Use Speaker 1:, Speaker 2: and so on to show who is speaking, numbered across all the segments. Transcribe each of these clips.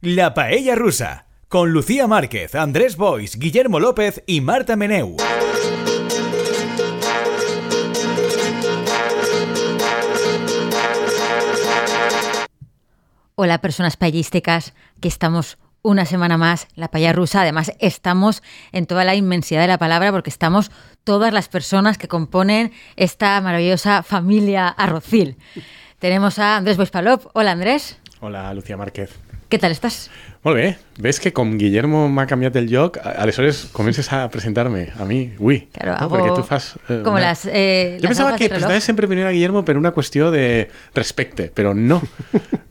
Speaker 1: La Paella Rusa, con Lucía Márquez, Andrés Bois, Guillermo López y Marta Meneu.
Speaker 2: Hola personas paellísticas, que estamos una semana más, la paella rusa. Además, estamos en toda la inmensidad de la palabra porque estamos todas las personas que componen esta maravillosa familia arrocil. Tenemos a Andrés Boispalop. Hola Andrés,
Speaker 3: Hola, Lucía Márquez.
Speaker 2: ¿qué tal estás?
Speaker 3: Molt bé, ves que con Guillermo m'ha canviat el lloc, a- aleshores comences a presentar-me, a mi, ui.
Speaker 2: Claro,
Speaker 3: no?
Speaker 2: hago
Speaker 3: Perquè tu fas... eh,
Speaker 2: como las, eh,
Speaker 3: Jo
Speaker 2: las
Speaker 3: pensava
Speaker 2: aguas
Speaker 3: que
Speaker 2: del reloj.
Speaker 3: pues, presentaves sempre primer a Guillermo per una qüestió de respecte, però no.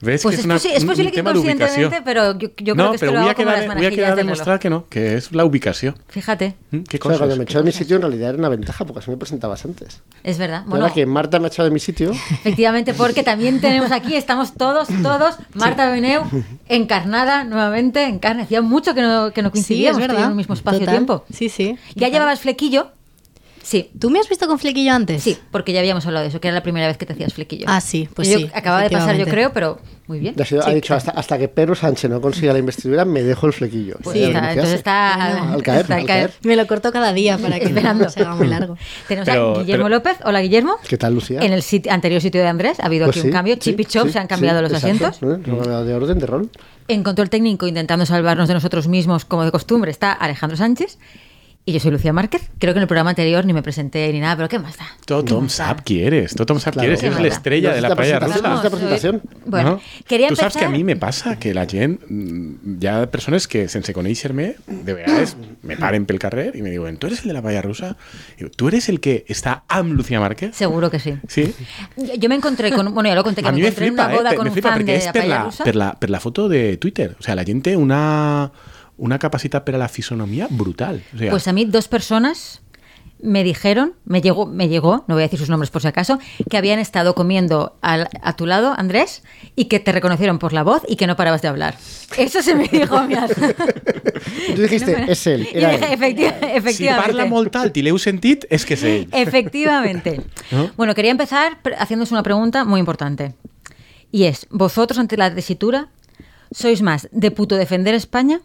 Speaker 3: Ves
Speaker 2: Pues es,
Speaker 3: que és, una,
Speaker 2: posi- es
Speaker 3: un- un
Speaker 2: posible que
Speaker 3: tema d'ubicació.
Speaker 2: inconscientemente, pero yo, yo
Speaker 3: no,
Speaker 2: creo que esto
Speaker 3: però
Speaker 2: lo
Speaker 3: voy
Speaker 2: hago
Speaker 3: a
Speaker 2: como las
Speaker 3: quedar, voy a
Speaker 2: manajillas
Speaker 3: quedar
Speaker 2: del reloj.
Speaker 3: demostrar que no, que es la ubicación.
Speaker 2: Fíjate,
Speaker 3: Mm, ¿Qué
Speaker 4: O sea,
Speaker 3: cosas?
Speaker 4: cuando me
Speaker 3: qué
Speaker 4: echó de mi
Speaker 3: cosas.
Speaker 4: sitio en realidad era una ventaja porque así me presentabas antes.
Speaker 2: es verdad.
Speaker 4: Bueno,
Speaker 2: Bueno,
Speaker 4: que Marta me ha echado de mi sitio.
Speaker 2: Efectivamente, porque también tenemos aquí, estamos todos, todos, Marta Beneu, encarnada nuevamente, en carne. Hacía mucho que no, que no coincidíamos que
Speaker 5: es verdad.
Speaker 2: en un mismo
Speaker 5: Total.
Speaker 2: espacio-tiempo.
Speaker 5: Sí, sí.
Speaker 2: ¿Ya llevabas flequillo? Sí,
Speaker 5: ¿Tú me has visto con flequillo antes?
Speaker 2: sí, porque ya habíamos hablado de eso, que era la primera vez que te hacías flequillo.
Speaker 5: Pues Ah, sí, pues
Speaker 2: Yo-
Speaker 5: sí,
Speaker 2: Acaba de pasar, yo
Speaker 5: efectivamente.
Speaker 2: creo, pero muy bien.
Speaker 4: Ha, sido- ha dicho, hasta, hasta que Pedro Sánchez no consiga la investidura, me dejo el flequillo.
Speaker 2: Pues
Speaker 4: Y
Speaker 2: sí,
Speaker 4: ya,
Speaker 2: está,
Speaker 4: ¿qué
Speaker 2: entonces
Speaker 4: hace?
Speaker 2: está,
Speaker 5: Bueno,
Speaker 4: al caer,
Speaker 2: está
Speaker 4: al caer.
Speaker 5: Me lo corto cada día para que
Speaker 2: Esperando.
Speaker 5: no se haga muy largo.
Speaker 2: Tenemos
Speaker 3: Pero-
Speaker 2: a Guillermo
Speaker 3: pero-
Speaker 2: López. Hola, Guillermo.
Speaker 4: ¿Qué tal, Lucía?
Speaker 2: En el sitio, anterior sitio de Andrés ha habido
Speaker 4: Pues
Speaker 2: aquí
Speaker 4: sí,
Speaker 2: un cambio.
Speaker 4: sí,
Speaker 2: Chip y Chop
Speaker 4: sí,
Speaker 2: se han cambiado
Speaker 4: sí,
Speaker 2: los
Speaker 4: exacto.
Speaker 2: asientos.
Speaker 4: ¿Eh? Rodeado De orden de rol.
Speaker 2: En control técnico, intentando salvarnos de nosotros mismos, como de costumbre, está Alejandro Sánchez. Y yo soy Lucía Márquez. Creo que en el programa anterior ni me presenté ni nada, pero ¿qué más da?
Speaker 3: Tothom sap qui eres, tothom sap qui
Speaker 4: Claro.
Speaker 3: eres,
Speaker 2: Qué
Speaker 3: eres
Speaker 2: maldad.
Speaker 3: l'estrella
Speaker 4: No,
Speaker 3: de
Speaker 4: esta
Speaker 3: la paella
Speaker 4: presentación-
Speaker 3: rusa.
Speaker 4: esta presentación.
Speaker 2: soy- Bueno,
Speaker 3: no?
Speaker 2: quería
Speaker 3: tu saps
Speaker 2: empezar...
Speaker 3: que a mi me passa que la gent, mm, hi ha persones que sense conèixer-me, de vegades me paren pel carrer i me diuen, tu eres el de la paella rusa? I diu, tu eres el que està amb Lucía Márquez?
Speaker 2: Seguro que sí.
Speaker 3: Sí.
Speaker 2: Yo yo me encontré con... Bueno, ya lo conté, que
Speaker 3: a
Speaker 2: me
Speaker 3: mi me
Speaker 2: encontré
Speaker 3: flipa,
Speaker 2: en una boda
Speaker 3: eh?
Speaker 2: con
Speaker 3: me
Speaker 2: un
Speaker 3: flipa,
Speaker 2: fan
Speaker 3: perquè
Speaker 2: de
Speaker 3: és
Speaker 2: la
Speaker 3: per
Speaker 2: paella
Speaker 3: la,
Speaker 2: rusa.
Speaker 3: per, la, per la foto de Twitter. O sea, la gent té una, una capacitat per a la fisonomia brutal. O sea,
Speaker 2: Pues a mí dos personas me dijeron, me llegó, me llegó, no voy a decir sus nombres por si acaso, que habían estado comiendo al- a tu lado, Andrés, y que te reconocieron por la voz y que no parabas de hablar. Eso se me dijo a mí.
Speaker 4: Tú dijiste, es él,
Speaker 2: Y
Speaker 4: era
Speaker 2: dije,
Speaker 4: él.
Speaker 2: "Efecti-
Speaker 3: si parla
Speaker 2: efectivamente.
Speaker 3: molt alt i l'heu sentit, és que és ell.
Speaker 2: Efectivamente.
Speaker 3: ¿No?
Speaker 2: Bueno, quería empezar pre- haciéndose una pregunta muy importante. Y es, ¿vosotros ante la tesitura sois más de puto defender España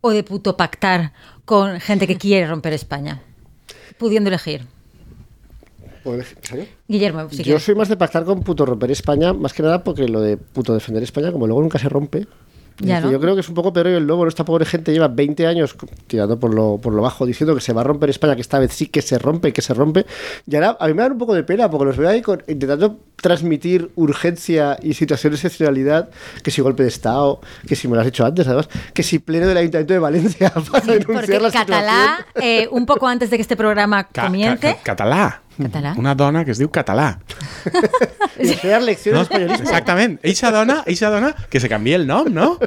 Speaker 2: o de puto pactar con gente que quiere romper España? Pudiendo elegir.
Speaker 4: Por ejemplo,
Speaker 2: Guillermo, si
Speaker 4: Yo
Speaker 2: quieres.
Speaker 4: soy más de pactar con puto romper España, más que nada porque lo de puto defender España, como luego nunca se rompe.
Speaker 2: Ya,
Speaker 4: es que
Speaker 2: ¿no?
Speaker 4: Yo creo que es un poco peor el lobo, ¿no? Esta pobre gente lleva 20 años c- tirando por lo, por lo bajo, diciendo que se va a romper España, que esta vez sí que se rompe, que se rompe. Y ahora a mí me dan un poco de pena porque los veo ahí con- intentando transmitir urgencia y situaciones de excepcionalidad, que si golpe de Estado, que si me lo has dicho antes, además, que si pleno del Ayuntamiento de Valencia para
Speaker 2: Porque
Speaker 4: denunciar la situación.
Speaker 2: Catalá, eh, un poco antes de que este programa
Speaker 3: Ca- ca-
Speaker 2: comience,
Speaker 3: ca- català.
Speaker 2: Català.
Speaker 3: Una dona que es diu català.
Speaker 4: Y se dan lecciones
Speaker 3: No?
Speaker 4: españolismo.
Speaker 3: Exactament. Eixa dona, eixa dona, que se canvia el nom, no?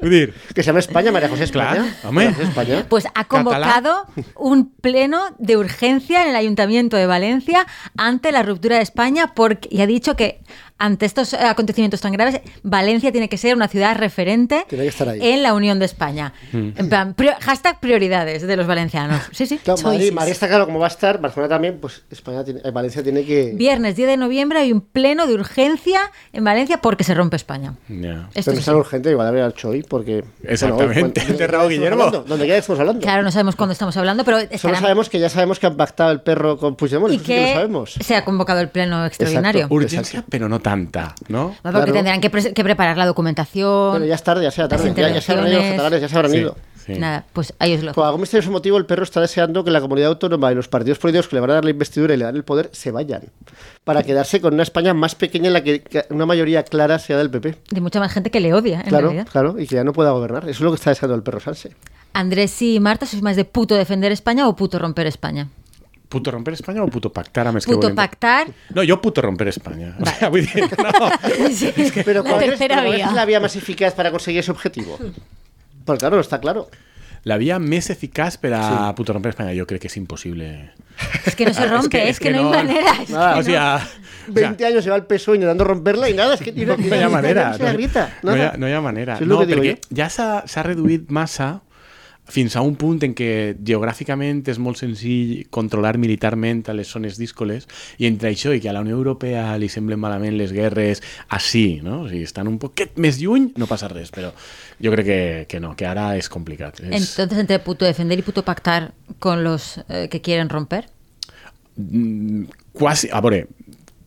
Speaker 3: Vull dir,
Speaker 4: Que se llama España, María José
Speaker 3: Clar,
Speaker 4: España.
Speaker 3: home.
Speaker 4: María José España.
Speaker 2: pues ha convocado un pleno de urgencia en el Ayuntamiento de Valencia ante la ruptura de España porque, y ha dicho que ante estos eh, acontecimientos tan graves, Valencia tiene que ser una ciudad referente
Speaker 4: Tiene que estar ahí.
Speaker 2: en la Unión de España. En plan, pri- hashtag prioridades de los valencianos. Sí, sí.
Speaker 4: Claro, Madrid,
Speaker 5: Choices.
Speaker 4: Madrid está claro como va a estar, Barcelona también, pues España tiene- eh, Valencia tiene que...
Speaker 2: Viernes 10 de noviembre hay un pleno de urgencia en Valencia porque se rompe España.
Speaker 3: ja.
Speaker 2: Esto
Speaker 4: Pero no
Speaker 2: es
Speaker 4: es tan urgente, igual habría hecho hoy, porque...
Speaker 3: Exactamente.
Speaker 4: bueno, cuando-
Speaker 3: Te rago, Guillermo.
Speaker 4: Hablando, Donde quiera estamos hablando.
Speaker 2: Claro, no sabemos cuándo estamos hablando, pero
Speaker 4: Solo
Speaker 2: estarán-
Speaker 4: sabemos que ya sabemos que han pactado el perro con Puigdemont,
Speaker 2: y
Speaker 4: eso sí que lo
Speaker 2: que
Speaker 4: sabemos.
Speaker 2: se ha convocado el pleno extraordinario.
Speaker 4: Exacto.
Speaker 3: Urgència, però no tanta, no?
Speaker 2: Bueno, Porque
Speaker 4: Claro.
Speaker 2: tendrán que, pre- que preparar la documentación.
Speaker 4: Pero ya es tarde, ya sea tarde,
Speaker 2: Las
Speaker 4: ya, ya se habrán ido los
Speaker 2: intervenciones.
Speaker 4: catalanes, ya se habrán ido.
Speaker 3: Sí.
Speaker 2: Nada, pues ahí os lo.
Speaker 4: Por algún misterioso motivo, el perro está deseando que la comunidad autónoma y los partidos políticos que le van a dar la investidura y le dan el poder se vayan, para quedarse con una España más pequeña en la que que una mayoría clara sea del PP.
Speaker 2: De mucha más gente que le odia, en
Speaker 4: Claro,
Speaker 2: realidad.
Speaker 4: claro, y que ya no pueda gobernar. Eso es lo que está deseando el perro Sánchez.
Speaker 2: Andrés y Marta, ¿sois más de puto defender España o puto romper España?
Speaker 3: Puto romper Espanya o puto pactar amb Esquerra
Speaker 2: Puto
Speaker 3: Unida?
Speaker 2: pactar.
Speaker 3: No, jo puto romper Espanya. O sea, vull dir, no.
Speaker 2: Sí.
Speaker 4: Pero
Speaker 5: La
Speaker 4: ¿cuál es,
Speaker 5: tercera
Speaker 4: pero cuál
Speaker 5: vía.
Speaker 4: es la vía más eficaz para conseguir ese objetivo?
Speaker 3: Hmm.
Speaker 4: Pues claro, no está claro.
Speaker 3: La via més eficaç per a sí. puto romper Espanya jo crec que és impossible.
Speaker 2: Es que no se
Speaker 3: Ah,
Speaker 2: rompe, es que, no, hay manera. es
Speaker 4: Nada.
Speaker 2: que
Speaker 3: o
Speaker 2: no.
Speaker 3: sea, o sea,
Speaker 4: 20 años lleva el PSOE intentando romperla y nada, es que
Speaker 3: no, no hi ha manera.
Speaker 4: No se grita,
Speaker 3: no, hi ha,
Speaker 4: nada.
Speaker 3: no hi ha manera.
Speaker 4: Sí, és el
Speaker 3: no,
Speaker 4: que digo
Speaker 3: perquè ja s'ha s'ha reduït massa fins a un punt en què geogràficament és molt senzill controlar militarment a les zones díscoles i entre això i que a la Unió Europea li semblen malament les guerres, així, no? O sigui, estan un poquet més lluny, no passa res, però jo crec que, que no, que ara és complicat. És...
Speaker 2: Entonces, entre puto defender y puto pactar con los eh, que quieren romper.
Speaker 3: Mm, quasi, a veure,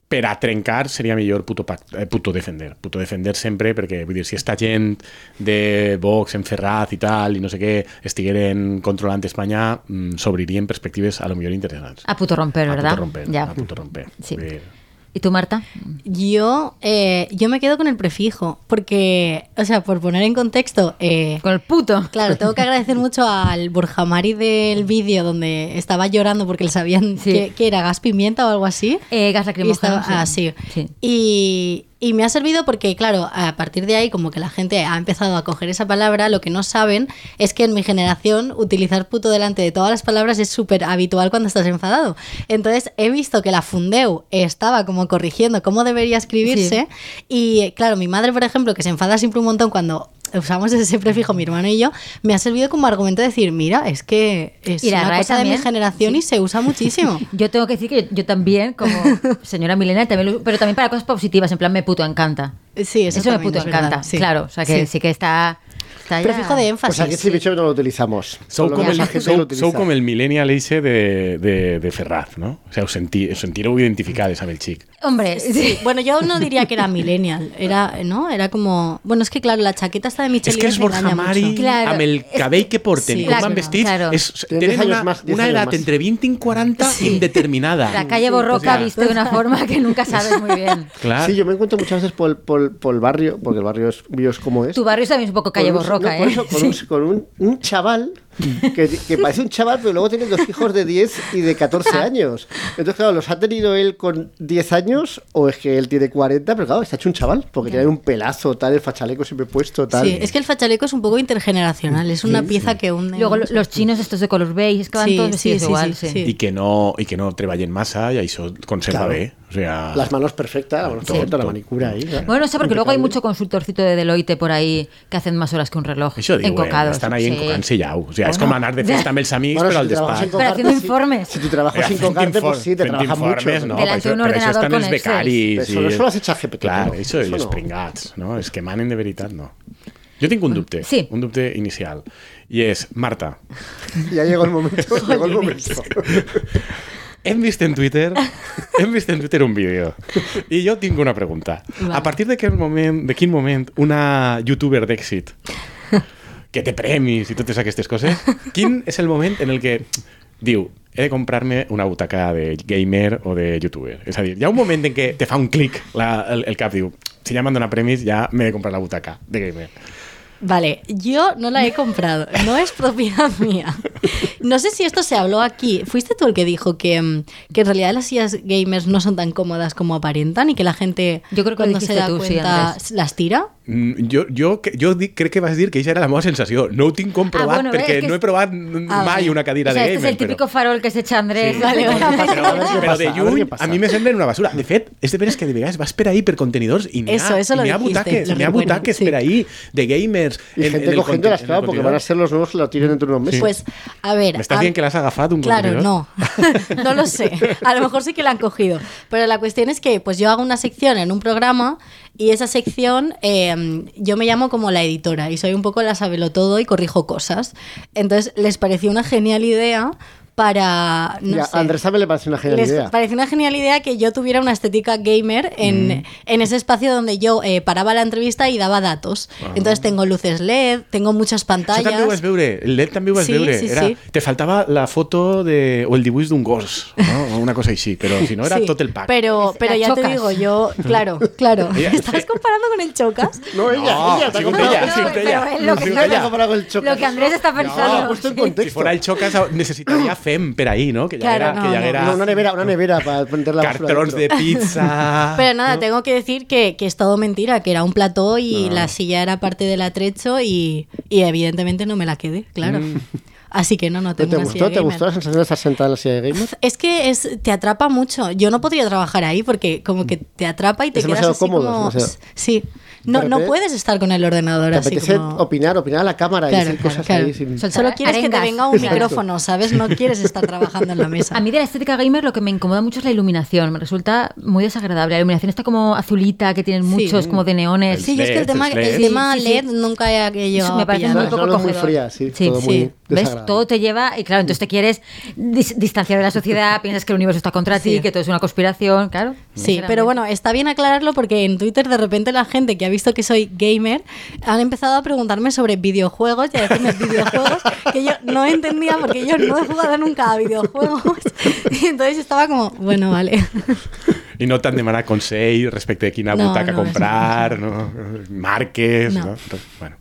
Speaker 3: per a trencar seria millor puto, pac- eh, puto defender. Puto defender sempre, perquè vull dir, si esta gent de Vox en Ferraz i tal, i no sé què, estigueren controlant Espanya, mm, s'obririen perspectives a lo millor interessants.
Speaker 2: A puto romper,
Speaker 3: A
Speaker 2: Ah, ¿verdad?
Speaker 3: puto romper,
Speaker 2: Ya.
Speaker 3: a puto romper.
Speaker 2: Sí.
Speaker 3: Vull dir,
Speaker 2: ¿Y tú, Marta?
Speaker 5: Yo, eh, yo me quedo con el prefijo, porque, o sea, por poner en contexto, eh,
Speaker 2: Con el puto.
Speaker 5: Claro, tengo que agradecer mucho al Burjamari del vídeo donde estaba llorando porque le sabían
Speaker 2: Sí.
Speaker 5: que, que era gas pimienta o algo así.
Speaker 2: Eh, gas
Speaker 5: Y
Speaker 2: lacrimógeno.
Speaker 5: estaba ah, así.
Speaker 2: Sí.
Speaker 5: Y, y me ha servido porque, claro, a partir de ahí, como que la gente ha empezado a coger esa palabra, lo que no saben es que en mi generación utilizar puto delante de todas las palabras es súper habitual cuando estás enfadado. Entonces he visto que la Fundeu estaba como corrigiendo cómo debería escribirse. Y claro, mi madre, por ejemplo, que se enfada siempre un montón cuando usamos ese prefijo, mi hermano y yo, me ha servido como argumento de decir, mira, es que es
Speaker 2: Y la
Speaker 5: una
Speaker 2: RAE
Speaker 5: cosa de
Speaker 2: también.
Speaker 5: mi generación y se usa muchísimo.
Speaker 2: Yo tengo que decir que yo, yo también, como señora Milena, también lo- pero también para cosas positivas, en plan me puto encanta.
Speaker 5: Sí, eso,
Speaker 2: Eso, me
Speaker 5: también
Speaker 2: puto
Speaker 5: es verdad,
Speaker 2: encanta,
Speaker 5: sí.
Speaker 2: claro. O sea que sí,
Speaker 5: Sí.
Speaker 2: que está. está ya-
Speaker 5: Prefijo de
Speaker 4: O
Speaker 5: énfasis.
Speaker 4: sea, que este
Speaker 5: sí.
Speaker 4: bicho no lo utilizamos.
Speaker 3: Sou
Speaker 4: Lo
Speaker 3: com,
Speaker 4: que
Speaker 3: el,
Speaker 4: la gente
Speaker 3: sou,
Speaker 4: lo utiliza.
Speaker 3: sou com el millennial eixe de, de, de Ferraz, no? O sigui, us, senti, us sentireu identificades amb el xic.
Speaker 2: Hombre, sí.
Speaker 5: Sí, Bueno, yo no diría que era millennial, era, ¿no? Era como, bueno, es que claro, la chaqueta está de Michelin
Speaker 3: és que els
Speaker 5: se engaña
Speaker 3: Borja Mari,
Speaker 5: mucho.
Speaker 2: Claro,
Speaker 3: amb el
Speaker 2: és que-
Speaker 3: cabell que porten,
Speaker 5: sí.
Speaker 3: sí, com
Speaker 5: Claro,
Speaker 3: van vestits,
Speaker 2: claro.
Speaker 3: és,
Speaker 4: Tenen
Speaker 3: tenen
Speaker 4: 10
Speaker 3: una,
Speaker 4: años más, 10
Speaker 3: una
Speaker 4: años
Speaker 3: edat
Speaker 4: más.
Speaker 3: entre 20 i 40
Speaker 2: Sí.
Speaker 3: indeterminada.
Speaker 2: la calle Borroca viste de una forma que nunca sabes muy bien.
Speaker 3: Clar.
Speaker 4: Sí, yo me encuentro muchas veces por, el- por- por el barrio, porque el barrio es, mío es como es.
Speaker 2: Tu barrio es también es un poco
Speaker 4: con
Speaker 2: calle
Speaker 4: un-
Speaker 2: Borroca,
Speaker 4: no,
Speaker 2: ¿eh?
Speaker 4: por eso, con un, con un- un chaval que, que parece un chaval, pero luego tiene dos hijos de 10 y de 14 años. Entonces, claro, ¿los ha tenido él con 10 años o es que él tiene 40? Pero claro, está hecho un chaval, porque tiene un pelazo, tal, el fachaleco siempre puesto, tal.
Speaker 5: Sí, es que el fachaleco es un poco intergeneracional, es una pieza que hunde.
Speaker 2: Luego lo-
Speaker 5: mucho.
Speaker 2: los chinos estos de color beige, es que van
Speaker 5: Sí,
Speaker 2: todos
Speaker 5: sí,
Speaker 2: vestidos
Speaker 5: sí,
Speaker 2: igual,
Speaker 5: sí,
Speaker 2: sí.
Speaker 5: sí.
Speaker 3: I que no, i que no treballen massa i això conserva
Speaker 4: Claro.
Speaker 3: bé. O sea,
Speaker 4: Las manos perfectas, la, mano
Speaker 3: Sí.
Speaker 4: perfecta, la manicura ahí. claro.
Speaker 2: Bueno, no sé, porque luego hay
Speaker 4: Impecable.
Speaker 2: mucho consultorcito de Deloitte por ahí que hacen más horas que un reloj.
Speaker 3: això diuen,
Speaker 2: encocados.
Speaker 3: estan eh, ahí
Speaker 2: sí.
Speaker 3: encocant-se llau. O sea, és
Speaker 2: Bueno.
Speaker 3: com anar de festa amb els amics,
Speaker 4: Bueno,
Speaker 3: però
Speaker 4: si
Speaker 3: al
Speaker 4: tu trabajas
Speaker 3: despatx.
Speaker 4: sin cocarte,
Speaker 2: Pero haciendo
Speaker 4: sí-
Speaker 2: informes.
Speaker 4: Si, tu trabajas sin
Speaker 3: Fent
Speaker 4: cocarte, pues
Speaker 3: infor-
Speaker 4: sí, te
Speaker 3: fent
Speaker 4: trabajas mucho.
Speaker 3: informes, No,
Speaker 2: Delante
Speaker 3: per això,
Speaker 2: d'un
Speaker 3: per això
Speaker 2: ordenador
Speaker 3: estan
Speaker 2: con
Speaker 3: els
Speaker 2: Excel.
Speaker 3: becaris.
Speaker 4: Però
Speaker 3: i-
Speaker 4: això les echas GPT,
Speaker 3: Clar,
Speaker 4: no?
Speaker 3: això, i
Speaker 4: Això
Speaker 3: els
Speaker 4: no.
Speaker 3: pringats, no? Els que manen de veritat, no. Jo tinc un dubte,
Speaker 2: Sí.
Speaker 3: un dubte inicial, i és, Marta,
Speaker 4: Ya llegó el momento. llegó el momento.
Speaker 3: hem vist en Twitter hem vist en Twitter un vídeo i jo tinc una pregunta a partir de quin moment, de quin moment una youtuber d'èxit que té premis i totes aquestes coses quin és el moment en el que diu he de comprar-me una butaca de gamer o de youtuber. És a dir, hi ha un moment en què te fa un clic la, el, el cap, diu, si ja m'han donat premis, ja m'he de comprar la butaca de gamer.
Speaker 5: Vale, yo no la he comprado, no es propiedad mía. No sé si esto se habló aquí. ¿Fuiste tú el que dijo que, mm, que en realidad las sillas gamers no son tan cómodas como aparentan y que la gente
Speaker 2: Yo creo que lo
Speaker 5: cuando se
Speaker 2: dijiste
Speaker 5: da
Speaker 2: tú, sí,
Speaker 5: cuenta
Speaker 2: Andrés.
Speaker 5: las tira?
Speaker 3: Mm, Jo, jo, que- jo dic, crec que vas dir que això era la meva sensació. No ho tinc comprovat,
Speaker 2: Ah, bueno, bé,
Speaker 3: perquè
Speaker 2: és que
Speaker 3: no he
Speaker 2: és-
Speaker 3: provat mai
Speaker 5: vale.
Speaker 3: una cadira
Speaker 2: O sea, este
Speaker 3: de gamer.
Speaker 2: es el
Speaker 3: però-
Speaker 2: típico farol que se echa Andrés.
Speaker 3: Sí.
Speaker 5: Eh, Vale, vale, vale.
Speaker 4: Però a veure què
Speaker 3: Però de
Speaker 4: passa, a veure
Speaker 3: lluny,
Speaker 4: què
Speaker 3: a,
Speaker 4: passa.
Speaker 3: mi me semblen una basura. De fet, és de veres que de vegades vas per ahí per contenidors i n'hi ha,
Speaker 5: Eso, eso
Speaker 3: i
Speaker 5: lo
Speaker 3: n'hi ha
Speaker 5: dijiste,
Speaker 3: butaques,
Speaker 5: lo
Speaker 3: n'hi ha
Speaker 5: recuerdo,
Speaker 3: butaques
Speaker 5: sí.
Speaker 3: per ahí de gamers.
Speaker 4: Y gente
Speaker 3: el
Speaker 4: cogiendo las
Speaker 3: conte- en el
Speaker 4: claro, porque
Speaker 3: contenidor.
Speaker 4: van a ser los nuevos que la tienen dentro de unos meses.
Speaker 5: Pues, a ver.
Speaker 3: ¿Me estás
Speaker 5: a-
Speaker 3: diciendo que las has agafado un
Speaker 5: Claro,
Speaker 3: contenedor?
Speaker 5: no. No lo sé. A lo mejor sí que la han cogido. Pero la cuestión es que, pues yo hago una sección en un programa y esa sección eh, yo me llamo como la editora y soy un poco la sabelo todo y corrijo cosas. Entonces les pareció una genial idea para. No
Speaker 4: Y a
Speaker 5: sé,
Speaker 4: Andrés Sabe le parece una genial
Speaker 5: les
Speaker 4: idea.
Speaker 5: pareció una genial idea que yo tuviera una estética gamer
Speaker 3: Mm.
Speaker 5: en, en ese espacio donde yo eh, paraba la entrevista y daba datos.
Speaker 3: Ah.
Speaker 5: Entonces tengo luces LED, tengo muchas
Speaker 3: Això
Speaker 5: pantallas.
Speaker 3: també ho vas veure, el LED també ho vas
Speaker 5: Sí,
Speaker 3: veure.
Speaker 5: sí,
Speaker 3: era,
Speaker 5: sí.
Speaker 3: Te faltava la foto de, o el dibuix d'un gos, no? o una cosa així, però si no era
Speaker 5: Sí,
Speaker 3: tot el pack.
Speaker 5: Pero, pero
Speaker 2: La
Speaker 5: ya te
Speaker 2: chocas.
Speaker 5: digo, yo, claro, claro.
Speaker 3: Ella-
Speaker 5: ¿Estás comparando con el chocas?
Speaker 4: No, ella,
Speaker 3: No,
Speaker 4: ella, te ha
Speaker 3: sigo
Speaker 4: comprado.
Speaker 3: ella, sigo
Speaker 2: pero
Speaker 3: ella,
Speaker 2: es lo que-
Speaker 3: sigo ella.
Speaker 4: comprado el choque.
Speaker 2: Lo que Andrés está pensando.
Speaker 4: No, puesto en
Speaker 3: Si
Speaker 4: contexto.
Speaker 3: fora el Chocas necessitaria fem per ahí, no? Que ja
Speaker 5: Claro,
Speaker 3: era, que
Speaker 5: no,
Speaker 3: ja
Speaker 5: no.
Speaker 3: era
Speaker 4: No, una nevera, una nevera para meter la basura
Speaker 3: cartrons de
Speaker 4: dentro.
Speaker 3: pizza...
Speaker 2: Ah,
Speaker 5: Pero nada, tengo que decir que, que es todo mentira, que era un plató
Speaker 4: Ah.
Speaker 5: y la silla era parte del atrecho y, y evidentemente no me la quedé, claro. Así que no, no
Speaker 4: Mm. ¿No
Speaker 5: tengo
Speaker 4: ¿Te
Speaker 5: una
Speaker 4: gustó?
Speaker 5: silla
Speaker 4: ¿Te
Speaker 5: gamer.
Speaker 4: gustó la sensación de estar sentada en la silla de gamer?
Speaker 5: Es que es, te atrapa mucho. Yo no podría trabajar ahí porque como que te atrapa y te
Speaker 4: Es
Speaker 5: quedas
Speaker 4: demasiado
Speaker 5: así
Speaker 4: cómodo,
Speaker 5: como-
Speaker 4: es demasiado.
Speaker 5: Sí. No,
Speaker 4: Pero
Speaker 5: no
Speaker 4: te-
Speaker 5: puedes estar con el ordenador
Speaker 4: Te
Speaker 5: así
Speaker 4: apetece
Speaker 5: como...
Speaker 4: opinar, opinar a la cámara
Speaker 5: Claro,
Speaker 4: y decir
Speaker 5: claro,
Speaker 4: cosas
Speaker 5: claro.
Speaker 4: ahí sin-
Speaker 2: Soltar
Speaker 5: Solo quieres que te
Speaker 2: arengas.
Speaker 5: venga un
Speaker 2: Exacto.
Speaker 5: micrófono, ¿sabes? No quieres estar trabajando en la mesa.
Speaker 2: A mí de la estética gamer lo que me incomoda mucho es la iluminación. Me resulta muy desagradable. La iluminación está como azulita, que tienen
Speaker 5: Sí.
Speaker 2: muchos, como de neones.
Speaker 5: Sí, yo es que el
Speaker 3: LED,
Speaker 5: tema,
Speaker 3: es
Speaker 5: el E
Speaker 3: LED.
Speaker 5: tema
Speaker 2: Sí, sí, sí.
Speaker 5: LED nunca he he
Speaker 2: Eso
Speaker 5: llegado
Speaker 2: me
Speaker 5: a
Speaker 2: parece
Speaker 5: pillar.
Speaker 2: muy
Speaker 4: Una
Speaker 2: poco
Speaker 4: zona muy
Speaker 2: cogedor.
Speaker 4: fría, sí, todo muy
Speaker 2: ¿Ves?
Speaker 4: desagradable.
Speaker 2: Todo te lleva, y claro, entonces te quieres dis- distanciar de la sociedad, piensas que el universo está contra ti,
Speaker 5: Sí.
Speaker 2: que todo es una conspiración, claro.
Speaker 5: Sí, pero bueno, está bien aclararlo porque en Twitter de repente la gente que ha visto que soy gamer han empezado a preguntarme sobre videojuegos y a decirme videojuegos que yo no entendía porque yo no he jugado nunca a videojuegos. Y entonces estaba como, bueno, vale.
Speaker 3: I no te'n demanar consell respecte a quina
Speaker 5: No,
Speaker 3: butaca
Speaker 5: no,
Speaker 3: comprar, no, marques...
Speaker 5: No.
Speaker 3: No. no? Doncs, Bueno.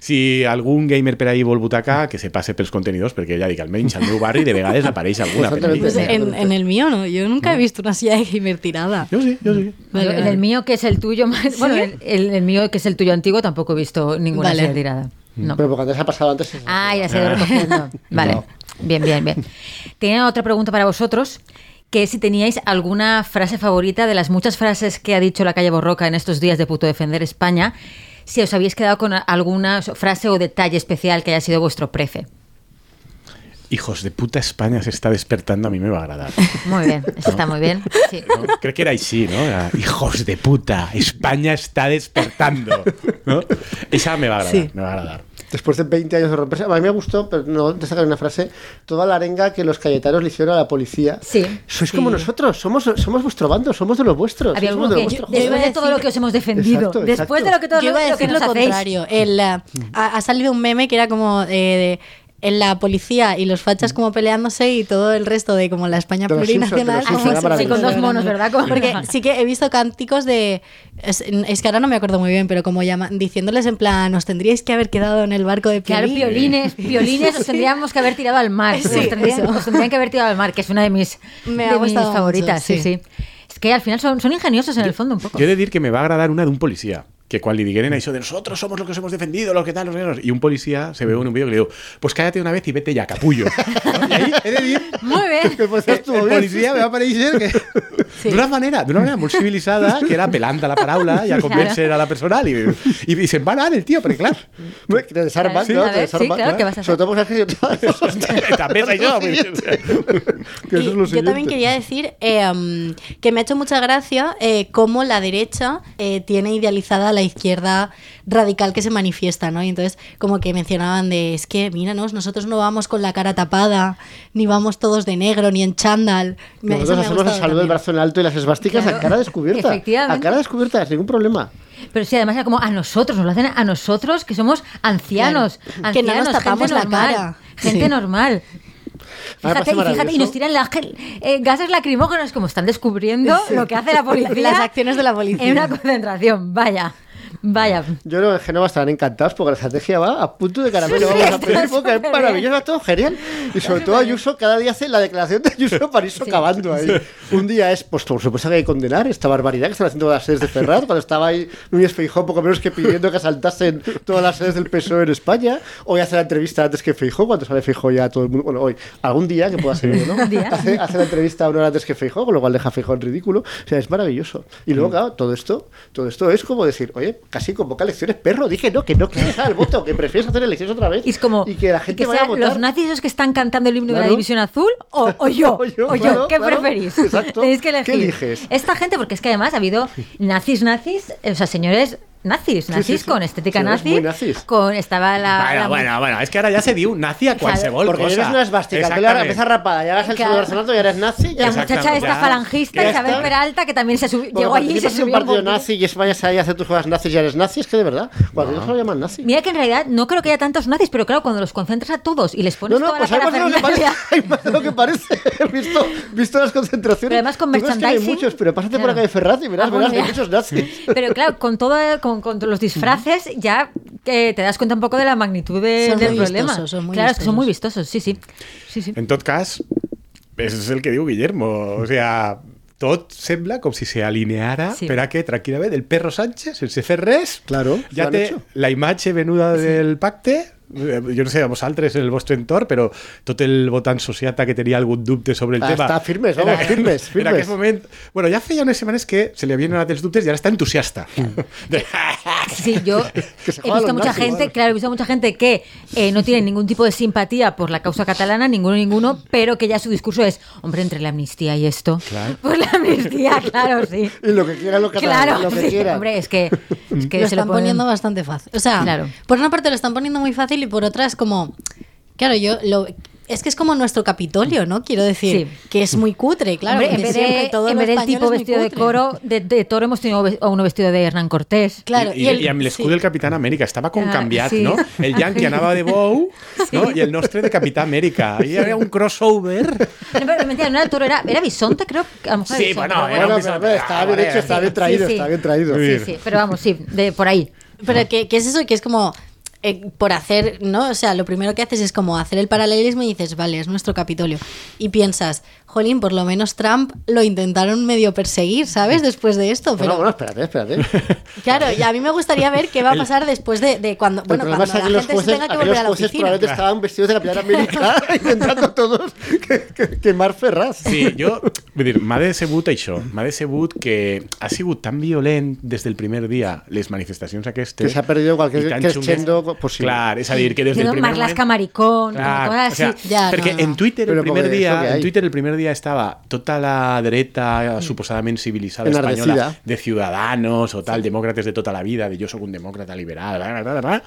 Speaker 3: Si algun gamer per ahí vol butaca, que se passe pels contenidors, perquè ja dic, almenys al meu barri de vegades apareix alguna per
Speaker 5: Pues
Speaker 3: ahí.
Speaker 4: Exactamente.
Speaker 5: en, en el mío no, yo nunca he visto una silla de gamer tirada.
Speaker 3: Jo sí, jo sí.
Speaker 5: Vale,
Speaker 2: Yo, en
Speaker 5: vale.
Speaker 2: el mío, que es el tuyo más. Bueno, el, el- el mío, que es el tuyo antiguo, tampoco he visto ninguna
Speaker 5: Vale.
Speaker 2: serie tirada. No.
Speaker 4: Mm. Pero porque antes ha pasado antes. eso.
Speaker 2: Ah, ya se ha ido recogiendo. Vale.
Speaker 4: No.
Speaker 2: Bien, bien, bien. Tenía otra pregunta para vosotros, que es si teníais alguna frase favorita de las muchas frases que ha dicho la calle Borroca en estos días de puto defender España, si os habéis quedado con alguna frase o detalle especial que haya sido vuestro prefe.
Speaker 3: Hijos de puta Espanya s'està despertant, a mi me va agradar.
Speaker 2: Muy bien, eso está muy bien. Sí.
Speaker 3: No? Crec que era així, no? Era, Hijos de puta, Espanya està despertando. No? Esa me va agradar,
Speaker 5: Sí.
Speaker 3: sí. me va agradar.
Speaker 4: Después de 20 años de romperse. A mí me gustó, pero no te sacan una frase. Toda la arenga que los cayetanos le hicieron a la policía.
Speaker 2: Sí.
Speaker 4: Sois como nosotros, somos, somos vuestro bando, somos de los vuestros.
Speaker 2: Había
Speaker 4: somos
Speaker 2: alguno
Speaker 4: de
Speaker 2: que,
Speaker 4: los vuestros,
Speaker 5: de-
Speaker 4: joder.
Speaker 2: después de todo lo que os hemos defendido,
Speaker 4: Exacto, exacto.
Speaker 2: después de lo que todo
Speaker 5: Yo
Speaker 2: lo,
Speaker 5: iba a
Speaker 2: lo que
Speaker 5: decir lo,
Speaker 2: nos hacéis,
Speaker 5: contrario. El, eh, ha, ha salido un meme que era como eh, de- en la policía y los fachas como peleándose y todo el resto de como la España
Speaker 4: De los Simpson, de los
Speaker 5: plurinacional. como
Speaker 4: Simpson, era
Speaker 5: se-
Speaker 4: maravilloso. Sí,
Speaker 2: con dos monos, ¿verdad? Como-
Speaker 5: Porque sí que he visto cánticos de... Es, es que ahora no me acuerdo muy bien, pero como llaman, diciéndoles en plan, os tendríais que haber quedado en el barco de
Speaker 2: Claro,
Speaker 5: Piolín".
Speaker 2: piolines, piolines os tendríamos que haber tirado al mar.
Speaker 5: Sí,
Speaker 2: os, tendrían,
Speaker 5: eso.
Speaker 2: os tendrían que haber tirado al mar, que es una de mis,
Speaker 5: Me
Speaker 2: de
Speaker 5: ha
Speaker 2: mis
Speaker 5: gustado mucho,
Speaker 2: favoritas. sí.
Speaker 5: sí.
Speaker 2: sí, Es que al final son, son ingeniosos en el fondo un poco.
Speaker 3: Jo he de dir que me va agradar una d'un policia, que quan li digueren això de nosotros somos los que os hemos defendido, los que tal, los que tal", y un policía se ve en un vídeo que le diu pues cállate una vez y vete ya, capullo. ¿No? Y ahí he de dir
Speaker 2: Muy bien.
Speaker 4: Que pues estuvo
Speaker 3: el
Speaker 4: bien.
Speaker 3: policia me va aparèixer que d'una manera, d'una manera molt civilitzada, que era pelant a la paraula i a convèncer a la persona i, i, i se'n va anar el tio, perquè clar,
Speaker 4: Bueno, que Te desarman,
Speaker 2: Sí,
Speaker 4: ¿no?
Speaker 2: a
Speaker 4: Te
Speaker 2: ver, sí,
Speaker 4: desarman.
Speaker 2: claro, ¿qué vas a hacer?
Speaker 4: Sobre todo porque has querido-
Speaker 3: també és això. vull dir.
Speaker 4: Que
Speaker 5: Y
Speaker 4: eso es lo
Speaker 5: yo también
Speaker 4: siguiente.
Speaker 5: quería decir eh, um, que me ha hecho mucha gracia eh, cómo la derecha eh, tiene idealizada a la izquierda radical que se manifiesta, ¿no? Y entonces como que mencionaban de, es que, míranos, nosotros no vamos con la cara tapada, ni vamos todos de negro, ni en chándal. Me-
Speaker 4: Nosotros
Speaker 5: eso me ha
Speaker 4: hacemos el
Speaker 5: gustado
Speaker 4: saludo del
Speaker 5: también.
Speaker 4: brazo en alto y las esvásticas
Speaker 2: Claro,
Speaker 4: a cara descubierta. A
Speaker 2: efectivamente.
Speaker 4: cara descubierta, sin ningún problema. Ah,
Speaker 2: Pero sí, además era como a nosotros, nos lo hacen a nosotros que somos ancianos.
Speaker 5: Claro. Que no nos
Speaker 2: ancianos,
Speaker 5: tapamos
Speaker 2: gente
Speaker 5: la
Speaker 2: normal,
Speaker 5: cara.
Speaker 2: Gente
Speaker 5: Sí. pues
Speaker 2: normal.
Speaker 4: Ah, me
Speaker 2: Fíjate,
Speaker 4: parece
Speaker 2: y fíjate, y
Speaker 4: maravilloso.
Speaker 2: nos tiran la gel- eh, gases lacrimógenos, como están descubriendo lo que hace la policía.
Speaker 5: Las acciones de la policía.
Speaker 2: En una concentración, vaya, vaya.
Speaker 4: Yo creo que en Genova estarán encantados porque la estrategia va a punto de caramelo.
Speaker 2: Sí,
Speaker 4: Vamos a
Speaker 2: está
Speaker 4: pedir porque es
Speaker 2: súper
Speaker 4: maravilloso, es todo genial. Y sobre todo Ayuso cada día hace la declaración de Ayuso para ir socavando ahí. Un día es, pues por supuesto que hay que condenar esta barbaridad que están haciendo las sedes de Ferraz, cuando estaba ahí Núñez Feijó poco menos que pidiendo que asaltasen todas las sedes del PSOE E en España. Hoy hace la entrevista antes que Feijó, cuando sale Feijó ya todo el mundo, bueno, hoy, algún día que pueda ser, ¿no?
Speaker 2: Un día.
Speaker 4: Hace, hace la entrevista una hora antes que Feijó, con lo cual deja a Feijó en ridículo. O sea, es maravilloso. Y
Speaker 2: Mm.
Speaker 4: luego, claro, todo esto, todo esto es como decir, oye, casi convoca elecciones, perro, dije no, que no quieres dejar el voto, que prefieres hacer elecciones otra vez.
Speaker 2: Y es como
Speaker 4: y que la gente
Speaker 2: que
Speaker 4: vaya a
Speaker 2: sean
Speaker 4: votar.
Speaker 2: los nazis los que están cantando el himno de
Speaker 4: Claro.
Speaker 2: la división azul o, o yo,
Speaker 4: O
Speaker 2: o
Speaker 4: yo,
Speaker 2: yo,
Speaker 4: claro,
Speaker 2: ¿qué
Speaker 4: claro.
Speaker 2: preferís?
Speaker 4: Exacto.
Speaker 2: Tenéis que elegir.
Speaker 4: ¿Qué eliges?
Speaker 2: Esta gente, porque es que además ha habido nazis nazis, eh, o sea, señores nazis,
Speaker 4: sí,
Speaker 2: nazis
Speaker 4: sí.
Speaker 2: con estética
Speaker 4: Señores
Speaker 2: nazi,
Speaker 4: muy nazis.
Speaker 2: con estaba la, la-
Speaker 3: Bueno, bueno, bueno, és que ara ja se diu nazi a qualsevol
Speaker 4: Porque
Speaker 3: cosa.
Speaker 4: eres una esvástica, que la empieza rapada, ya hagas el
Speaker 2: Claro.
Speaker 4: saludo arsenato y eres nazi.
Speaker 2: la
Speaker 4: Ya
Speaker 2: muchacha
Speaker 3: Exactamente.
Speaker 2: esta
Speaker 3: Ya.
Speaker 2: falangista
Speaker 4: Ya
Speaker 2: Isabel
Speaker 4: está.
Speaker 2: Peralta que también se subió,
Speaker 4: Porque
Speaker 2: llegó allí y se
Speaker 4: participas en
Speaker 2: subió
Speaker 4: un
Speaker 2: al
Speaker 4: partido
Speaker 2: bote.
Speaker 4: nazi y es- vayas ahí a hacer tus juegos nazis y eres nazi, es que de verdad, cuando no se lo llaman nazi.
Speaker 2: Mira que en realidad no creo que haya tantos nazis, pero claro, cuando los concentras a todos y les pones
Speaker 4: No, no,
Speaker 2: toda
Speaker 4: pues
Speaker 2: la
Speaker 4: hay más de lo que parece.
Speaker 2: parafernalia-
Speaker 4: Hay más de lo que parece. He visto, visto las concentraciones.
Speaker 2: Pero además con
Speaker 4: Tú crees que hay
Speaker 2: merchandising.
Speaker 4: muchos, pero pásate por
Speaker 2: Claro.
Speaker 4: la calle Ferraz y verás,
Speaker 2: Ah,
Speaker 4: verás,
Speaker 2: bueno,
Speaker 4: hay
Speaker 2: ya.
Speaker 4: muchos nazis.
Speaker 2: Pero claro, con todo, con, con los disfraces ya que te das cuenta un poco de la magnitud de-
Speaker 5: Son
Speaker 2: del
Speaker 5: muy
Speaker 2: problema.
Speaker 5: vistosos, son muy
Speaker 2: claro, es que son
Speaker 5: vistosos.
Speaker 2: muy vistosos, sí, sí. sí, sí.
Speaker 3: En tot cas, és el que diu Guillermo. O sea, tot sembla com si se alineara
Speaker 2: Sí.
Speaker 3: sí. per a que tranquil·lament el perro Sánchez, sense fer res,
Speaker 4: Claro,
Speaker 3: ja
Speaker 4: lo han
Speaker 3: té
Speaker 4: hecho.
Speaker 3: la imatge venuda sí. del pacte eh, jo no sé, a vosaltres, en el vostre entorn, però tot el votant sociata que tenia algun dubte sobre el
Speaker 4: Ah,
Speaker 3: tema...
Speaker 4: està firmes,
Speaker 3: en
Speaker 4: home,
Speaker 3: aqu-
Speaker 4: firmes, firmes.
Speaker 3: En aquest moment... Bueno, ja feia unes setmanes que se li havien anat els dubtes i ara està entusiasta.
Speaker 2: Mm.
Speaker 3: De,
Speaker 2: Sí, yo
Speaker 4: se
Speaker 2: he
Speaker 4: jodan
Speaker 2: visto
Speaker 4: los
Speaker 2: mucha
Speaker 4: nazis,
Speaker 2: gente,
Speaker 4: vamos.
Speaker 2: claro, he visto mucha gente que eh, no tiene ningún tipo de simpatía por la causa catalana, ninguno, ninguno, pero que ya su discurso es, hombre, entre la amnistía y esto. Pues la amnistía, claro, sí.
Speaker 4: Y lo que quieran los catalanes,
Speaker 2: Claro,
Speaker 4: lo que
Speaker 2: sí.
Speaker 4: quieran.
Speaker 2: Hombre, es que, es que
Speaker 5: lo
Speaker 2: se
Speaker 5: están
Speaker 2: ponen-
Speaker 5: poniendo bastante fácil. O sea,
Speaker 2: Claro.
Speaker 5: por una parte lo están poniendo muy fácil y por otra es como. Claro, yo lo. Es que es como nuestro Capitolio, ¿no? Quiero decir,
Speaker 2: Sí.
Speaker 5: que es muy cutre, claro.
Speaker 2: Hombre, en
Speaker 5: porque
Speaker 2: vez,
Speaker 5: siempre
Speaker 2: de,
Speaker 5: todo
Speaker 2: en
Speaker 5: lo
Speaker 2: vez del
Speaker 5: español
Speaker 2: tipo
Speaker 5: es muy
Speaker 2: vestido de
Speaker 5: cutre.
Speaker 2: coro, de, de toro hemos tenido ve- a uno vestido de Hernán Cortés.
Speaker 5: Claro,
Speaker 3: I, i, el, I amb l'escut
Speaker 5: sí.
Speaker 3: del Capitán Amèrica, estava com
Speaker 2: Ah,
Speaker 3: canviat,
Speaker 2: sí.
Speaker 3: no? El Yankee anava de bou no? i el nostre de Capità Amèrica. Hi havia un crossover.
Speaker 2: No, pero mentira, no era toro, era, era bisonte, creo. que A lo mejor
Speaker 3: Sí,
Speaker 2: era bisonte,
Speaker 3: bueno,
Speaker 2: pero
Speaker 3: era
Speaker 4: Bueno, pero, hombre, está bien hecho, está bien traído,
Speaker 2: Sí, sí.
Speaker 4: está bien traído.
Speaker 3: Muy
Speaker 2: Sí,
Speaker 3: bien.
Speaker 2: sí, pero vamos, sí, de por ahí.
Speaker 5: Pero que, que es eso, que es como eh, por hacer, ¿no? O sea, lo primero que haces es como hacer el paralelismo y dices, vale, es nuestro Capitolio. Y piensas, jolín, por lo menos Trump lo intentaron medio perseguir, ¿sabes? Después de esto.
Speaker 4: Bueno,
Speaker 5: Pero
Speaker 4: bueno, espérate, espérate.
Speaker 5: claro, y a mí me gustaría ver qué va a pasar después de, de cuando, bueno,
Speaker 4: el problema
Speaker 5: cuando la
Speaker 4: es que
Speaker 5: gente
Speaker 4: los
Speaker 5: se
Speaker 4: jueces,
Speaker 5: tenga que
Speaker 4: aquellos
Speaker 5: volver a la
Speaker 4: jueces
Speaker 5: oficina.
Speaker 4: probablemente estaban vestidos de Capitán América intentando todos que- que- quemar Ferraz.
Speaker 3: Sí, jo, vull dir, m'ha decebut això, m'ha decebut que ha sigut tan violent des del primer dia les manifestacions aquestes.
Speaker 4: Que s'ha perdut qualsevol
Speaker 3: i tan
Speaker 4: crescendo
Speaker 3: xungues.
Speaker 4: possible.
Speaker 3: Clar, és a dir, que des del
Speaker 2: Quiero
Speaker 3: primer
Speaker 2: Marlaska
Speaker 3: moment...
Speaker 2: Maricón,
Speaker 3: Clar,
Speaker 2: cosas
Speaker 3: o sea,
Speaker 2: así.
Speaker 5: Ja,
Speaker 3: perquè
Speaker 5: no, no.
Speaker 3: en Twitter,
Speaker 4: Però
Speaker 3: el primer
Speaker 4: poco de eso que
Speaker 3: dia, en
Speaker 4: hay.
Speaker 3: Twitter el primer dia estava tota la
Speaker 2: Mm.
Speaker 3: dreta suposadament civilitzada
Speaker 4: Enardecida.
Speaker 3: espanyola de Ciudadanos o tal, demòcrates de tota la vida, de jo sóc un demòcrata liberal, bla, bla, bla, bla,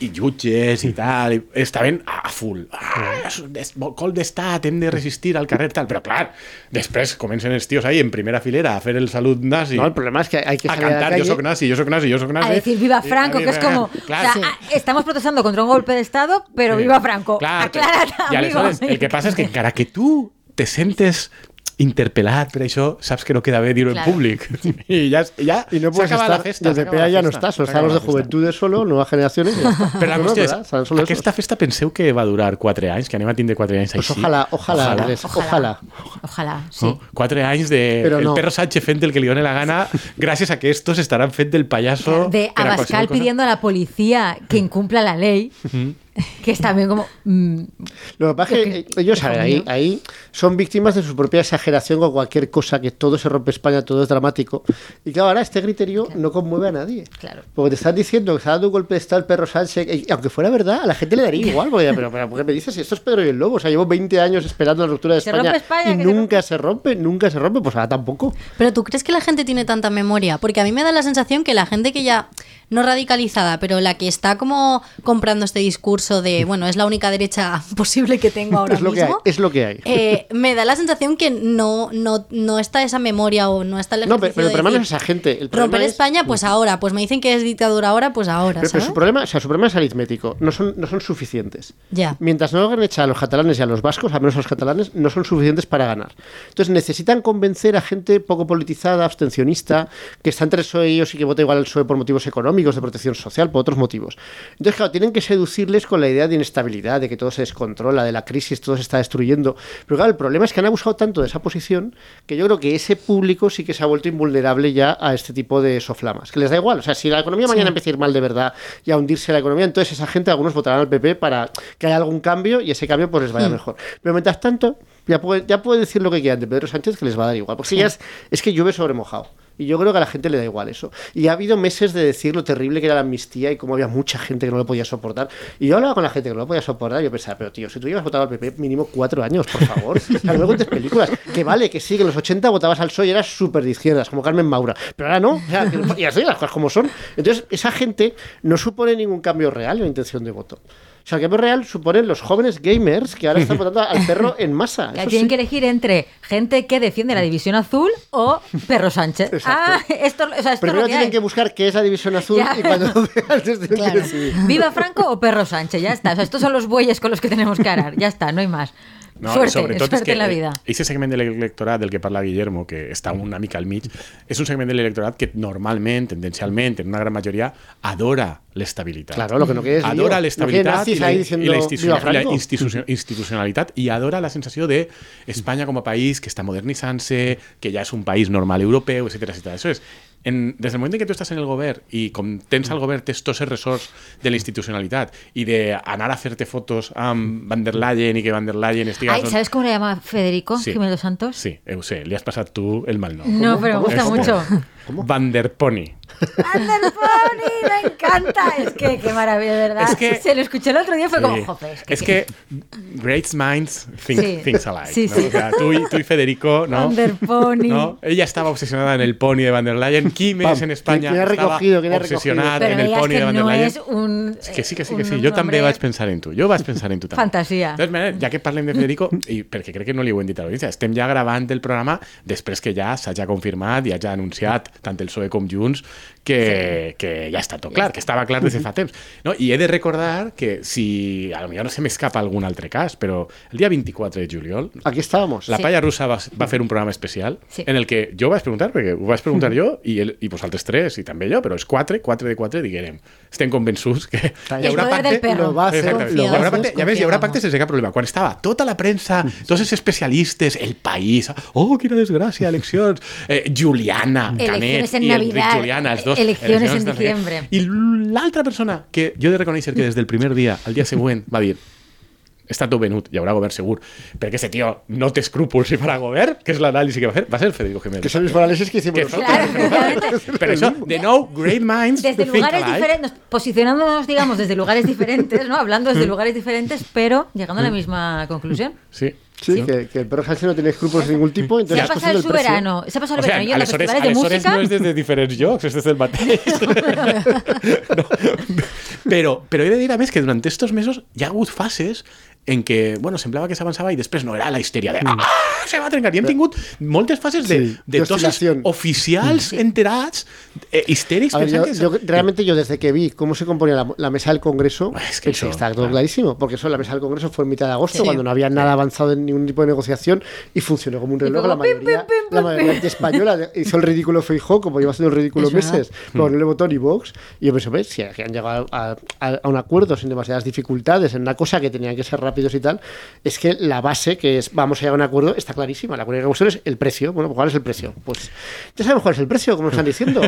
Speaker 3: i jutges i tal, i estaven a full. Ah, és un des- col d'estat, hem de resistir al carrer, tal. Però, clar, després comencen els tios ahí en primera filera a fer el salut nazi.
Speaker 4: No, el problema es que hay que
Speaker 3: a
Speaker 4: salir a la
Speaker 3: cantar,
Speaker 4: calle.
Speaker 3: jo sóc nazi, jo sóc nazi, jo sóc nazi.
Speaker 2: A decir viva
Speaker 3: I-
Speaker 2: Franco,
Speaker 3: a
Speaker 2: que es
Speaker 3: viva-
Speaker 2: como.
Speaker 3: Clar,
Speaker 2: o sea, ah, estamos protestando contra un golpe de Estado, pero
Speaker 3: Sí.
Speaker 2: viva Franco.
Speaker 3: Clar,
Speaker 2: Aclárate,
Speaker 3: I
Speaker 2: amigo.
Speaker 3: aleshores, el que passa és que encara que tu te sentes interpel·lat per això, saps que no queda bé dir-ho
Speaker 2: Claro.
Speaker 3: en públic. I ja, ja
Speaker 4: Y no
Speaker 3: s'ha
Speaker 4: puedes
Speaker 3: acabat
Speaker 4: estar.
Speaker 3: la festa.
Speaker 4: desde
Speaker 3: s'ha acabat
Speaker 4: PA
Speaker 3: la
Speaker 4: ya no
Speaker 3: festa,
Speaker 4: estás, solo
Speaker 3: s'ha
Speaker 4: están los
Speaker 3: acabat la
Speaker 4: de
Speaker 3: festa.
Speaker 4: juventudes solo, nuevas generaciones. y ya está.
Speaker 3: Però la
Speaker 4: No,
Speaker 3: qüestió
Speaker 4: ¿verdad? Serán
Speaker 3: és,
Speaker 4: solo esos.
Speaker 3: aquesta festa penseu que va durar 4 anys, que anem a tindre 4 anys
Speaker 4: Pues
Speaker 3: així.
Speaker 4: ojalá, ojalá,
Speaker 3: Ojalá.
Speaker 4: Andrés, ojalá.
Speaker 2: Ojalá, sí.
Speaker 3: No? Quatre anys de
Speaker 4: Però
Speaker 3: el
Speaker 4: no.
Speaker 3: perro Sánchez fent el que li doni la gana gràcies a que estos estaran fent del payaso
Speaker 2: De
Speaker 3: per a
Speaker 2: Abascal
Speaker 3: qualsevol cosa.
Speaker 2: pidiendo a la policía que incumpla la ley, que es también como. mm,
Speaker 4: Lo que pasa es que
Speaker 2: Lo
Speaker 4: eh,
Speaker 2: que-
Speaker 4: ellos, a ver, ahí,
Speaker 2: Coño.
Speaker 4: ahí son víctimas de su propia exageración con cualquier cosa, que todo se rompe España, todo es dramático. Y claro, ahora este criterio no conmueve a nadie.
Speaker 2: Claro.
Speaker 4: Porque te están diciendo que se ha dado un golpe de estado el perro Sánchez, eh, y aunque fuera verdad, a la gente le daría igual. Porque, pero, pero, ¿por qué me dices? Esto es Pedro y el Lobo. O sea, llevo 20 años esperando la ruptura de
Speaker 2: Se
Speaker 4: España,
Speaker 2: rompe España,
Speaker 4: y
Speaker 2: que se
Speaker 4: nunca se rompe. nunca se rompe. Pues ahora tampoco.
Speaker 5: Pero ¿tú crees que la gente tiene tanta memoria? Porque a mí me da la sensación que la gente que ya no radicalizada, pero la que está como comprando este discurso de, bueno, es la única derecha posible que tengo ahora
Speaker 4: Es lo que hay.
Speaker 5: mismo.
Speaker 4: Es lo que hay.
Speaker 5: eh, me da la sensación que no, no, no está esa memoria o no está el
Speaker 4: No, pero,
Speaker 5: ejercicio
Speaker 4: pero el
Speaker 5: de
Speaker 4: problema no es
Speaker 5: decir,
Speaker 4: esa gente. El problema
Speaker 5: Romper
Speaker 4: es- Mm.
Speaker 5: España, pues ahora. Pues me dicen que es dictadura ahora, pues ahora,
Speaker 4: Pero, pero
Speaker 5: ¿sabes?
Speaker 4: su problema, o sea, su problema es aritmético, no son, no son suficientes.
Speaker 5: Ya.
Speaker 4: Mientras no hagan hecha a los catalanes y a los vascos, al menos a los catalanes, no son suficientes para ganar. Entonces necesitan convencer a gente poco politizada, abstencionista, que está entre el PSOE y ellos y que vota igual al PSOE por motivos económicos, de protección social, por otros motivos. Entonces, claro, tienen que seducirles con la idea de inestabilidad, de que todo se descontrola, de la crisis, todo se está destruyendo. Pero claro, el problema es que han abusado tanto de esa posición que yo creo que ese público sí que se ha vuelto invulnerable ya a este tipo de soflamas. Que les da igual. O sea, si la economía mañana empieza a ir mal de verdad y a hundirse la economía, entonces esa gente, algunos votarán al PP para que haya algún cambio y ese cambio pues les vaya mejor. Pero mientras tanto, ya puede, ya puede decir lo que quieran de Pedro Sánchez que les va a dar igual. Porque si ya es, es que llueve sobre mojado. Y yo creo que a la gente le da igual eso. Y ha habido meses de decir lo terrible que era la amnistía y cómo había mucha gente que no lo podía soportar. Y yo hablaba con la gente que no lo podía soportar y yo pensaba, pero tío, si tú llevas votado al PP mínimo cuatro años, por favor. O sea, no me cuentes películas. Que vale, que sí, que en los 80 votabas al PSOE E y eras súper de izquierdas, como Carmen Maura. Pero ahora no. O sea, que- y así las cosas como son. Entonces, esa gente no supone ningún cambio real en la intención de voto. O sea, el cambio real suponen los jóvenes gamers que ahora están votando al perro en masa.
Speaker 2: Ya
Speaker 4: Ah, Eso
Speaker 2: tienen
Speaker 4: sí.
Speaker 2: que elegir entre gente que defiende la división azul o Perro Sánchez. Ah,
Speaker 4: Exacto.
Speaker 2: esto, o sea, esto es
Speaker 4: Primero
Speaker 2: lo que
Speaker 4: tienen
Speaker 2: hay.
Speaker 4: que buscar qué es la división azul
Speaker 2: Ya.
Speaker 4: y cuando vean desde el
Speaker 5: Claro.
Speaker 4: sí.
Speaker 2: ¿Viva Franco o Perro Sánchez? Ya está. O sea, estos son los bueyes con los que tenemos que arar. Ya está, no hay más.
Speaker 3: No,
Speaker 2: suerte,
Speaker 3: sobretot
Speaker 2: suerte
Speaker 3: és que
Speaker 2: en
Speaker 3: eh,
Speaker 2: la vida.
Speaker 3: Aquest segment de l'electorat del que parla Guillermo, que està una mica al mig, és un segment de l'electorat que normalment, tendencialment, en una gran majoria, adora l'estabilitat.
Speaker 4: Claro, lo que no quieres lío.
Speaker 3: adora
Speaker 4: No
Speaker 3: l'estabilitat i,
Speaker 4: quiere nazis
Speaker 3: la-
Speaker 4: ahí diciendo,
Speaker 3: i la,
Speaker 4: "Viva
Speaker 3: institucio- i la
Speaker 4: Franco".
Speaker 3: institucio- institucionalitat i adora la sensació de Espanya com a país que està modernitzant-se, que ja és un país normal europeu, etc etc. Eso es. En, des del moment en què tu estàs en el govern i com tens al govern tens tots els ressorts de la institucionalitat i d'anar a fer-te fotos amb Van der Leyen i que Van der Leyen estiga...
Speaker 2: Ay, ¿Sabes cómo le llama Federico
Speaker 3: Sí.
Speaker 2: Jiménez Santos?
Speaker 3: Sí, ho sé, li has passat tu el mal nom.
Speaker 2: No, pero me gusta
Speaker 3: Este,
Speaker 2: mucho.
Speaker 3: Van der Pony.
Speaker 2: Ander Pony, me encanta. Es que qué maravilla, de ¿verdad?
Speaker 3: Es que-
Speaker 2: Se lo escuché el otro día y fue como,
Speaker 3: Sí.
Speaker 2: joder, es que,
Speaker 3: Eh, es que great minds think,
Speaker 2: Sí.
Speaker 3: thinks alike.
Speaker 2: Sí,
Speaker 3: ¿no?
Speaker 2: sí.
Speaker 3: O sea, tú, y, tú y Federico, ¿no?
Speaker 2: Van der Pony.
Speaker 3: ¿No? Ella estaba obsesionada en el pony de Van der Leyen. Quimes
Speaker 4: Pam.
Speaker 3: en España
Speaker 4: ¿Quién ha
Speaker 3: estaba
Speaker 4: recogido? ¿Quién ha recogido?
Speaker 3: obsesionada
Speaker 2: Pero
Speaker 3: en el
Speaker 2: veas
Speaker 3: pony
Speaker 2: que
Speaker 3: de Van
Speaker 2: no
Speaker 3: der Leyen.
Speaker 2: es un... eh,
Speaker 3: Es que sí, que sí, que
Speaker 2: un
Speaker 3: sí. Jo també
Speaker 2: hombre-
Speaker 3: vaig pensar en tu. Jo vaig pensar en tu també.
Speaker 2: Fantasia.
Speaker 3: De totes maneres, ja que parlem de Federico, i perquè crec que no li ho hem dit a l'audiència, estem ja gravant el programa després que ja s'hagi confirmat i ja ha anunciat tant el PSOE com E Junts que, que ja està tot clar, que estava clar des de fa temps. No? I he de recordar que si... A lo millor no se m'escapa algun altre cas, però el dia 24 de juliol
Speaker 4: Aquí estábamos.
Speaker 3: la
Speaker 2: Sí.
Speaker 3: palla russa va, va fer un programa especial
Speaker 2: Sí.
Speaker 3: en el que jo vaig preguntar, perquè ho vaig preguntar jo i, el, i vosaltres tres, i també jo, però és quatre, quatre de quatre, diguem. Estem convençuts que
Speaker 2: El poder del perro.
Speaker 4: Lo va a hacer,
Speaker 3: Exactament.
Speaker 5: lo
Speaker 3: Hi
Speaker 5: va a
Speaker 3: haurà
Speaker 5: hacer.
Speaker 3: pacte, ja ves, hi haurà
Speaker 5: Desconfiàvem.
Speaker 3: pactes sense cap problema. Quan estava tota la premsa,
Speaker 2: Mm.
Speaker 3: tots els especialistes, el país, oh, quina desgràcia, eleccions, eh, Juliana,
Speaker 2: Elecciones
Speaker 3: Canet
Speaker 2: en
Speaker 3: i
Speaker 2: Navidad,
Speaker 3: Enric Juliana, els dos.
Speaker 2: elecciones en
Speaker 3: de no sé què.
Speaker 2: diciembre.
Speaker 3: I l'altra persona que jo he de reconèixer que des del primer dia al dia següent va dir està tot venut, hi haurà govern segur, perquè aquest tio no té escrúpols i farà govern, que és l'anàlisi que va fer, va ser el Federico Jiménez.
Speaker 4: Que son los análisis que hicimos
Speaker 3: Que
Speaker 4: nosotros.
Speaker 2: Claro, efectivamente.
Speaker 3: Pero eso, de no great minds
Speaker 2: Desde
Speaker 3: think
Speaker 2: lugares
Speaker 3: alike.
Speaker 2: diferentes, posicionándonos, digamos, desde lugares diferentes, ¿no? Hablando desde lugares diferentes, pero llegando a
Speaker 4: Mm.
Speaker 2: la misma conclusión.
Speaker 3: Sí.
Speaker 4: Sí, Que, que el perro Hansen no tiene escrúpulos de ningún tipo.
Speaker 2: Se
Speaker 4: Entonces
Speaker 2: ha
Speaker 4: has
Speaker 2: pasado
Speaker 4: cogido
Speaker 2: el
Speaker 4: pues el precio.
Speaker 2: verano, se ha pasado el verano
Speaker 3: O
Speaker 2: y en los
Speaker 3: aleshores-
Speaker 2: festivales de
Speaker 3: aleshores
Speaker 2: música...
Speaker 3: no és des de diferents llocs, és des del mateix. no. Però, però he de dir, a més, que durant aquests mesos hi ha hagut fases en què, bueno, semblava que s'avançava i després no era la histèria de ah, se va trencar. I hem tingut moltes fases de,
Speaker 4: Mm. Sí,
Speaker 3: de toses
Speaker 4: d'oscil·lació.
Speaker 3: oficials enterats, eh, histèrics,
Speaker 4: A ver, yo,
Speaker 3: pensant que...
Speaker 4: yo- realmente yo desde que vi cómo se componía la, la mesa del Congreso,
Speaker 3: Pues Es que
Speaker 4: pensé
Speaker 3: eso,
Speaker 4: está todo
Speaker 3: claro.
Speaker 4: clarísimo, porque eso la mesa del Congreso fue en mitad de agosto,
Speaker 5: Sí.
Speaker 4: cuando no había nada avanzado en ningún tipo de negociación y funcionó como un reloj.
Speaker 2: como
Speaker 4: la
Speaker 2: pim,
Speaker 4: mayoría,
Speaker 2: pim, pim,
Speaker 4: la
Speaker 2: pim,
Speaker 4: mayoría
Speaker 2: pim.
Speaker 4: de española de- hizo el ridículo Feijó, como lleva haciendo el ridículo
Speaker 5: Es verdad.
Speaker 4: meses,
Speaker 3: Mm.
Speaker 4: porque no le votó ni Vox. Y yo pensé, "Ves, si han llegado a, a- a un acuerdo sin demasiadas dificultades, en una cosa que tenían que ser rápidos y tal, es que la base, que es vamos a llegar a un acuerdo, está clarísima. La única cuestión es el precio. Bueno, ¿cuál es el precio? Pues ya sabemos cuál es el precio, como nos están diciendo.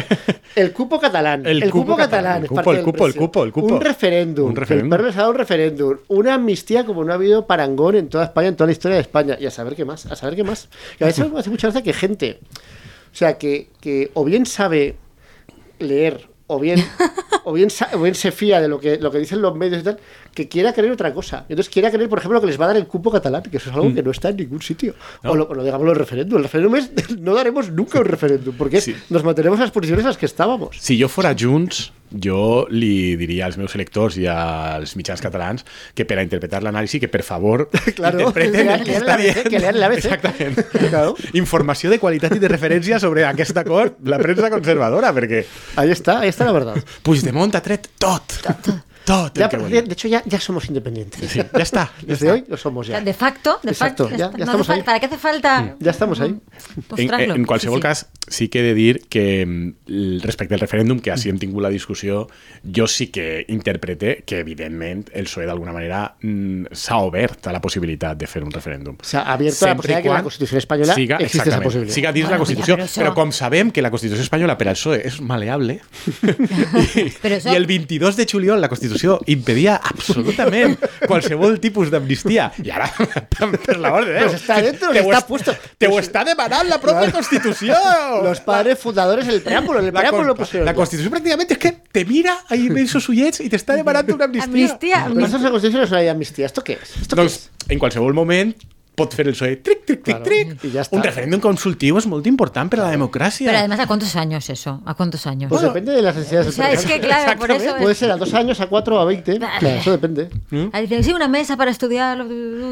Speaker 4: El cupo catalán.
Speaker 3: El
Speaker 4: El,
Speaker 3: cupo
Speaker 4: cupo,
Speaker 3: catalán,
Speaker 4: catalán.
Speaker 3: el
Speaker 4: es
Speaker 3: cupo,
Speaker 4: parte
Speaker 3: el
Speaker 4: del
Speaker 3: cupo, el
Speaker 4: precio.
Speaker 3: cupo, el cupo.
Speaker 4: Un referéndum.
Speaker 3: Un referéndum.
Speaker 4: Que El PRO les ha dado un referéndum. Una amnistía como no ha habido parangón en toda España, en toda la historia de España. Y a saber qué más, a saber qué más. Y a veces me hace mucha gracia que gente, o sea, que, que o bien sabe leer, o bien, o bien, sa- o bien se fía de lo que, lo que dicen los medios y tal, que quiera creer otra cosa. Y Entonces quiera creer, por ejemplo, que les va a dar el cupo catalán, que eso es
Speaker 3: Mm.
Speaker 4: algo que no está en ningún sitio. O, lo, o lo digamos, el referéndum. El referéndum es, no daremos nunca un referéndum, porque
Speaker 3: Sí.
Speaker 4: nos mantenemos en las posiciones en las que estábamos.
Speaker 3: Si jo fora Junts, jo li diria als meus electors i als mitjans catalans que per a interpretar l'anàlisi que per favor
Speaker 4: Claro, que
Speaker 3: interpreten
Speaker 4: lean-
Speaker 3: el que
Speaker 4: lean
Speaker 3: està
Speaker 4: l'ABC,
Speaker 3: dient.
Speaker 4: que lean l'ABC.
Speaker 3: Exactament.
Speaker 4: Claro.
Speaker 3: Informació de qualitat i de referència sobre aquest acord, la premsa conservadora, perquè
Speaker 4: Ahí está, ahí está la verdad.
Speaker 3: Puigdemont ha tret tot. Tot el
Speaker 4: Ya,
Speaker 3: que
Speaker 4: por-
Speaker 3: volia.
Speaker 4: de hecho, ya, ya somos independientes.
Speaker 3: Sí, ja està. Ja
Speaker 4: Desde
Speaker 3: està.
Speaker 4: hoy lo somos
Speaker 2: O sea,
Speaker 4: ya.
Speaker 2: De facto, de
Speaker 4: Exacto,
Speaker 2: facto.
Speaker 4: ya-
Speaker 2: está- no hace
Speaker 4: ya estamos
Speaker 2: fal-
Speaker 4: ahí. Mm.
Speaker 2: ¿Para qué hace falta? eh,
Speaker 4: Ya estamos ahí.
Speaker 3: En,
Speaker 2: Mostrarlo.
Speaker 3: en, en qualsevol
Speaker 2: Sí, sí.
Speaker 3: cas, sí que he de dir que mm, el- respecte al referèndum, que així hem tingut la discussió, jo sí que interprete que, evidentment, el PSOE E, d'alguna manera mm, s'ha obert a la possibilitat de fer un referèndum.
Speaker 4: O sea, ha abierto
Speaker 3: Sempre i
Speaker 4: la posibilidad de que en la
Speaker 3: quan
Speaker 4: Constitución española
Speaker 3: siga,
Speaker 4: existe esa
Speaker 3: exactament,
Speaker 4: posibilidad.
Speaker 3: Siga
Speaker 2: Bueno,
Speaker 3: dins la
Speaker 2: mira,
Speaker 3: Constitució,
Speaker 2: però això-
Speaker 3: però, com sabem que la Constitució espanyola per al PSOE E és maleable, i,
Speaker 2: Però això-
Speaker 3: i el 22 de juliol la Constitució impedia absolutament qualsevol tipus d'amnistia. I ara, per la ordre,
Speaker 4: Pues está dentro,
Speaker 3: te ho
Speaker 4: está
Speaker 3: est-
Speaker 4: puesto. pues
Speaker 3: Te ho està demanant la pròpia Constitució.
Speaker 4: Los padres fundadores, el preámbulo, en el
Speaker 3: La,
Speaker 4: preámbulo
Speaker 3: con-
Speaker 4: pusieron.
Speaker 3: la Constitución prácticamente es que te mira ahí ve esos ullets y te está demanando una amnistía.
Speaker 2: Amnistía.
Speaker 4: Pero eso es la Constitución, es una ley de amnistía. ¿Esto qué es? ¿Esto
Speaker 3: Doncs, en qualsevol moment pot fer el PSOE tric, tric, tric,
Speaker 4: Claro,
Speaker 3: tric.
Speaker 4: i ja està.
Speaker 3: Un referèndum consultiu és molt important per a la democràcia.
Speaker 2: Pero además, ¿a cuántos años eso? ¿A cuántos años?
Speaker 4: Pues
Speaker 3: Bueno,
Speaker 4: depende de las necesidades
Speaker 2: o sea, es que
Speaker 4: del
Speaker 2: claro, por
Speaker 3: Exactamente.
Speaker 2: eso...
Speaker 4: personaje. Puede ser a dos años, a cuatro, a veinte. Claro, eso depende.
Speaker 2: Ah, dicen, sí, una mesa para estudiar...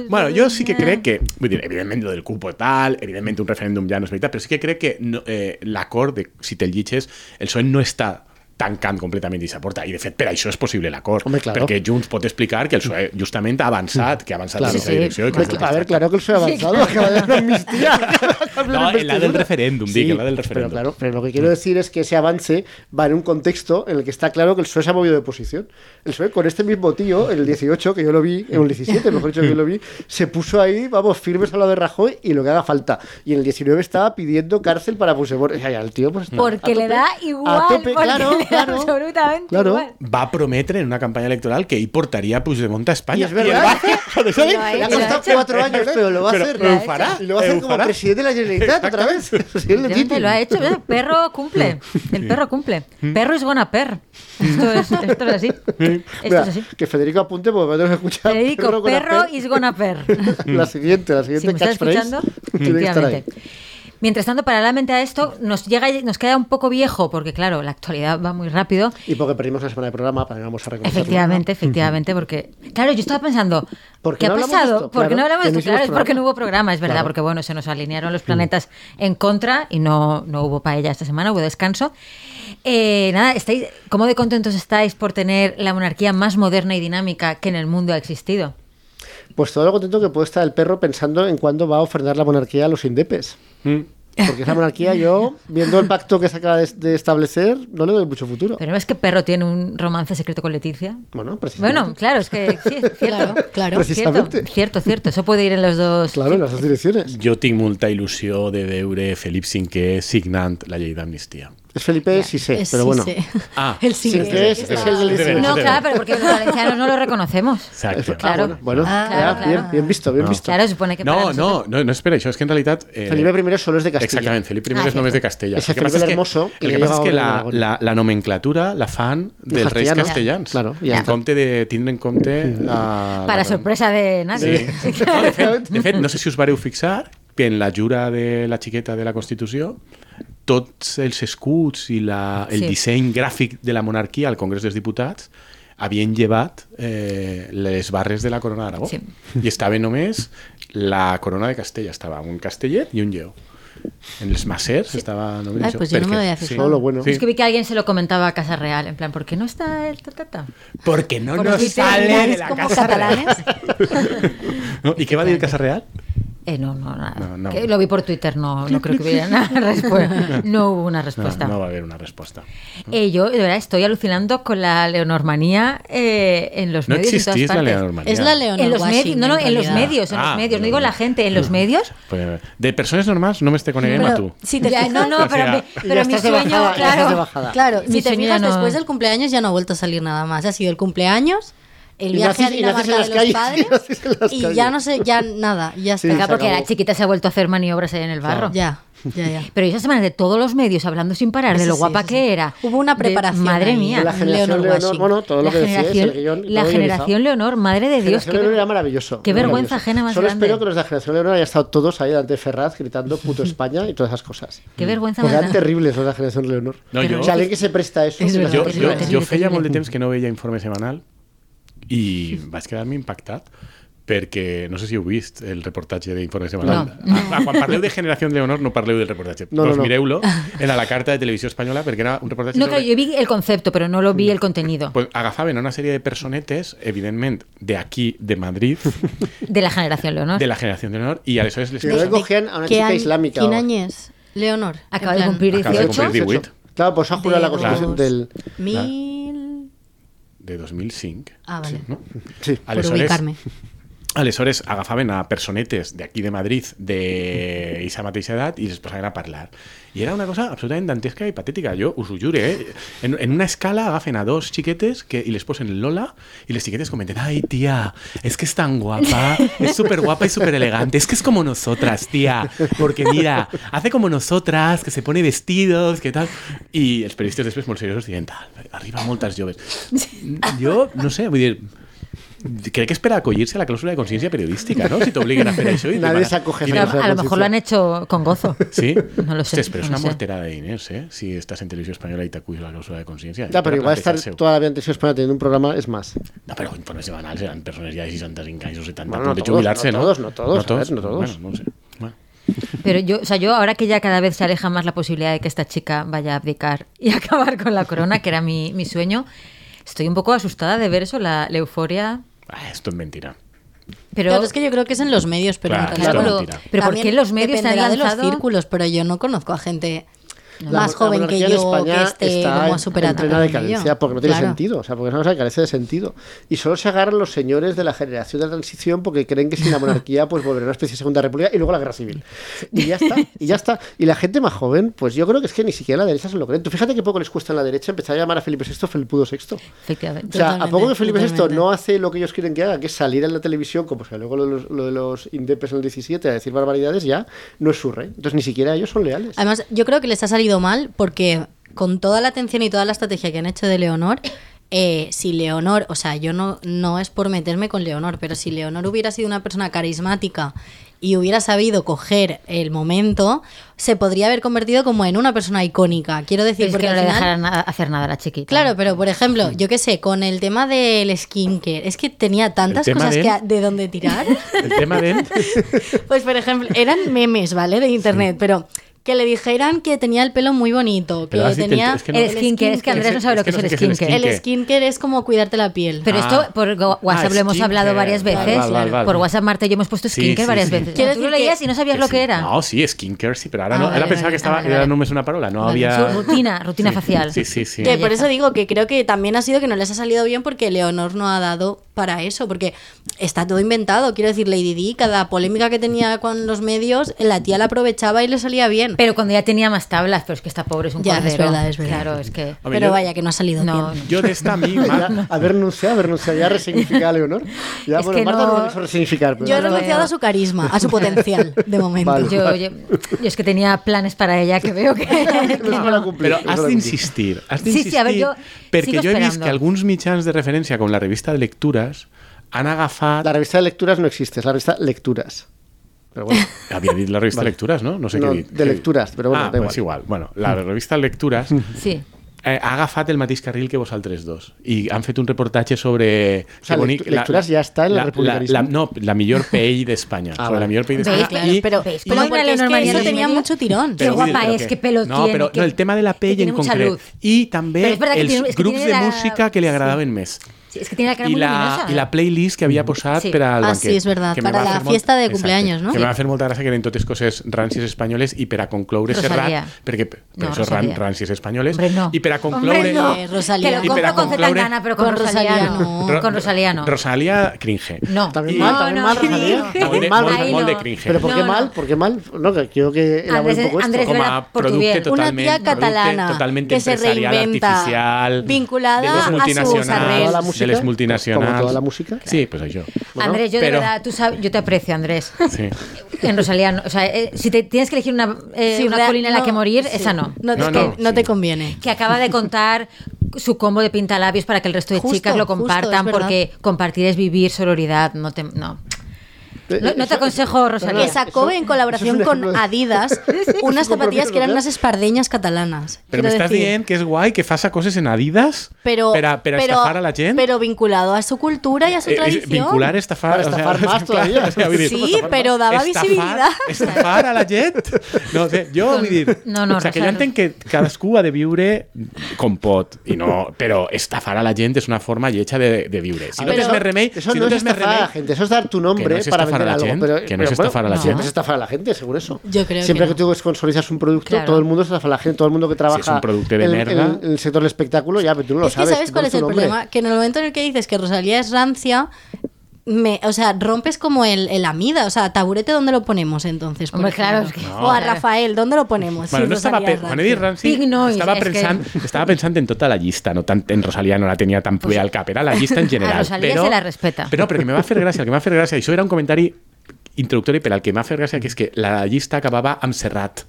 Speaker 3: Bueno, jo sí que crec que, vull dir, evidentment lo del cupo tal, evidentment un referèndum ja no és veritat, però sí que crec que no, eh, l'acord de si te'l llitges, el PSOE no està tancant completament aquesta porta. I, de fet, per això és possible l'acord.
Speaker 4: Home, claro.
Speaker 3: Perquè Junts pot explicar que el PSOE justament ha avançat, que ha avançat
Speaker 4: Claro.
Speaker 2: Sí,
Speaker 3: en aquesta
Speaker 2: sí.
Speaker 3: direcció. i que
Speaker 4: Hombre,
Speaker 3: és la que
Speaker 4: a ver,
Speaker 3: està-
Speaker 4: claro que el soy avanzado, acaba de dar una amnistía.
Speaker 3: No, en la del referéndum, dic, en la del
Speaker 4: Pero
Speaker 3: referéndum.
Speaker 4: claro, pero lo que quiero decir es que ese avance va en un contexto en el que está claro que el PSOE se ha movido de posición. El PSOE con este mismo tío, el 18, que yo lo vi, el 17, mejor dicho, que yo lo vi, se puso ahí, vamos, firmes a lo de Rajoy y lo que haga falta. Y en el 19 estaba pidiendo cárcel para Puigdemont. O sea, ya el tío pues está
Speaker 2: Porque
Speaker 4: a
Speaker 2: le
Speaker 4: tope,
Speaker 2: da
Speaker 4: a
Speaker 2: igual,
Speaker 4: tope,
Speaker 2: porque
Speaker 4: claro,
Speaker 2: le da
Speaker 4: claro,
Speaker 2: absolutamente
Speaker 4: claro.
Speaker 2: igual.
Speaker 3: va prometre en una campaña electoral que ahí portaría a Puigdemont a España.
Speaker 4: Y es verdad.
Speaker 3: va a hacer, ¿sabes?
Speaker 2: Lo ha
Speaker 4: Le ha
Speaker 2: hecho, lo ha
Speaker 4: costado
Speaker 2: hecho.
Speaker 4: cuatro años, pero lo va a
Speaker 3: Pero
Speaker 4: hacer.
Speaker 3: lo Lo ha fará, hecho.
Speaker 4: Y lo va a hacer
Speaker 3: lo
Speaker 4: como
Speaker 3: fará.
Speaker 4: presidente de la Generalitat otra vez. Sí, es
Speaker 2: Efectivamente,
Speaker 4: legítimo.
Speaker 2: lo ha hecho, ¿verdad? el perro cumple, el perro cumple. Perro es buena per. Esto es, esto es así. Esto
Speaker 4: Mira,
Speaker 2: es así.
Speaker 4: que Federico apunte porque me tengo que escuchar.
Speaker 2: Federico,
Speaker 4: con
Speaker 2: perro
Speaker 4: apel.
Speaker 2: is gonna per.
Speaker 4: La siguiente, la
Speaker 2: Si
Speaker 4: siguiente
Speaker 2: me estás
Speaker 4: catchphrase
Speaker 2: escuchando,
Speaker 4: tiene que estar ahí.
Speaker 2: efectivamente. Mientras tanto, paralelamente a esto, nos llega, nos queda un poco viejo, porque claro, la actualidad va muy rápido.
Speaker 4: Y porque perdimos la semana de programa, para que vamos a reconocerlo.
Speaker 2: Efectivamente, efectivamente, porque claro, yo estaba pensando,
Speaker 4: ¿Por
Speaker 2: ¿qué,
Speaker 4: qué
Speaker 2: ha
Speaker 4: no hablamos de
Speaker 2: pasado?
Speaker 4: esto?
Speaker 2: ¿Por qué
Speaker 4: Claro,
Speaker 2: no hablamos
Speaker 4: que
Speaker 2: de esto?
Speaker 4: no hicimos
Speaker 2: Claro, es porque
Speaker 4: programa.
Speaker 2: no hubo programa, es verdad,
Speaker 4: Claro.
Speaker 2: porque bueno, se nos alinearon los planetas en contra y no, no hubo paella esta semana, hubo descanso. Eh, nada, estáis, ¿cómo de contentos estáis por tener la monarquía más moderna y dinámica que en el mundo ha existido?
Speaker 4: Pues todo lo contento que puede estar el perro pensando en cuándo va a ofrendar la monarquía a los indepes. Porque esa monarquía, yo, viendo el pacto que se acaba de, de establecer, no le doy mucho futuro.
Speaker 2: Pero no es que Perro tiene un romance secreto con Leticia.
Speaker 4: bueno, precisamente.
Speaker 2: Bueno, claro, es que sí, es cierto.
Speaker 5: Claro, claro.
Speaker 4: Precisamente.
Speaker 2: Cierto, cierto, cierto. Eso puede ir en los dos.
Speaker 4: claro, en las dos direcciones.
Speaker 3: Jo tinc molta il·lusió de veure Felip V signant la llei d'amnistia.
Speaker 4: Es Felipe Sisé,
Speaker 2: Eh,
Speaker 5: Es
Speaker 4: pero bueno.
Speaker 5: Sisé.
Speaker 3: Ah,
Speaker 5: Eh, el
Speaker 4: Sí,
Speaker 5: siguiente.
Speaker 4: que es, es el del
Speaker 3: Sí, sí, sí.
Speaker 2: No,
Speaker 3: Sí,
Speaker 2: claro, pero porque los valencianos no lo reconocemos.
Speaker 3: Exacte.
Speaker 2: Claro.
Speaker 4: Ah, bueno, bueno,
Speaker 5: Ah,
Speaker 4: ya,
Speaker 5: claro,
Speaker 4: bien,
Speaker 5: claro.
Speaker 4: bien visto, bien
Speaker 3: No.
Speaker 4: visto.
Speaker 2: Claro, supone que para
Speaker 3: No,
Speaker 2: nosotros-
Speaker 3: no, no, no, espera, això és que en realitat... Eh,
Speaker 4: Felipe I solo es de Castilla.
Speaker 3: Exactament, Felip
Speaker 2: Ah,
Speaker 3: I és
Speaker 2: cierto.
Speaker 3: només de Castella.
Speaker 4: Ese
Speaker 3: El que passa
Speaker 4: Felipe
Speaker 3: és que-
Speaker 4: Hermoso que
Speaker 3: el que
Speaker 4: le
Speaker 3: passa és
Speaker 4: llegaba
Speaker 3: que
Speaker 4: a
Speaker 3: la,
Speaker 4: Aragón.
Speaker 3: la, la nomenclatura la fan dels reis
Speaker 4: castellanos.
Speaker 3: castellans.
Speaker 4: Claro, ja
Speaker 3: en
Speaker 4: està.
Speaker 3: compte de tindre en compte... La,
Speaker 2: Para
Speaker 3: la-
Speaker 2: sorpresa de nadie.
Speaker 3: Sí. No, de, fet, de fet, no sé si us vareu fixar que en la jura de la xiqueta de la Constitució tots els escuts i la, el
Speaker 2: Sí.
Speaker 3: sí. disseny gràfic de la monarquia al Congrés dels Diputats havien llevat eh, les barres de la corona d'Aragó
Speaker 2: Sí.
Speaker 3: i estava només la corona de Castella estava un castellet i un lleu en els macers sí. estava només
Speaker 5: Ai,
Speaker 3: això.
Speaker 5: pues jo no
Speaker 3: Perquè-
Speaker 5: me había
Speaker 3: sí.
Speaker 5: fijado.
Speaker 4: Todo lo bueno.
Speaker 3: Sí.
Speaker 2: Es que vi que alguien se lo comentaba a Casa Real, en plan, ¿por qué no está el tatata?
Speaker 3: Porque no
Speaker 2: Por
Speaker 3: nos
Speaker 2: Twitter,
Speaker 3: sale de
Speaker 5: ¿Eres
Speaker 3: la
Speaker 5: como
Speaker 3: casa real.
Speaker 5: catalanes?
Speaker 3: No, ¿Y qué va a decir Casa Real?
Speaker 2: Eh, no, no, nada.
Speaker 3: No, no.
Speaker 2: Que lo vi por Twitter, no, no creo que hubiera una respuesta. No hubo una
Speaker 3: No,
Speaker 2: respuesta.
Speaker 3: no va a haber una respuesta.
Speaker 2: Eh, yo, de verdad, estoy alucinando con la leonormanía eh, en los
Speaker 3: No
Speaker 2: medios y en todas
Speaker 3: existís la
Speaker 2: partes.
Speaker 3: Leonormanía.
Speaker 5: Es la Leonor
Speaker 2: En los medios,
Speaker 5: Washington,
Speaker 2: no, no, en los
Speaker 5: realidad.
Speaker 2: medios, en
Speaker 3: Ah,
Speaker 2: los medios, no
Speaker 3: pero-
Speaker 2: digo la gente, en los medios.
Speaker 3: Pues, de personas normales no me esté con el
Speaker 5: Pero
Speaker 3: tú.
Speaker 5: si te
Speaker 2: Ya,
Speaker 5: fijas-
Speaker 2: no, no,
Speaker 3: O
Speaker 2: pero,
Speaker 3: sea,
Speaker 2: mi-
Speaker 3: Ya
Speaker 2: pero mi
Speaker 4: estás de
Speaker 2: sueño,
Speaker 4: bajada, ya estás de
Speaker 2: claro.
Speaker 4: bajada.
Speaker 5: Claro,
Speaker 2: Mi
Speaker 5: si te
Speaker 2: sueño
Speaker 5: fijas,
Speaker 2: ya no-
Speaker 5: después del cumpleaños ya no ha vuelto a salir nada más. Ha sido el cumpleaños, el
Speaker 4: Y
Speaker 5: viaje a
Speaker 4: naciste- y naciste en
Speaker 5: Dinamarca de
Speaker 4: las
Speaker 5: los
Speaker 4: calles, y
Speaker 5: padres
Speaker 4: naciste en las
Speaker 5: y
Speaker 4: calles.
Speaker 5: ya no sé, ya nada, ya
Speaker 4: Sí,
Speaker 5: está.
Speaker 2: Venga,
Speaker 4: se
Speaker 2: porque la
Speaker 4: acabó.
Speaker 2: chiquita se ha vuelto a hacer maniobras ahí en el barro.
Speaker 5: Ya, ya, ya.
Speaker 2: Pero esa semana de todos los medios hablando sin parar
Speaker 5: Eso
Speaker 2: de lo
Speaker 5: sí,
Speaker 2: guapa
Speaker 5: eso sí.
Speaker 2: que era.
Speaker 5: Hubo una
Speaker 2: De-
Speaker 5: preparación
Speaker 2: madre
Speaker 5: ahí.
Speaker 2: mía.
Speaker 4: la generación
Speaker 5: Leonor
Speaker 4: Leonor,
Speaker 5: Washington.
Speaker 4: bueno, todo lo
Speaker 2: la
Speaker 4: que decía es
Speaker 2: generación,
Speaker 4: el guión,
Speaker 2: la
Speaker 4: todo
Speaker 2: generación
Speaker 4: guionizado.
Speaker 2: Leonor, madre de Dios.
Speaker 4: Generación Leonor era maravilloso.
Speaker 2: Qué vergüenza
Speaker 4: maravilloso.
Speaker 2: ajena más
Speaker 4: Solo
Speaker 2: grande.
Speaker 4: espero que los de la Generación Leonor hayan estado todos ahí delante de Ferraz gritando puto España y todas esas cosas.
Speaker 2: Qué
Speaker 3: Pues
Speaker 2: vergüenza
Speaker 4: Porque
Speaker 2: más
Speaker 4: eran
Speaker 2: grande.
Speaker 4: terribles los de la Generación Leonor.
Speaker 3: No,
Speaker 4: O
Speaker 3: jo,
Speaker 4: sea, alguien que se presta a eso.
Speaker 2: Es verdad,
Speaker 3: jo,
Speaker 2: es
Speaker 3: jo,
Speaker 2: verdad, es
Speaker 3: jo
Speaker 2: verdad.
Speaker 3: feia molt de temps que no veia informe semanal i vaig quedar-me impactat perquè, no sé si heu vist el reportatge d'Informe Semanal.
Speaker 2: No.
Speaker 3: Ah, ah, quan parleu de Generació Leonor no parleu del reportatge.
Speaker 4: No, no,
Speaker 3: doncs
Speaker 4: no.
Speaker 3: mireu-lo en la carta de Televisió Espanyola perquè era un
Speaker 2: Ah.
Speaker 3: reportatge
Speaker 2: No,
Speaker 3: sobre...
Speaker 2: claro, yo vi el concepto, pero no lo vi el contenido.
Speaker 3: Pues agafaven una sèrie de personetes, evidentment, de aquí, de Madrid,
Speaker 2: De la generación Leonor.
Speaker 3: de la Generació de Leonor, i aleshores les
Speaker 4: Sí, Pero luego cogían a una
Speaker 5: ¿Qué
Speaker 4: chica
Speaker 5: año-
Speaker 4: islámica
Speaker 5: ¿Quién
Speaker 4: ahora.
Speaker 5: añez? Leonor.
Speaker 2: Acaba
Speaker 5: en
Speaker 2: de
Speaker 5: plan,
Speaker 2: cumplir
Speaker 3: Acaba de cumplir
Speaker 2: 18.
Speaker 3: 18,
Speaker 4: Claro, pues ha jurado
Speaker 5: de
Speaker 4: la constitución
Speaker 5: dos
Speaker 4: del.
Speaker 5: Mil...
Speaker 3: de 2005.
Speaker 5: Ah, vale.
Speaker 3: Sí, no?
Speaker 4: Sí.
Speaker 5: Por ubicarme.
Speaker 3: Aleshores agafaven a personetes d'aquí de Madrid d'aquesta mateixa edat i les posaven a parlar. I era una cosa absolutament dantesca i patètica, jo us ho jure, eh? En, en una escala agafen a dos xiquetes que, i les posen Lola i les xiquetes comenten, ai tia, és que és tan guapa, és super guapa i super elegante, és que és como nosotras, tía, porque mira, hace como nosotras, que se pone vestidos, que tal... I els periodistes després molt seriosos diuen, tal, arriba moltes joves. Jo, no sé, vull dir, Creo que espera acogerse a la cláusula de conciencia periodística, ¿no? Si te obliguen a hacer eso. Y te
Speaker 4: Nadie
Speaker 3: van a-
Speaker 4: se acoge
Speaker 3: y
Speaker 4: a
Speaker 2: Pero
Speaker 3: te
Speaker 4: la
Speaker 3: van
Speaker 4: cláusula.
Speaker 2: a lo mejor lo han hecho con gozo.
Speaker 3: Sí.
Speaker 2: No lo sé,
Speaker 3: Hostia, pero es
Speaker 2: no
Speaker 3: una
Speaker 2: sé.
Speaker 3: mortera de diners, ¿eh? Si estás en televisión española y te acudes a la cláusula de conciencia.
Speaker 4: Ya, pero
Speaker 3: Para
Speaker 4: igual estar
Speaker 3: plantearse-
Speaker 4: toda la vida antes de España teniendo un programa es más.
Speaker 3: No, pero informes semanales eran personas ya de 65 años o 70 a
Speaker 4: Bueno,
Speaker 3: punto
Speaker 4: no
Speaker 3: de
Speaker 4: todos,
Speaker 3: jubilarse,
Speaker 4: no
Speaker 3: ¿no?
Speaker 4: todos, no todos, a ver, no todos.
Speaker 3: Bueno, no sé. Bueno.
Speaker 2: Pero yo, o sea, yo ahora que ya cada vez se aleja más la posibilidad de que esta chica vaya a abdicar y acabar con la corona, que era mi, mi sueño, estoy un poco asustada de ver eso, la, la euforia.
Speaker 3: Ah, esto es mentira.
Speaker 2: Pero,
Speaker 5: Claro, es que yo creo que es en los medios, pero
Speaker 3: Claro,
Speaker 5: en
Speaker 2: claro,
Speaker 3: esto
Speaker 5: realidad.
Speaker 3: es
Speaker 2: lo-
Speaker 3: mentira.
Speaker 2: pero ¿por
Speaker 5: También
Speaker 2: qué los medios se han
Speaker 5: dependerá
Speaker 2: lanzado?
Speaker 5: de los círculos, pero yo no conozco a gente más
Speaker 4: La- la
Speaker 5: joven que
Speaker 4: monarquía en
Speaker 5: yo que
Speaker 4: España
Speaker 5: esté
Speaker 4: está
Speaker 5: como
Speaker 4: en-
Speaker 5: súper
Speaker 4: en plena
Speaker 5: atrapada como yo.
Speaker 4: decadencia porque no tiene
Speaker 5: Claro.
Speaker 4: sentido, o sea, porque no, o sea, carece de sentido. Y solo se agarran los señores de la generación de la transición porque creen que sin la monarquía pues volverá una especie de segunda república y luego la guerra civil. Y ya está, y ya está. Y la gente más joven, pues yo creo que es que ni siquiera la derecha se lo creen. Tú fíjate que poco les cuesta a la derecha empezar a llamar a Felipe VI Felpudo VI. O
Speaker 2: Efectivamente.
Speaker 4: sea, ¿a
Speaker 5: Totalmente,
Speaker 4: poco que Felipe VI
Speaker 5: totalmente.
Speaker 4: no hace lo que ellos quieren que haga, que es salir en la televisión, como sea, luego lo de los, lo de los indepes en el 17, a decir barbaridades, ya no es su rey. Entonces ni siquiera ellos son leales.
Speaker 5: Además, yo creo que les ha salido mal porque con toda la atención y toda la estrategia que han hecho de Leonor, eh, si Leonor, o sea, yo no, no es por meterme con Leonor, pero si Leonor hubiera sido una persona carismática y hubiera sabido coger el momento, se podría haber convertido como en una persona icónica. Quiero decir,
Speaker 2: Pero es
Speaker 5: porque
Speaker 2: que no
Speaker 5: al
Speaker 2: le
Speaker 5: final-
Speaker 2: dejarán nada- hacer nada a la chiquita.
Speaker 5: Claro, pero por ejemplo, yo qué sé, con el tema del skincare, es que tenía tantas
Speaker 3: tema
Speaker 5: cosas
Speaker 3: del-
Speaker 5: que ha- de dónde tirar.
Speaker 3: El tema de él,
Speaker 5: Pues, por ejemplo, eran memes, ¿vale? De internet, pero que le dijeran que tenía el pelo muy bonito, que
Speaker 3: Pero así te-
Speaker 5: tenía...
Speaker 3: es que no-
Speaker 2: El skincare, es que Andrés no sabe lo que es el
Speaker 3: skin
Speaker 2: skincare.
Speaker 5: El skincare es como cuidarte la piel.
Speaker 2: Pero
Speaker 3: Ah.
Speaker 2: esto por go- WhatsApp
Speaker 3: Ah,
Speaker 2: lo hemos
Speaker 3: skincare.
Speaker 2: hablado varias
Speaker 3: Vale,
Speaker 2: veces.
Speaker 3: vale, vale, vale.
Speaker 2: Por WhatsApp, Marta y yo hemos puesto
Speaker 3: Sí,
Speaker 2: skincare
Speaker 3: sí,
Speaker 2: varias
Speaker 3: sí.
Speaker 2: veces.
Speaker 5: Quiero
Speaker 2: Tú lo
Speaker 5: decir que-
Speaker 2: leías y no sabías lo
Speaker 3: sí.
Speaker 2: que era.
Speaker 3: No, sí, skincare, sí, pero ahora
Speaker 2: Ah,
Speaker 3: no.
Speaker 2: vale,
Speaker 3: ahora pensaba
Speaker 2: vale,
Speaker 3: que estaba,
Speaker 2: vale,
Speaker 3: era
Speaker 2: vale.
Speaker 3: no me es una palabra, no
Speaker 2: Vale,
Speaker 3: había.
Speaker 2: su rutina, rutina facial.
Speaker 3: Sí, sí, sí.
Speaker 5: Que
Speaker 2: ya
Speaker 5: por eso
Speaker 2: está.
Speaker 5: digo que creo que también ha sido que no les ha salido bien porque Leonor no ha dado para eso, porque está todo inventado. Quiero decir, Lady Di, cada polémica que tenía con los medios, la tía la aprovechaba y le salía bien.
Speaker 2: Pero cuando ya tenía más tablas, pero es que esta pobre es un
Speaker 5: Ya, es
Speaker 2: cordero.
Speaker 5: verdad, es verdad.
Speaker 2: Claro, es que.
Speaker 3: Hombre,
Speaker 5: Pero
Speaker 3: yo-
Speaker 5: vaya, que no ha salido
Speaker 2: No,
Speaker 5: bien.
Speaker 3: Yo de esta
Speaker 4: Ya,
Speaker 3: misma.
Speaker 4: haber renunciado, haber renunciado, ya resignifica a Leonor. Ya,
Speaker 2: Es
Speaker 4: bueno,
Speaker 2: que
Speaker 4: Marta no,
Speaker 2: no-
Speaker 4: lo quiso resignificar. Pero
Speaker 5: Yo he
Speaker 2: no lo
Speaker 5: renunciado
Speaker 2: veo.
Speaker 5: a su carisma, a su potencial, de momento.
Speaker 4: Vale.
Speaker 2: Yo, yo- yo es que tenía planes para ella que veo que. que
Speaker 4: No, no la cumplir,
Speaker 3: Pero
Speaker 4: no
Speaker 3: has
Speaker 4: la cumplir.
Speaker 3: d'insistir, has
Speaker 2: Sí, sí, a veure,
Speaker 3: d'insistir,
Speaker 2: jo
Speaker 3: perquè
Speaker 2: sigo
Speaker 3: jo he vist
Speaker 2: esperando.
Speaker 3: que alguns mitjans de referència com la revista de lectures han agafat...
Speaker 4: La revista de lecturas no existe, es la revista Lecturas. Pero bueno,
Speaker 3: Havia dit la revista
Speaker 4: Vale.
Speaker 3: de lectures, no? No sé
Speaker 4: No,
Speaker 3: què he dit.
Speaker 4: de lectures, però bueno,
Speaker 3: ah,
Speaker 4: da
Speaker 3: pues igual. Bueno, la revista lectures
Speaker 2: Sí.
Speaker 3: eh, ha agafat el mateix carril que vosaltres dos i han fet un reportatge sobre... que
Speaker 4: sea, lectu- lectures ja està en el
Speaker 3: la, la,
Speaker 4: republicanisme?
Speaker 3: la, no, la millor pell d'Espanya.
Speaker 4: Ah,
Speaker 3: Ah, sobre
Speaker 4: vale.
Speaker 3: la millor pell
Speaker 2: Veis,
Speaker 3: d'Espanya.
Speaker 2: claro,
Speaker 3: I-
Speaker 5: pero,
Speaker 2: ¿Veis?
Speaker 5: pero
Speaker 2: ¿Cómo
Speaker 5: porque
Speaker 2: la
Speaker 5: es que
Speaker 2: Leonor
Speaker 5: eso
Speaker 2: María
Speaker 5: tenía
Speaker 2: Leonor?
Speaker 5: mucho tirón.
Speaker 2: Qué
Speaker 3: Però vull dir,
Speaker 2: guapa
Speaker 3: però
Speaker 2: és,
Speaker 3: que-
Speaker 2: que pelo
Speaker 3: no,
Speaker 2: tiene,
Speaker 3: Però,
Speaker 2: que-
Speaker 3: no, el tema de la pell
Speaker 2: que
Speaker 3: en
Speaker 2: tiene mucha
Speaker 3: concret.
Speaker 2: luz.
Speaker 3: I també
Speaker 2: Però és verdad que
Speaker 3: els
Speaker 2: tiene- és que
Speaker 3: grups
Speaker 2: tiene
Speaker 3: de
Speaker 2: la-
Speaker 3: música que li
Speaker 2: sí.
Speaker 3: agradaven més.
Speaker 2: Sí, es que tiene la cara
Speaker 3: I
Speaker 2: muy
Speaker 3: la,
Speaker 2: luminosa. Mm.
Speaker 3: I la playlist que havia posat
Speaker 2: Sí.
Speaker 3: sí. per al
Speaker 5: Ah,
Speaker 3: banquet.
Speaker 5: sí, és verdad,
Speaker 3: que me
Speaker 5: para
Speaker 3: va
Speaker 5: la
Speaker 3: fer
Speaker 5: fiesta de cumpleaños, no?
Speaker 3: Que me va fer molta gràcia que eren totes coses rancies espanyoles i per a concloure
Speaker 2: Rosalía.
Speaker 3: Serrat, perquè per
Speaker 2: No,
Speaker 3: això ran,
Speaker 2: Rosalía.
Speaker 3: rancies espanyoles,
Speaker 2: Hombre, no.
Speaker 3: i per a concloure...
Speaker 2: Hombre,
Speaker 5: Eh,
Speaker 2: no.
Speaker 5: Rosalía.
Speaker 2: Te
Speaker 5: I
Speaker 2: lo
Speaker 3: per a
Speaker 2: compro con
Speaker 3: concloure-
Speaker 2: Zetangana, pero con,
Speaker 5: Con
Speaker 2: Rosalía,
Speaker 5: Rosalía
Speaker 2: no.
Speaker 3: Ro-
Speaker 2: Con Rosalía no.
Speaker 3: Rosalía cringe.
Speaker 2: no.
Speaker 4: También
Speaker 3: No,
Speaker 4: mal, también
Speaker 2: no,
Speaker 4: mal,
Speaker 2: no,
Speaker 4: Rosalía.
Speaker 2: no.
Speaker 4: También
Speaker 3: Molt,
Speaker 4: mal.
Speaker 3: molt,
Speaker 2: Ahí
Speaker 3: molt de
Speaker 2: no.
Speaker 3: cringe.
Speaker 4: Pero ¿por qué
Speaker 2: No, no.
Speaker 4: mal? ¿Por qué mal? No, que quiero que elabore
Speaker 2: Andrés-
Speaker 4: un poco esto.
Speaker 2: Andrés
Speaker 3: com
Speaker 2: era
Speaker 3: a producte
Speaker 2: portugués.
Speaker 5: Una
Speaker 3: totalment,
Speaker 5: tía catalana
Speaker 3: producte totalment
Speaker 5: que se
Speaker 3: empresarial,
Speaker 5: reinventa,
Speaker 3: artificial,
Speaker 5: vinculada
Speaker 3: de les
Speaker 5: a sus
Speaker 3: multinacionals,
Speaker 5: arrels.
Speaker 4: Toda la música,
Speaker 3: de les multinacionals.
Speaker 4: com a toda la música.
Speaker 3: Sí, pues això.
Speaker 4: Bueno,
Speaker 2: Andrés, yo
Speaker 3: pero-
Speaker 2: de verdad, tú sabes, yo te aprecio, Andrés.
Speaker 3: Sí.
Speaker 2: En Rosalía, no, o sea, eh, si te tienes que elegir una, eh,
Speaker 5: Sí,
Speaker 2: una
Speaker 5: real-
Speaker 2: colina en la
Speaker 5: no,
Speaker 2: que morir,
Speaker 5: sí.
Speaker 2: esa no.
Speaker 5: No, te-
Speaker 3: No,
Speaker 5: es que
Speaker 3: no,
Speaker 5: no
Speaker 3: sí.
Speaker 5: te conviene.
Speaker 2: Que acaba de contar su combo de pintalabios para que el resto de
Speaker 5: Justo,
Speaker 2: chicas lo
Speaker 5: justo,
Speaker 2: compartan,
Speaker 5: es verdad.
Speaker 2: porque compartir es vivir, sororidad, no te... No.
Speaker 4: Eh,
Speaker 2: No- no te
Speaker 4: eso-
Speaker 2: aconsejo, Rosalía.
Speaker 5: Que sacó
Speaker 4: eso-
Speaker 5: en
Speaker 4: eso
Speaker 5: colaboración
Speaker 4: es un ejemplo
Speaker 5: con
Speaker 4: de-
Speaker 5: Adidas
Speaker 4: Es
Speaker 5: unas
Speaker 4: un
Speaker 5: zapatillas que eran
Speaker 4: compromiso
Speaker 5: unas
Speaker 4: social.
Speaker 5: espardeñas catalanas.
Speaker 3: Pero
Speaker 5: quiero
Speaker 3: me estás
Speaker 5: decir.
Speaker 3: diciendo que es guay que faça cosas en Adidas
Speaker 5: Pero,
Speaker 3: per a- per a
Speaker 5: pero-
Speaker 3: estafar a la gente.
Speaker 5: Pero vinculado a su cultura y a su tradición.
Speaker 3: vincular estafar, o
Speaker 4: Para
Speaker 3: sea,
Speaker 4: estafar más todavía.
Speaker 3: o sea, vull dir,
Speaker 5: Sí, pero daba visibilidad.
Speaker 3: Estafar a la gent? No, sé, jo vull dir...
Speaker 2: No, no,
Speaker 3: o sea, que
Speaker 2: Rosa,
Speaker 3: jo entenc que cadascú ha de viure com pot, i no, però estafar a la gent és una forma lletja de, de viure. Si
Speaker 4: A
Speaker 3: no
Speaker 4: ver,
Speaker 3: tens
Speaker 4: eso-
Speaker 3: més remei...
Speaker 4: Eso
Speaker 3: si
Speaker 4: no, es
Speaker 3: tens més
Speaker 4: estafar a la gente, eso es dar tu nombre
Speaker 3: Que no es
Speaker 4: para
Speaker 3: estafar a
Speaker 4: vender
Speaker 3: la
Speaker 4: algo.
Speaker 3: gente,
Speaker 4: pero,
Speaker 3: que no es
Speaker 4: pero bueno,
Speaker 3: estafar a la
Speaker 4: siempre
Speaker 3: gente.
Speaker 4: se estafa a la gente, seguro eso.
Speaker 5: Yo creo
Speaker 4: siempre
Speaker 5: que
Speaker 4: que, tú sponsorices un producto,
Speaker 2: Claro.
Speaker 4: todo el mundo se estafa a la gente, todo el mundo que trabaja
Speaker 3: es un producto de
Speaker 4: en, el-
Speaker 3: merda.
Speaker 4: en el- en el sector del espectáculo, ya, pero tú no lo
Speaker 5: es que sabes,
Speaker 4: tú
Speaker 5: cuál
Speaker 4: pones
Speaker 5: es
Speaker 4: tu
Speaker 5: el
Speaker 4: nombre.
Speaker 5: problema, que en el momento en el que dices que Rosalía es rancia, me, o sea, rompes como el, el amida, o sea, taburete dónde lo ponemos entonces. Por
Speaker 2: Hombre, claro,
Speaker 5: ejemplo?
Speaker 2: es que-
Speaker 5: o a
Speaker 2: No.
Speaker 5: Rafael, ¿dónde lo ponemos?
Speaker 3: Bueno,
Speaker 5: si
Speaker 3: no estava
Speaker 5: Rosalía
Speaker 3: pe-
Speaker 5: es
Speaker 3: quan he dit
Speaker 5: rancia?
Speaker 3: Ramsey,
Speaker 2: Pig noise,
Speaker 3: estava
Speaker 2: és que-
Speaker 3: pensant, estava pensant en tota la llista, no tant en Rosalía, no la tenia tan bé al cap, era la llista en general.
Speaker 2: Pues, a Rosalía
Speaker 3: però,
Speaker 2: se la respeta.
Speaker 3: Però, però que me va fer gràcia, el que me va fer gràcia, i això era un comentari introductori, però el que m'ha fet gràcia que és que la llista acabava amb Serrat,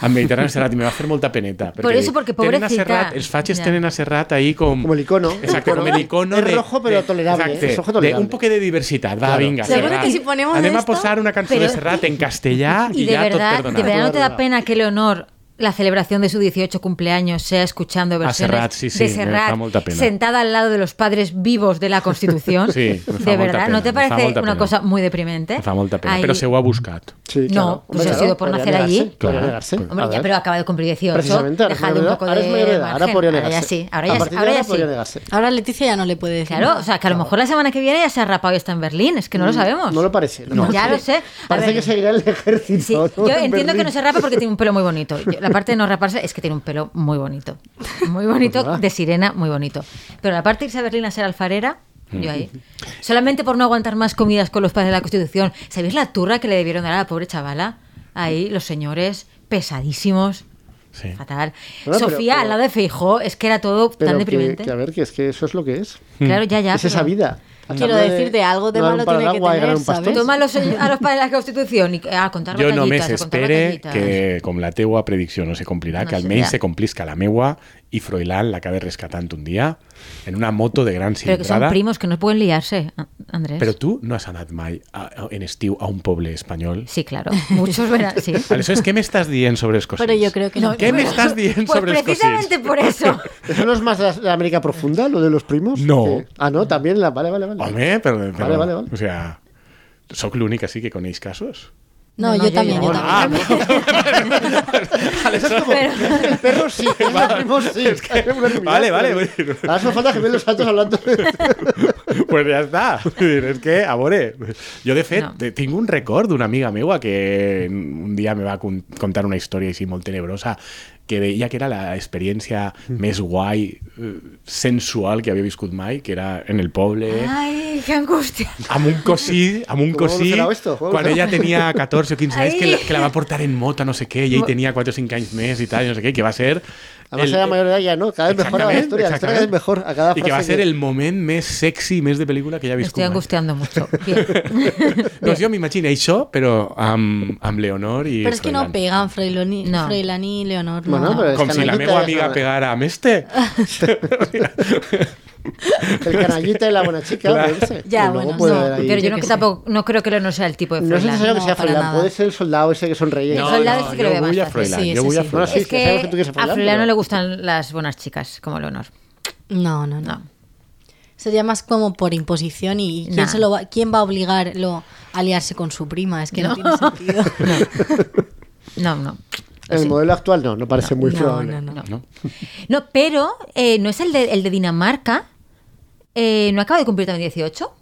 Speaker 3: amb Mediterrani Serrat, i me va fer molta peneta.
Speaker 2: Por eso,
Speaker 3: dic,
Speaker 2: porque
Speaker 3: tenen a
Speaker 2: pobrecita.
Speaker 3: Serrat, els fatxes
Speaker 2: Ja.
Speaker 3: tenen a Serrat ahí com...
Speaker 4: Como el icono.
Speaker 3: Exacte, com el icono
Speaker 4: Es
Speaker 3: de-
Speaker 4: rojo, pero
Speaker 3: de-
Speaker 4: tolerable,
Speaker 3: exacte,
Speaker 4: es rojo tolerable.
Speaker 3: De, un poc de diversitat, va,
Speaker 4: Claro.
Speaker 3: vinga,
Speaker 5: Seguro
Speaker 3: Serrat.
Speaker 5: que si ponemos
Speaker 3: Anem a
Speaker 5: esto-
Speaker 3: posar una cançó
Speaker 2: Pero-
Speaker 3: de Serrat en castellà i,
Speaker 2: Y de
Speaker 3: ja tot
Speaker 2: verdad,
Speaker 3: perdonat.
Speaker 2: de verdad no te da pena que Leonor la celebración de su 18 cumpleaños sea escuchando versiones
Speaker 3: Serrat, sí, sí,
Speaker 2: de
Speaker 3: me fa
Speaker 2: Serrat
Speaker 3: molta pena.
Speaker 2: sentada al lado de los padres vivos de la Constitución.
Speaker 3: Sí, me
Speaker 2: de
Speaker 3: fa molta
Speaker 2: verdad,
Speaker 3: pena,
Speaker 2: ¿no te
Speaker 3: me fa
Speaker 2: parece
Speaker 3: molta
Speaker 2: una
Speaker 3: pena.
Speaker 2: cosa muy deprimente?
Speaker 3: Em fa molta pena,
Speaker 2: Ahí-
Speaker 3: però s'ho ha buscat.
Speaker 4: Sí,
Speaker 2: No, pues ha sido por
Speaker 4: podría
Speaker 2: nacer
Speaker 4: negarse,
Speaker 2: allí.
Speaker 4: podría
Speaker 3: Claro.
Speaker 4: negarse.
Speaker 2: Hombre,
Speaker 4: A
Speaker 2: ya,
Speaker 4: ver.
Speaker 2: pero acaba de cumplir 18.
Speaker 4: Precisamente, ahora es
Speaker 2: Dejadle
Speaker 4: mayor
Speaker 2: un
Speaker 4: de edad,
Speaker 2: poco
Speaker 4: ahora es
Speaker 2: de
Speaker 4: mayor de edad, ahora
Speaker 2: margen.
Speaker 4: podría
Speaker 2: Ahora ya
Speaker 4: negarse.
Speaker 2: sí, ahora
Speaker 4: A
Speaker 2: ya,
Speaker 4: partir de
Speaker 2: ahora
Speaker 4: ahora
Speaker 2: ya
Speaker 4: podría
Speaker 2: sí.
Speaker 4: negarse.
Speaker 5: Ahora Leticia ya no le puede decir.
Speaker 2: Claro,
Speaker 5: nada.
Speaker 2: o sea, que a lo mejor la semana que viene ya se ha rapado y está en Berlín, es que no lo sabemos.
Speaker 4: Mm. No lo parece. no
Speaker 2: Ya
Speaker 4: parece.
Speaker 2: lo sé. A
Speaker 4: Parece
Speaker 2: ver.
Speaker 4: que seguirá el ejército.
Speaker 2: Sí,
Speaker 4: ¿no?
Speaker 2: yo
Speaker 4: En
Speaker 2: entiendo que
Speaker 4: Berlín.
Speaker 2: no se rapa porque tiene un pelo muy bonito. Yo- la parte de no raparse es que tiene un pelo muy bonito. Muy bonito,
Speaker 4: Pues va.
Speaker 2: de sirena, muy bonito. Pero la parte de irse a Berlín a ser alfarera,
Speaker 4: Mm.
Speaker 2: yo ahí. Solamente por no aguantar más comidas con los padres de la Constitución. ¿Sabéis la turra que le debieron dar a la pobre chavala? Ahí, los señores, pesadísimos.
Speaker 3: Sí.
Speaker 2: Fatal.
Speaker 4: Bueno, pero-
Speaker 2: Sofía,
Speaker 4: pero-
Speaker 2: al lado de Feijó, es que era todo
Speaker 4: Pero
Speaker 2: tan
Speaker 4: que-
Speaker 2: deprimente.
Speaker 4: que a ver, que es que eso es lo que es.
Speaker 2: claro, ya, ya.
Speaker 4: es esa
Speaker 2: pero-
Speaker 4: vida.
Speaker 5: Quiero
Speaker 4: Acabar
Speaker 5: decirte, algo de
Speaker 4: no dar un
Speaker 5: malo
Speaker 4: palo
Speaker 5: tiene
Speaker 4: al
Speaker 5: que
Speaker 4: agua y
Speaker 5: tener,
Speaker 4: ganar un pastel.
Speaker 5: ¿sabes?
Speaker 2: Toma a los, a los padres de la Constitución y a contar
Speaker 3: Jo
Speaker 2: batallitas,
Speaker 3: només
Speaker 2: a contar
Speaker 3: espere
Speaker 2: batallitas.
Speaker 3: que, com la teua predicció no se complirà,
Speaker 2: No sé,
Speaker 3: que almenys
Speaker 2: ja.
Speaker 3: se complisca la meua i Froilán l'acabe rescatant un dia en una moto de gran
Speaker 2: Pero que son
Speaker 3: cilindrada.
Speaker 2: primos que no pueden liarse, a- Andrés.
Speaker 3: Però tu no has anat mai a, a, en estiu a un poble espanyol?
Speaker 2: Sí, claro. Muchos verán. Sí.
Speaker 3: Aleshores, què m'estàs dient sobre els cosins?
Speaker 5: Pero yo creo que no.
Speaker 3: ¿Qué me estás diciendo
Speaker 2: pues
Speaker 3: sobre els
Speaker 2: precisamente
Speaker 3: cosins?
Speaker 2: por eso.
Speaker 4: ¿Eso no es más de la América profunda, lo de los primos?
Speaker 3: No.
Speaker 4: Que- Ah, no, también la. Vale, vale, vale.
Speaker 3: Home, però... però
Speaker 4: Vale, vale, vale.
Speaker 3: O sea, soc l'únic així que coneix casos?
Speaker 5: No,
Speaker 2: No,
Speaker 5: yo
Speaker 2: yo
Speaker 5: también,
Speaker 2: ya.
Speaker 5: yo
Speaker 3: Ah,
Speaker 5: también.
Speaker 4: Eso es como, El perro sí, los primos sí. Hay una unanimidad,
Speaker 3: vale, vale,
Speaker 4: pero-
Speaker 3: bueno.
Speaker 4: Ahora solo falta que vean los santos hablando.
Speaker 3: pues ja està. És que, a veure, jo de fet
Speaker 2: No.
Speaker 3: no. tinc un record d'una amiga meua que un dia me va con- contar una història així molt tenebrosa que deia que era l'experiència
Speaker 4: Mm.
Speaker 3: més guai, eh, sensual que havia viscut mai, que era en el poble,
Speaker 4: Eh.
Speaker 2: Ay, qué angustia.
Speaker 3: amb un cosí, amb un
Speaker 4: Com
Speaker 3: cosí,
Speaker 4: evolucionarà esto? Com
Speaker 3: quan ella tenia
Speaker 4: evolucionarà?
Speaker 3: 14 o 15 anys, que la,
Speaker 2: Ai.
Speaker 3: que la va portar en mota, no sé què, i ell tenia 4 o 5 anys més i tal, i no sé què, que va ser...
Speaker 4: Además,
Speaker 3: el-
Speaker 4: era mayor de edad ya, ¿no? Cada vez mejora la
Speaker 3: Exactament,
Speaker 4: historia. La historia cada vez
Speaker 3: exactament.
Speaker 4: mejor a cada
Speaker 3: I que va
Speaker 4: frase
Speaker 3: ser
Speaker 4: que-
Speaker 3: el moment més sexy i més de pel·lícula que ja he
Speaker 2: Estoy
Speaker 3: viscut. mai.
Speaker 2: angustiando mucho. Bien.
Speaker 3: Doncs jo m'imagino això, però amb, amb Leonor i
Speaker 5: Pero es que no
Speaker 3: Froilán.
Speaker 5: pegan Froilán y,
Speaker 2: No.
Speaker 5: Froilán y Leonor. No.
Speaker 4: Bueno, pero es
Speaker 3: Com si la
Speaker 4: canallita
Speaker 3: meva
Speaker 4: ja
Speaker 3: amiga
Speaker 4: sabe.
Speaker 3: pegara amb este.
Speaker 4: El canallita y la buena chica.
Speaker 3: Claro.
Speaker 4: pues, ese.
Speaker 5: Ya,
Speaker 4: Y luego
Speaker 5: bueno,
Speaker 4: puede
Speaker 5: no,
Speaker 4: haber ahí-
Speaker 2: Pero yo no,
Speaker 5: Yo qué sé.
Speaker 2: tampoco, no creo que no sea el tipo de
Speaker 4: No es
Speaker 2: Froilán.
Speaker 4: necesario que
Speaker 5: No,
Speaker 4: sea
Speaker 5: para
Speaker 4: Froilán,
Speaker 5: nada.
Speaker 4: puede ser el soldado ese que sonreía.
Speaker 2: No, soldado sí que lo
Speaker 3: jo
Speaker 2: veo
Speaker 3: vull a
Speaker 2: más fácil.
Speaker 3: Froilán,
Speaker 5: Sí,
Speaker 3: jo
Speaker 5: ese
Speaker 3: vull a
Speaker 5: sí.
Speaker 4: No,
Speaker 3: Froilán.
Speaker 4: sí,
Speaker 2: Es
Speaker 4: que sabemos
Speaker 2: que
Speaker 4: que tú quieres
Speaker 2: a
Speaker 4: Froilán,
Speaker 2: Froilán
Speaker 4: pero-
Speaker 2: no le gustan las buenas chicas, como Leonor.
Speaker 5: No, no, no.
Speaker 2: No.
Speaker 5: Sería más como por imposición y y quién,
Speaker 2: Nah.
Speaker 5: se lo va, quién va a obligarlo a aliarse con su prima. Es que no, tiene sentido.
Speaker 2: No, no.
Speaker 4: El modelo actual no, no parece muy
Speaker 5: No,
Speaker 4: probable.
Speaker 5: no, no.
Speaker 3: No?
Speaker 2: No, pero eh, no es el de, el de Dinamarca. Eh, ¿No acaba de cumplir también 18?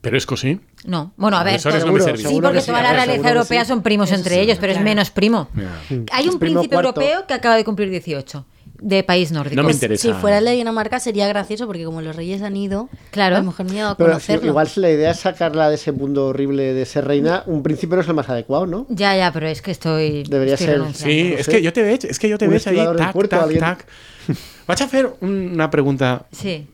Speaker 3: Però és cosí.
Speaker 2: No. Bueno, a ver.
Speaker 3: Aleshores
Speaker 4: no me
Speaker 2: sí,
Speaker 4: servís.
Speaker 2: Sí,
Speaker 4: Seguro
Speaker 2: porque
Speaker 4: que sí,
Speaker 2: toda la
Speaker 4: a ver,
Speaker 2: realeza
Speaker 4: seguro que
Speaker 2: europea
Speaker 4: sí.
Speaker 2: son primos entre ellos, pero es
Speaker 5: claro.
Speaker 2: menos primo.
Speaker 3: Ja.
Speaker 2: Hay un
Speaker 4: Mm. Es primo
Speaker 2: príncipe
Speaker 4: cuarto.
Speaker 2: europeo que acaba de cumplir 18, de país nórdico.
Speaker 3: No me
Speaker 5: Pues,
Speaker 3: interesa.
Speaker 5: Si fuera el de Dinamarca sería gracioso porque como los reyes han ido,
Speaker 2: Claro.
Speaker 5: a lo mejor me he dado a
Speaker 4: Pero
Speaker 5: conocerlo.
Speaker 4: igual la idea es sacarla de ese mundo horrible de ser reina. Un príncipe no es el más adecuado, ¿no?
Speaker 2: Ya, ya, pero es que estoy.
Speaker 4: Debería
Speaker 2: estoy
Speaker 4: ser.
Speaker 2: renunciando.
Speaker 3: Sí,
Speaker 4: no
Speaker 3: és
Speaker 4: sé.
Speaker 3: que jo te veig, és que jo te
Speaker 4: Un
Speaker 3: veig ahí,
Speaker 4: estibador del
Speaker 3: tac,
Speaker 4: cuerpo,
Speaker 3: tac,
Speaker 4: alguien.
Speaker 3: tac. Vaig a fer una pregunta
Speaker 2: Sí.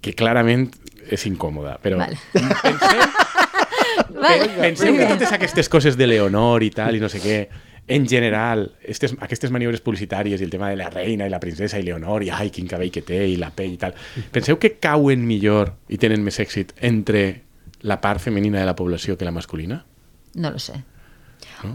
Speaker 3: que clarament és incòmoda, però
Speaker 2: Vale.
Speaker 3: penseu,
Speaker 2: Vale.
Speaker 3: penseu que totes aquestes coses de Leonor i tal, i no sé què, en general, estes, aquestes maniobres publicitàries i el tema de la reina i la princesa i Leonor i ai, quin cabell que té i la pell i tal, penseu que cauen millor i tenen més èxit entre la part femenina de la població que la masculina?
Speaker 2: No lo sé.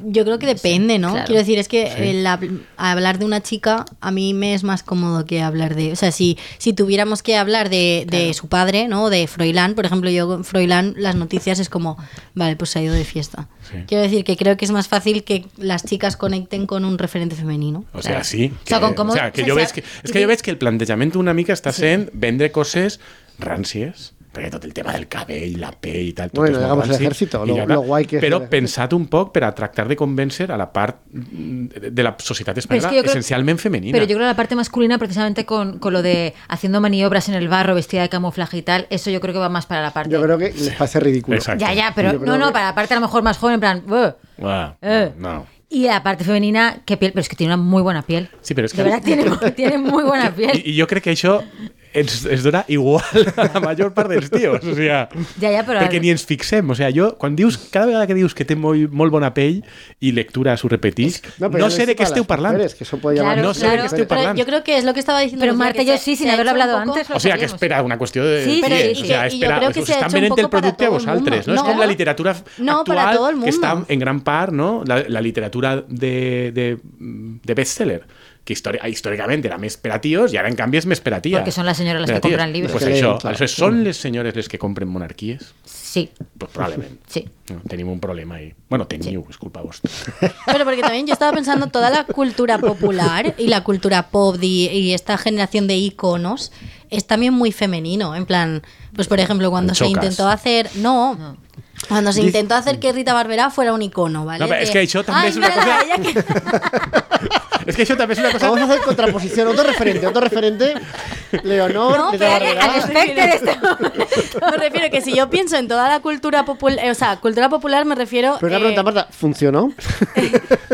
Speaker 5: Yo creo que depende, ¿no?
Speaker 2: claro.
Speaker 5: Quiero decir, es que el hab- hablar de una chica a mí me es más cómodo que hablar de... O sea, si, si tuviéramos que hablar de, de su padre, ¿no? De Froilán, por ejemplo, yo con Froilán las noticias es como, vale, pues se ha ido de fiesta.
Speaker 3: Sí.
Speaker 5: Quiero decir que creo que es más fácil que las chicas conecten con un referente femenino.
Speaker 3: O
Speaker 2: Clar.
Speaker 3: sea, sí.
Speaker 2: O sea, con cómo-
Speaker 3: o sea, que
Speaker 2: o
Speaker 3: jo
Speaker 2: sea,
Speaker 3: veig que, és que jo veig que el plantejament una mica està sent vendre coses ràncies, perquè tot el tema del cabell, la pell i tal, tot
Speaker 4: Bueno,
Speaker 3: és molt
Speaker 4: digamos el
Speaker 3: ranci,
Speaker 4: ejército,
Speaker 3: i
Speaker 4: lo-
Speaker 3: bla,
Speaker 4: lo
Speaker 3: bla.
Speaker 4: guai que es
Speaker 3: Però
Speaker 4: el ejército.
Speaker 3: pensat un poc per a tractar de convèncer a la part mm, de la societat
Speaker 2: Pero es
Speaker 3: espanyola
Speaker 2: que yo creo-
Speaker 3: essencialment femenina.
Speaker 2: Pero yo creo que la parte masculina, precisamente con, con lo de haciendo maniobras en el barro, vestida de camuflaje y tal, eso yo creo que va más para la parte.
Speaker 4: Yo creo que les parece ridículo.
Speaker 3: Exacto.
Speaker 2: Ya, ya, pero
Speaker 4: Yo creo
Speaker 2: no, no,
Speaker 4: que-
Speaker 2: para la parte a lo mejor más joven, en plan. "Buh".
Speaker 3: Ah,
Speaker 2: Eh.
Speaker 3: no.
Speaker 2: Y la parte femenina, qué piel, pero es que tiene una muy buena piel.
Speaker 3: Sí, pero és
Speaker 2: De
Speaker 3: que...
Speaker 2: verdad, tiene, tiene muy buena piel.
Speaker 3: I, I jo crec que això ens, ens dona igual a la major part dels tios, o sea,
Speaker 2: Ja, ja, però-
Speaker 3: perquè ni ens fixem, o sea, jo, quan dius, cada vegada que dius que té molt, molt bona pell i lectura s'ho repetís, no,
Speaker 4: pero
Speaker 3: sé de
Speaker 4: para
Speaker 3: què esteu
Speaker 4: las
Speaker 3: parlant.
Speaker 4: mujeres, que eso puede
Speaker 2: Claro,
Speaker 4: llamar-
Speaker 3: no sé de
Speaker 2: claro.
Speaker 3: què esteu
Speaker 2: Pero
Speaker 5: Pero
Speaker 3: parlant.
Speaker 5: yo creo que es lo que estaba diciendo.
Speaker 2: Pero
Speaker 5: Lucía,
Speaker 2: Marta,
Speaker 5: que
Speaker 2: yo
Speaker 5: se-
Speaker 2: sí,
Speaker 5: se
Speaker 2: sin
Speaker 5: ha
Speaker 2: haberlo
Speaker 5: hecho un
Speaker 2: hablado
Speaker 5: poco-
Speaker 2: antes, lo
Speaker 3: O sea, que
Speaker 2: sabíamos.
Speaker 3: espera, una qüestió de...
Speaker 2: Sí,
Speaker 5: Pero
Speaker 2: sí,
Speaker 5: y
Speaker 2: sí.
Speaker 3: o
Speaker 5: que-
Speaker 3: sea,
Speaker 5: y yo
Speaker 3: espera,
Speaker 5: creo que
Speaker 3: us
Speaker 5: se ha
Speaker 3: estan
Speaker 5: hecho un
Speaker 3: venent
Speaker 5: poco
Speaker 3: el
Speaker 5: para
Speaker 3: producte a
Speaker 5: todo el
Speaker 3: vosaltres, no?
Speaker 5: mundo.
Speaker 3: És com
Speaker 5: No.
Speaker 3: la literatura
Speaker 5: No, para
Speaker 3: actual,
Speaker 5: todo el
Speaker 3: que està
Speaker 5: mundo.
Speaker 3: en gran part, no? La, la literatura de, de, de bestseller, que històri històricament era més per a tios i ara, en canvi, és més per a ties.
Speaker 2: Perquè són les senyores les
Speaker 3: Per a
Speaker 2: que
Speaker 3: ties.
Speaker 2: compren llibres.
Speaker 3: Pues
Speaker 4: Que
Speaker 3: això,
Speaker 4: leen, clar.
Speaker 3: aleshores, són les senyores les que compren monarquies?
Speaker 2: Sí,
Speaker 3: Pues probablement.
Speaker 2: sí.
Speaker 3: No, tenim un problema ahí. Bueno, teniu, és culpa vostra.
Speaker 5: Pero porque también yo estaba pensando toda la cultura popular y la cultura pop y, y esta generación de iconos es también muy femenino. En plan, pues por ejemplo, cuando
Speaker 3: Me
Speaker 5: se
Speaker 3: chocas.
Speaker 5: intentó hacer. No. Cuando se
Speaker 4: Dice-
Speaker 5: intentó hacer que Rita Barberá fuera un icono, ¿vale? Ah,
Speaker 3: No, pero es que eso también
Speaker 5: "Ay,
Speaker 3: es una
Speaker 5: mírala,
Speaker 3: cosa-
Speaker 5: ella que-
Speaker 3: És que això també és una cosa...
Speaker 4: Vamos a hacer contraposición, otro referente, otro referente. Leonor,
Speaker 5: No,
Speaker 4: Leonor
Speaker 5: pero-
Speaker 4: Barberá.
Speaker 2: Al respecto de esta-
Speaker 5: Me refiero que si yo pienso en toda la cultura popular, o sea, cultura popular me refiero.
Speaker 4: Pero una
Speaker 5: eh,
Speaker 4: pregunta, Marta, ¿funcionó?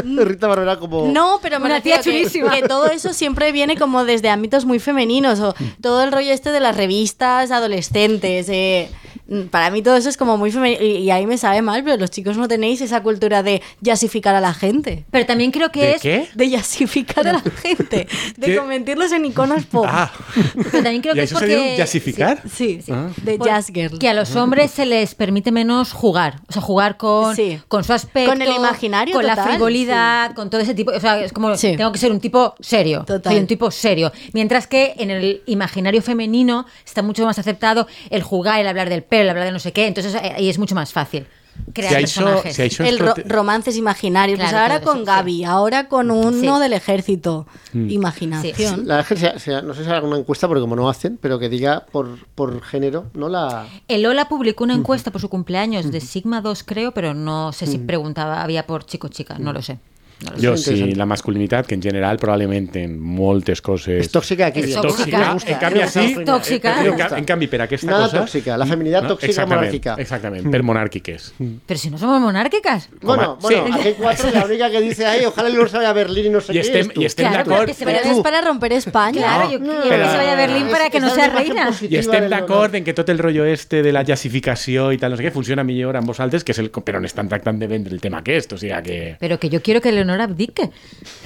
Speaker 4: Rita Barberá como...
Speaker 5: No, pero me
Speaker 2: Una
Speaker 5: refiero
Speaker 2: tía
Speaker 5: que-
Speaker 2: chulísima.
Speaker 5: Que, todo eso siempre viene como desde ámbitos muy femeninos o
Speaker 3: Mm.
Speaker 5: todo el rollo este de las revistas adolescentes. eh, mm, Para mí todo eso es como muy femenino y, y ahí me sabe mal, pero los chicos no tenéis esa cultura de yasificar a la gente.
Speaker 2: Pero también creo que
Speaker 3: ¿De
Speaker 2: es...
Speaker 3: qué?
Speaker 5: De yasificar a la gente, de
Speaker 3: ¿Eh? ¿Qué?
Speaker 5: convertirlos en iconos pop.
Speaker 3: Ah,
Speaker 2: Pero también creo
Speaker 3: ¿Y
Speaker 2: que es
Speaker 3: eso se dio
Speaker 2: porque-
Speaker 3: jazzificar?
Speaker 5: Sí, sí, de
Speaker 2: Por-
Speaker 5: jazz girl.
Speaker 2: Pues Que a los hombres se les permite menos jugar. O sea, jugar con,
Speaker 5: Sí.
Speaker 2: con su aspecto.
Speaker 5: Con el imaginario
Speaker 2: Con la
Speaker 5: total,
Speaker 2: frivolidad, con todo ese tipo. O sea, es como
Speaker 5: Sí.
Speaker 2: tengo que ser un tipo serio.
Speaker 5: Total.
Speaker 2: Soy un tipo serio. Mientras que en el imaginario femenino está mucho más aceptado el jugar, el hablar del pelo, el hablar de no sé qué. Entonces eh, ahí es mucho más fácil crear
Speaker 3: si això,
Speaker 2: personajes.
Speaker 3: si això és
Speaker 5: El ro-
Speaker 3: prote-
Speaker 5: romances imaginarios. pues
Speaker 2: Claro,
Speaker 5: ahora
Speaker 2: claro,
Speaker 5: con
Speaker 2: eso, sí.
Speaker 5: Gaby, ahora con uno
Speaker 2: Sí.
Speaker 5: del ejército.
Speaker 3: Mm.
Speaker 5: Imaginación.
Speaker 4: La verdad es que sea- sea- no sé si hay alguna encuesta, porque como no hacen, pero que diga por, por género, ¿no? La...
Speaker 2: El Ola publicó una encuesta por su cumpleaños de Sigma 2, creo, pero no sé si preguntaba, había por chico o chica, no lo sé. No lo sé.
Speaker 3: Jo
Speaker 4: És
Speaker 3: sí,
Speaker 4: interessant.
Speaker 3: la masculinitat, que en general probablement en moltes coses...
Speaker 4: Es tóxica aquí.
Speaker 2: Es
Speaker 4: bien.
Speaker 2: tóxica.
Speaker 4: No me gusta,
Speaker 3: En canvi,
Speaker 4: no me gusta
Speaker 3: així...
Speaker 4: el final.
Speaker 2: Tóxica.
Speaker 4: No me
Speaker 3: En, ca-
Speaker 4: gusta.
Speaker 3: en canvi, per aquesta
Speaker 4: Nada
Speaker 3: cosa...
Speaker 4: tóxica, la feminidad tóxica
Speaker 3: exactament,
Speaker 4: monárquica. Hmm.
Speaker 3: Exactament, per monàrquiques.
Speaker 2: Pero si no somos monárquicas.
Speaker 4: Bueno,
Speaker 3: Sí.
Speaker 4: bueno, aquí hay cuatro, la única que dice ahí, ojalá el Lord se vaya a Berlín y no sé
Speaker 3: I
Speaker 4: qué.
Speaker 3: estem-
Speaker 4: es tú.
Speaker 3: i estem
Speaker 2: Claro,
Speaker 3: d'acord.
Speaker 2: que se
Speaker 5: Pero
Speaker 2: vaya
Speaker 5: es para romper España.
Speaker 2: Claro,
Speaker 3: Ah.
Speaker 2: yo, yo creo que se vaya a Berlín
Speaker 4: Es-
Speaker 2: para que no
Speaker 4: esa
Speaker 2: sea
Speaker 4: es la imagen
Speaker 2: reina.
Speaker 3: I
Speaker 4: positiva
Speaker 3: estem
Speaker 4: del
Speaker 3: d'acord
Speaker 4: Leonor.
Speaker 3: en que tot el rollo este de la jazzificació i tal, no sé què, funciona millor amb vosaltres, que és el... però on estan tractant de vendre el tema aquest, o sigui que...
Speaker 2: Pero que yo quiero que Leonor abdique.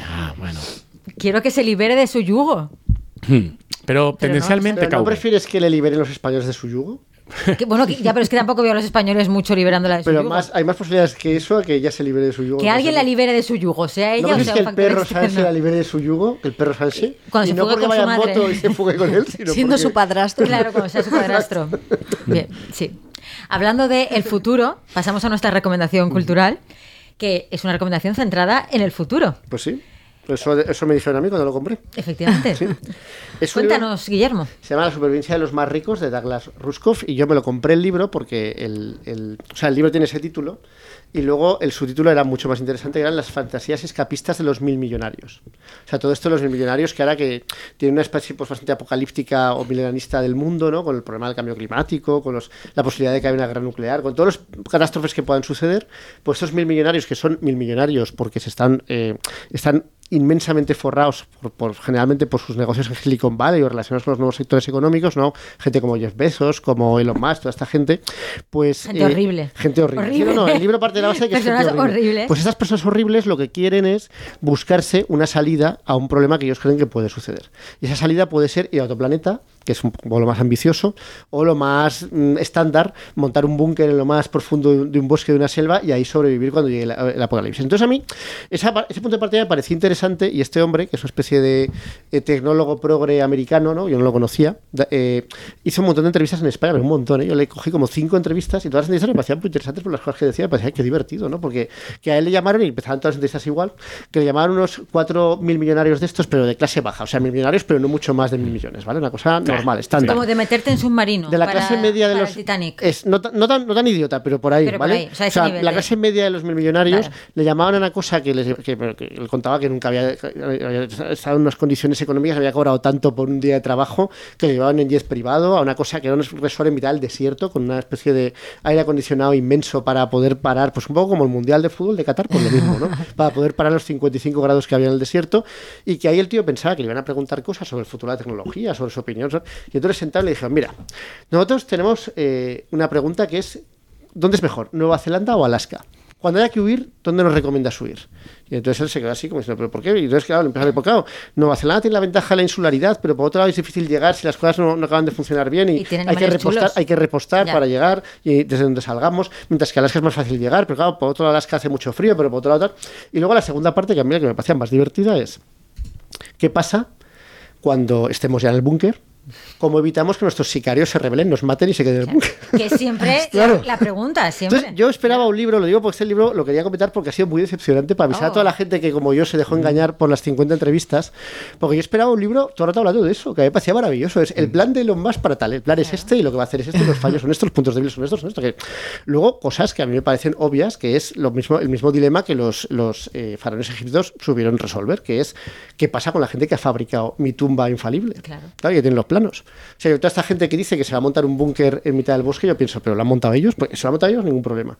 Speaker 3: Ah, bueno...
Speaker 2: Quiero que se libere de su yugo.
Speaker 3: Hmm. Però, tendencialment
Speaker 4: Pero
Speaker 3: te cau
Speaker 4: ¿No
Speaker 3: bé.
Speaker 4: prefieres que le liberen los españoles de su yugo?
Speaker 2: Que, bueno, que- ya, pero es que tampoco veo a los españoles mucho liberándola de su
Speaker 4: Pero
Speaker 2: yugo.
Speaker 4: más, hay más posibilidades que eso a que ella se libere de su yugo.
Speaker 2: que
Speaker 4: No
Speaker 2: alguien
Speaker 4: sé.
Speaker 2: la libere de su yugo, sea
Speaker 4: ¿No
Speaker 2: ella o
Speaker 4: crees
Speaker 2: sea
Speaker 4: que
Speaker 2: un
Speaker 4: el
Speaker 2: factor
Speaker 4: perro Sánchez
Speaker 2: externo.
Speaker 4: la libere de su yugo? Que el perro Sánchez.
Speaker 2: Cuando
Speaker 4: y
Speaker 2: se
Speaker 4: no
Speaker 2: fugue
Speaker 4: porque
Speaker 2: con
Speaker 4: vaya
Speaker 2: su
Speaker 4: en
Speaker 2: madre.
Speaker 4: moto y se fugue con él, sino
Speaker 5: siendo
Speaker 4: porque-
Speaker 5: su padrastro.
Speaker 2: Claro, cuando sea su padrastro. Bien, sí. Hablando de el futuro, pasamos a nuestra recomendación cultural, que es una recomendación centrada en el futuro.
Speaker 4: Pues sí. Eso, eso me dijeron a mí cuando lo compré.
Speaker 2: Efectivamente.
Speaker 4: Es un libro-
Speaker 2: Cuéntanos, Guillermo.
Speaker 4: Se llama La supervivencia de los más ricos de Douglas Ruskoff y yo me lo compré el libro porque el, el- o sea, el libro tiene ese título y luego el subtítulo era mucho más interesante que eran las fantasías escapistas de los mil millonarios. O sea, todo esto de los mil millonarios que ahora que tiene una especie pues, bastante apocalíptica o milenarista del mundo, ¿no? Con el problema del cambio climático, con los- la posibilidad de que haya una guerra nuclear, con todas las catástrofes que puedan suceder, pues estos mil millonarios que son mil millonarios porque se están, eh, están inmensamente forrados por, por- generalmente por sus negocios en Silicon Valley o relacionados con los nuevos sectores económicos, ¿no? Gente como Jeff Bezos, como Elon Musk, toda esta gente, pues...
Speaker 2: Gente horrible.
Speaker 4: Gente horrible.
Speaker 2: Horrible.
Speaker 4: Sí, no, no, el libro parte de la base de que es gente
Speaker 2: Personas
Speaker 4: horrible.
Speaker 2: horribles.
Speaker 4: Pues esas personas horribles lo que quieren es buscarse una salida a un problema que ellos creen que puede suceder. Y esa salida puede ser ir a otro planeta, que es un poco lo más ambicioso, o lo más mm, estándar, montar un búnker en lo más profundo de un- de un bosque, de una selva, y ahí sobrevivir cuando llegue la- el apocalipsis. Entonces a mí esa par- ese punto de partida me parecía interesante y este hombre, que es una especie de eh, tecnólogo progre americano, ¿no? yo no lo conocía, da- eh, hizo un montón de entrevistas en España, pero un montón. ¿eh? Yo le cogí como cinco entrevistas y todas las entrevistas me parecían muy interesantes por las cosas que decía, me parecía que divertido, ¿no? Porque que a él le llamaron, y empezaban todas las entrevistas igual, que le llamaron unos cuatro mil millonarios de estos, pero de clase baja, o sea, mil millonarios, pero no mucho más de mil millones, ¿vale? Una cosa normal, estándar.
Speaker 2: Como de meterte en submarino.
Speaker 4: De la
Speaker 2: para-
Speaker 4: clase media de
Speaker 2: para
Speaker 4: los.
Speaker 2: el Titanic.
Speaker 4: Es, no, tan- no tan, no tan idiota, pero por ahí,
Speaker 2: Pero por
Speaker 4: ¿vale?
Speaker 2: ahí, o sea, ese nivel
Speaker 4: la
Speaker 2: de-
Speaker 4: clase media de los mil millonarios
Speaker 2: Claro.
Speaker 4: le llamaban a una cosa que, les, que, que él contaba que nunca había, había estado en unas condiciones económicas, había cobrado tanto por un día de trabajo que le llevaban en jet privado a una cosa que era un resort en mitad del desierto con una especie de aire acondicionado inmenso para poder parar, pues un poco como el Mundial de Fútbol de Qatar, por lo mismo, ¿no? Para poder parar los 55 grados que había en el desierto y que ahí el tío pensaba que le iban a preguntar cosas sobre el futuro de la tecnología, sobre su opinión. sobre- dijeron, y entonces sentaron y le dijeron, mira, nosotros tenemos eh, una pregunta que es, ¿dónde es mejor, Nueva Zelanda o Alaska? Cuando haya que huir, ¿dónde nos recomiendas huir? Y entonces él se quedó así, como diciendo, ¿pero por qué? Y entonces, claro, le empezaron a decir, claro, Nueva Zelanda tiene la ventaja de la insularidad, pero por otro lado es difícil llegar si las cosas no, no acaban de funcionar bien y,
Speaker 2: Y tienen
Speaker 4: hay, que
Speaker 2: animales
Speaker 4: repostar,
Speaker 2: chulos.
Speaker 4: hay que repostar
Speaker 2: Ya.
Speaker 4: para llegar y desde donde salgamos, mientras que Alaska es más fácil llegar, pero claro, por otro lado Alaska hace mucho frío, pero por otro lado tal. Y luego la segunda parte, que a mí la que me parecía más divertida es, ¿qué pasa cuando estemos ya en el búnker? ¿Cómo evitamos que nuestros sicarios se rebelen, nos maten y se queden en el búnker?
Speaker 2: Que siempre
Speaker 4: Claro.
Speaker 2: la, la pregunta, siempre.
Speaker 4: Entonces, yo esperaba un libro, lo digo porque este libro lo quería comentar porque ha sido muy decepcionante para avisar a
Speaker 2: Oh.
Speaker 4: toda la gente que, como yo,
Speaker 2: Mm.
Speaker 4: se dejó engañar por las 50 entrevistas. Porque yo esperaba un libro todo el rato hablando de eso, que a mí me parecía maravilloso. Es
Speaker 2: Mm.
Speaker 4: el plan de Elon Musk para tal, el plan es este y lo que va a hacer es este, los fallos son estos, los puntos débiles son estos, son estos. Que... Luego, cosas que a mí me parecen obvias, que es lo mismo, el mismo dilema que los, los eh, faraones egipcios supieron resolver, que es qué pasa con la gente que ha fabricado mi tumba infalible.
Speaker 2: Claro.
Speaker 4: Claro, ya tienen los planos. O sea, hay toda esta gente que dice que se va a montar un búnker en mitad del bosque, yo pienso, pero lo han montado ellos, pues si lo han montado ellos, ningún problema.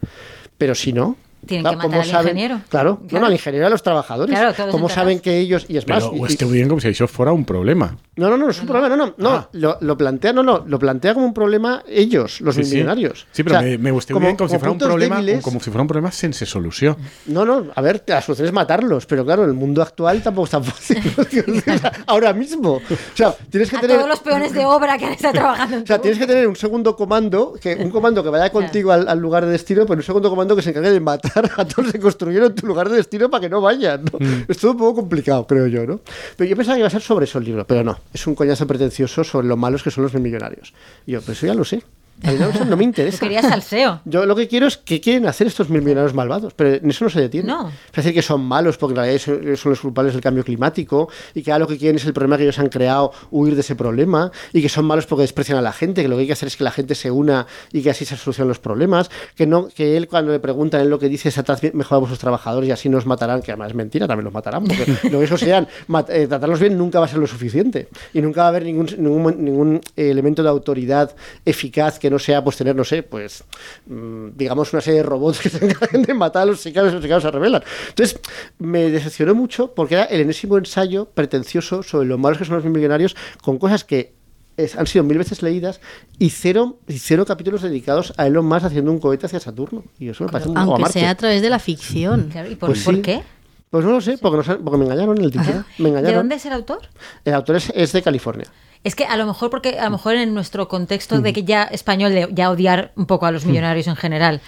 Speaker 4: Pero si no.
Speaker 2: Tienen
Speaker 4: claro,
Speaker 2: que matar
Speaker 4: ¿cómo
Speaker 2: al ingeniero.
Speaker 4: Claro, no,
Speaker 2: Claro.
Speaker 4: no, al ingeniero, a los trabajadores.
Speaker 2: Claro, todos
Speaker 4: ¿Cómo
Speaker 2: enterados.
Speaker 4: saben que ellos.? Y es más.
Speaker 3: Pero
Speaker 4: y-
Speaker 3: este bien como si eso fuera un problema.
Speaker 4: no, no, no, no es un problema, no, no, no.
Speaker 3: Ah.
Speaker 4: Lo, lo plantea, no, no, lo plantea como un problema ellos, los
Speaker 3: Sí, sí.
Speaker 4: millonarios.
Speaker 3: Sí, pero
Speaker 4: O sea,
Speaker 3: me, me gustaría bien como, si fuera un
Speaker 4: puntos
Speaker 3: problema,
Speaker 4: débiles-
Speaker 3: como si fuera un problema sin se solución.
Speaker 4: No, no, a ver, la solución es matarlos, pero claro, en el mundo actual tampoco es tan fácil. O sea, Ahora mismo. O sea, tienes que
Speaker 2: a
Speaker 4: tener.
Speaker 2: todos los peones de obra que han estado trabajando. en
Speaker 4: O sea,
Speaker 2: tu-
Speaker 4: tienes que tener un segundo comando, que un comando que vaya contigo al, al lugar de destino, pero un segundo comando que se encargue de matar a todos los que construyeron tu lugar de destino para que no vayan. ¿no? Es todo un poco complicado, creo yo, ¿no? Pero yo pensaba que iba a ser sobre eso el libro, pero no. Es un coñazo pretencioso sobre lo malos que son los millonarios. Y yo, pero eso ya lo sé. A mí no, eso no me
Speaker 2: Tú
Speaker 4: interesa.
Speaker 2: querías E salseo.
Speaker 4: Yo lo que quiero es que quieren hacer estos mil millonarios malvados, pero en eso no se detiene.
Speaker 2: No.
Speaker 4: Es decir, que son malos porque en realidad son son los culpables del cambio climático y que ahora lo que quieren es el problema que ellos han creado, huir de ese problema y que son malos porque desprecian a la gente, que lo que hay que hacer es que la gente se una y que así se solucionan los problemas, que no que él cuando le preguntan él lo que dice es tratad bien- mejor a vuestros trabajadores y así nos matarán, que además es mentira, también los matarán, porque lo que eso sean, mat- eh, tratarlos bien nunca va a ser lo suficiente y nunca va a haber ningún, ningún, ningún eh, elemento de autoridad eficaz que no sea pues tener, no sé, pues mm, digamos una serie de robots que se encarguen de matar a los sicarios y los sicarios se rebelan. Entonces me decepcionó mucho porque era el enésimo ensayo pretencioso sobre lo malos que son los millonarios con cosas que es- han sido mil veces leídas y cero, y cero capítulos dedicados a Elon Musk haciendo un cohete hacia Saturno. Y eso me parece un poco
Speaker 5: Aunque sea a
Speaker 4: amarte.
Speaker 5: través de la ficción.
Speaker 2: Claro, ¿Y por,
Speaker 4: Pues
Speaker 2: por
Speaker 4: sí.
Speaker 2: qué?
Speaker 4: Pues no lo sé, porque, nos han- porque me engañaron en el título. Me
Speaker 2: Ah. ¿De
Speaker 4: engañaron.
Speaker 2: dónde es el autor?
Speaker 4: El autor es, es de California.
Speaker 2: Es que a lo mejor, porque a lo mejor en nuestro contexto de que ya español, de ya odiar un poco a los millonarios en general,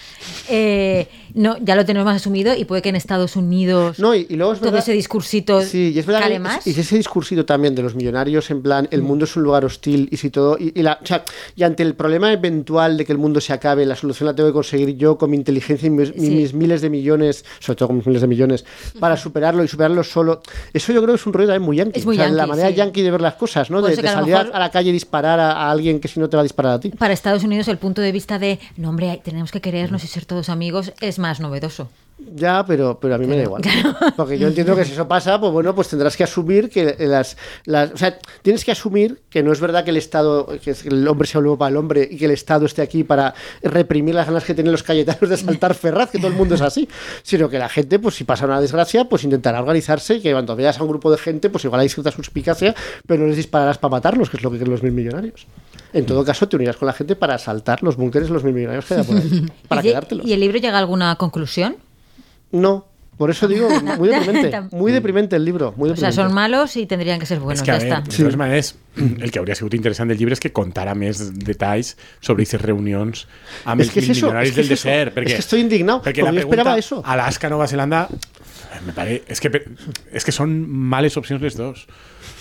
Speaker 2: eh, no, ya lo tenemos más asumido y puede que en Estados Unidos
Speaker 4: No, y, y luego es
Speaker 2: todo
Speaker 4: verdad-
Speaker 2: ese discursito
Speaker 4: Sí, y es verdad. que-
Speaker 2: cale más.
Speaker 4: Y ese discursito también de los millonarios, en plan,
Speaker 2: Mm.
Speaker 4: el mundo es un lugar hostil y si todo. Y, y la, o sea, y ante el problema eventual de que el mundo se acabe, la solución la tengo que conseguir yo con mi inteligencia y mis, y
Speaker 2: Sí.
Speaker 4: mis miles de millones, sobre todo con mis miles de millones, para superarlo y superarlo solo. Eso yo creo que es un rollo también muy yankee.
Speaker 2: Es muy
Speaker 4: O sea, la
Speaker 2: yankee,
Speaker 4: manera
Speaker 2: sí.
Speaker 4: yankee de ver las cosas, ¿no?
Speaker 2: Por
Speaker 4: De,
Speaker 2: eso
Speaker 4: de
Speaker 2: que a lo
Speaker 4: salir a-
Speaker 2: mejor-
Speaker 4: a la calle y disparar a, a alguien que si no te va a disparar a ti.
Speaker 2: Para Estados Unidos el punto de vista de, no hombre, hay- tenemos que querernos y ser todos amigos es más novedoso.
Speaker 4: Ya, pero, pero a mí me da igual. Porque yo entiendo que si eso pasa, pues bueno, pues tendrás que asumir que las, las... O sea, tienes que asumir que no es verdad que el Estado, que el hombre sea un lobo para el hombre y que el Estado esté aquí para reprimir las ganas que tienen los cayetanos de saltar Ferraz, que todo el mundo es así. Sino que la gente, pues si pasa una desgracia, pues intentará organizarse y que cuando veas a un grupo de gente, pues igual hay cierta suspicacia, pero no les dispararás para matarlos, que es lo que creen los mil millonarios. En todo caso, te unirás con la gente para asaltar los búnkeres de los mil millonarios que haya por ahí, para
Speaker 2: ¿Y,
Speaker 4: quedártelos.
Speaker 2: ¿Y el libro llega a alguna conclusión?
Speaker 4: No, por eso digo, muy deprimente. Muy deprimente el libro. Muy
Speaker 2: O sea,
Speaker 4: deprimente.
Speaker 2: son malos y tendrían que ser buenos,
Speaker 3: es que, a
Speaker 2: ya
Speaker 3: ver,
Speaker 2: está.
Speaker 3: de totes maneres, el que hauria sigut interessant del llibre és que contara més detalls sobre aquestes reunions amb
Speaker 4: Es
Speaker 3: els
Speaker 4: que es
Speaker 3: mil
Speaker 4: eso,
Speaker 3: milionaris
Speaker 4: es que
Speaker 3: del
Speaker 4: es eso.
Speaker 3: desert. Perquè,
Speaker 4: Es que estoy indignado,
Speaker 3: Perquè
Speaker 4: porque
Speaker 3: la
Speaker 4: yo
Speaker 3: pregunta,
Speaker 4: esperaba eso.
Speaker 3: Alaska, Nova Zelanda... Me pare, és, que, per- és que són males opcions les dos.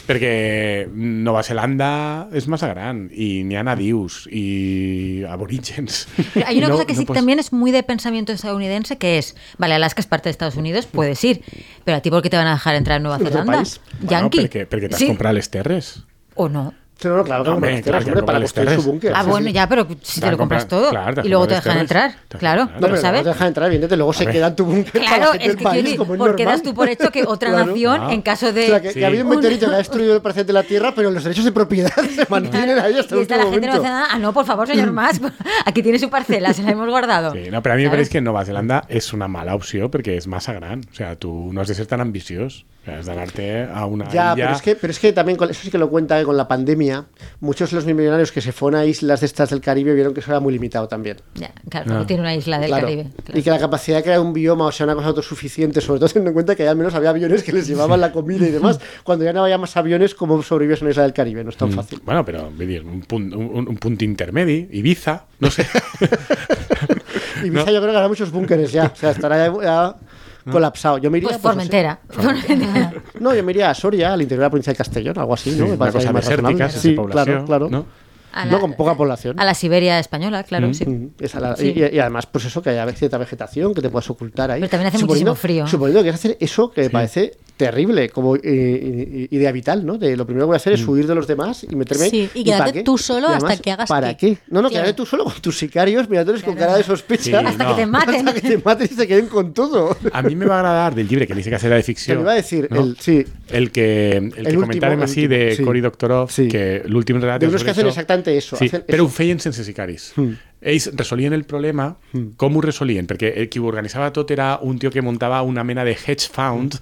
Speaker 3: Perquè Nova Zelanda és massa gran i n'hi ha nadius i aborígens.
Speaker 2: Pero hay una
Speaker 3: No-
Speaker 2: cosa que
Speaker 3: no
Speaker 2: sí
Speaker 3: pots-
Speaker 2: también es muy de pensamiento estadounidense, que es, vale, Alaska es parte de Estados Unidos, puedes ir, pero a ti por qué te van a dejar entrar en Nueva
Speaker 4: Es otro
Speaker 2: Zelanda?
Speaker 4: país.
Speaker 3: Bueno,
Speaker 2: Yankee.
Speaker 3: perquè, perquè t'has
Speaker 2: Sí,
Speaker 3: comprat les terres.
Speaker 2: O no.
Speaker 4: No, no, claro, que
Speaker 3: Hombre,
Speaker 4: hombre,
Speaker 3: claro,
Speaker 4: hombre,
Speaker 3: que
Speaker 4: para
Speaker 3: no
Speaker 4: construir
Speaker 3: vales
Speaker 4: su búnker.
Speaker 2: Ah,
Speaker 4: sí,
Speaker 2: bueno,
Speaker 4: sí.
Speaker 2: ya, pero si te
Speaker 3: Te
Speaker 2: lo
Speaker 3: han
Speaker 2: compras
Speaker 3: comprado-
Speaker 2: todo
Speaker 3: claro, te han
Speaker 2: y luego te dejan
Speaker 3: comprado las
Speaker 2: entrar.
Speaker 3: terras. Te han
Speaker 2: Claro,
Speaker 3: comprado.
Speaker 2: ¿lo
Speaker 4: No, pero
Speaker 2: sabes?
Speaker 4: no este te dejan entrar, evidentemente, luego se
Speaker 3: ver.
Speaker 4: queda en tu búnker para la
Speaker 2: Claro,
Speaker 4: gente
Speaker 2: es
Speaker 4: del
Speaker 2: que
Speaker 4: país,
Speaker 2: quiero
Speaker 4: como
Speaker 2: decir,
Speaker 4: es
Speaker 2: porque das
Speaker 4: normal.
Speaker 2: tú por hecho que otra
Speaker 4: Claro.
Speaker 2: nación,
Speaker 3: Claro.
Speaker 2: en caso de...
Speaker 4: O sea, que, que ha habido un
Speaker 2: Una-
Speaker 4: meteorito que ha destruido el parcial de la Tierra, pero los derechos de propiedad se mantienen ahí hasta
Speaker 2: y
Speaker 4: el
Speaker 2: está
Speaker 4: último
Speaker 2: la gente no
Speaker 4: momento.
Speaker 2: hace nada. Ah, no, por favor, señor Mas, aquí tiene su parcela, se la hemos guardado.
Speaker 3: Sí, no, però a mi em
Speaker 2: ¿Sabes?
Speaker 3: pareix que Nova Zelanda és una mala opció perquè és massa gran. O sigui, tu no has de ser tan ambiciós. Es ganarte a una
Speaker 4: Ya,
Speaker 3: isla.
Speaker 4: pero es, que, pero es que también, con, eso sí que lo cuenta eh, con la pandemia, muchos de los millonarios que se fueron a islas de estas del Caribe vieron que eso era muy limitado también.
Speaker 2: Ya, claro, porque tiene una isla del
Speaker 4: Ah. Claro.
Speaker 2: Caribe. claro. Pues
Speaker 4: Y que la capacidad de crear un bioma, o sea, una cosa autosuficiente, sobre todo teniendo en cuenta que al menos había aviones que les llevaban la comida y demás. Cuando ya no había más aviones, ¿cómo sobrevives a una isla del Caribe? No es
Speaker 3: Mm.
Speaker 4: tan fácil.
Speaker 3: Bueno, pero vull dir, un, punt, un, un punto intermedio, Ibiza, no sé.
Speaker 4: Y Ibiza yo creo que habrá muchos búnkeres ya, o sea, estará ya, ya colapsado. Yo me iría
Speaker 2: Pues
Speaker 4: pues,
Speaker 2: Formentera. Formentera.
Speaker 4: No, sé. No, yo me iría a Soria, al interior de la provincia de Castellón, algo así, ¿no?
Speaker 3: Sí,
Speaker 4: Me
Speaker 3: una
Speaker 4: parece
Speaker 3: cosa
Speaker 4: más
Speaker 3: desértica,
Speaker 4: razonable.
Speaker 3: sin
Speaker 4: Sí,
Speaker 3: población,
Speaker 4: claro, claro.
Speaker 3: ¿no?
Speaker 4: ¿no?
Speaker 2: A la-
Speaker 4: con poca población.
Speaker 2: A la Siberia española, claro, sí.
Speaker 4: Mm, esa la-
Speaker 2: Sí.
Speaker 4: y, y además, pues eso, que haya cierta vegetación que te puedas ocultar ahí.
Speaker 2: Pero también hace muchísimo frío.
Speaker 4: Suponiendo que vas a hacer eso que me parece terrible como eh, i- i- idea vital, ¿no? De lo primero que voy a hacer es huir de los demás y meterme.
Speaker 5: Sí, y quedarte
Speaker 4: ¿para qué?
Speaker 5: tú solo
Speaker 4: Y
Speaker 5: hasta que hagas
Speaker 4: ¿Para
Speaker 5: clic.
Speaker 4: qué? No, no,
Speaker 5: Claro.
Speaker 4: quedarte tú solo con tus sicarios miradores con cara de sospecha.
Speaker 3: Sí,
Speaker 2: Hasta que
Speaker 3: no.
Speaker 2: te maten.
Speaker 4: Hasta que te maten y se queden con todo.
Speaker 3: A mí me va a agradar del llibre que dice que será de ficció.
Speaker 4: Te lo iba a decir,
Speaker 3: ¿no?
Speaker 4: el- sí.
Speaker 3: El que, el que
Speaker 4: último,
Speaker 3: comentàvem
Speaker 4: el
Speaker 3: així
Speaker 4: último,
Speaker 3: de
Speaker 4: sí.
Speaker 3: Cory Doctorow,
Speaker 4: Sí.
Speaker 3: que l'últim relat...
Speaker 4: De
Speaker 3: és
Speaker 4: unos que
Speaker 3: sobre
Speaker 4: hacen
Speaker 3: això.
Speaker 4: exactamente eso,
Speaker 3: Sí,
Speaker 4: hacen
Speaker 3: però
Speaker 4: eso. Hmm.
Speaker 3: ho feien sense sicaris. Ells resolien el problema, com ho resolien? Perquè el qui ho organitzava tot era un tio que muntava una mena de hedge fund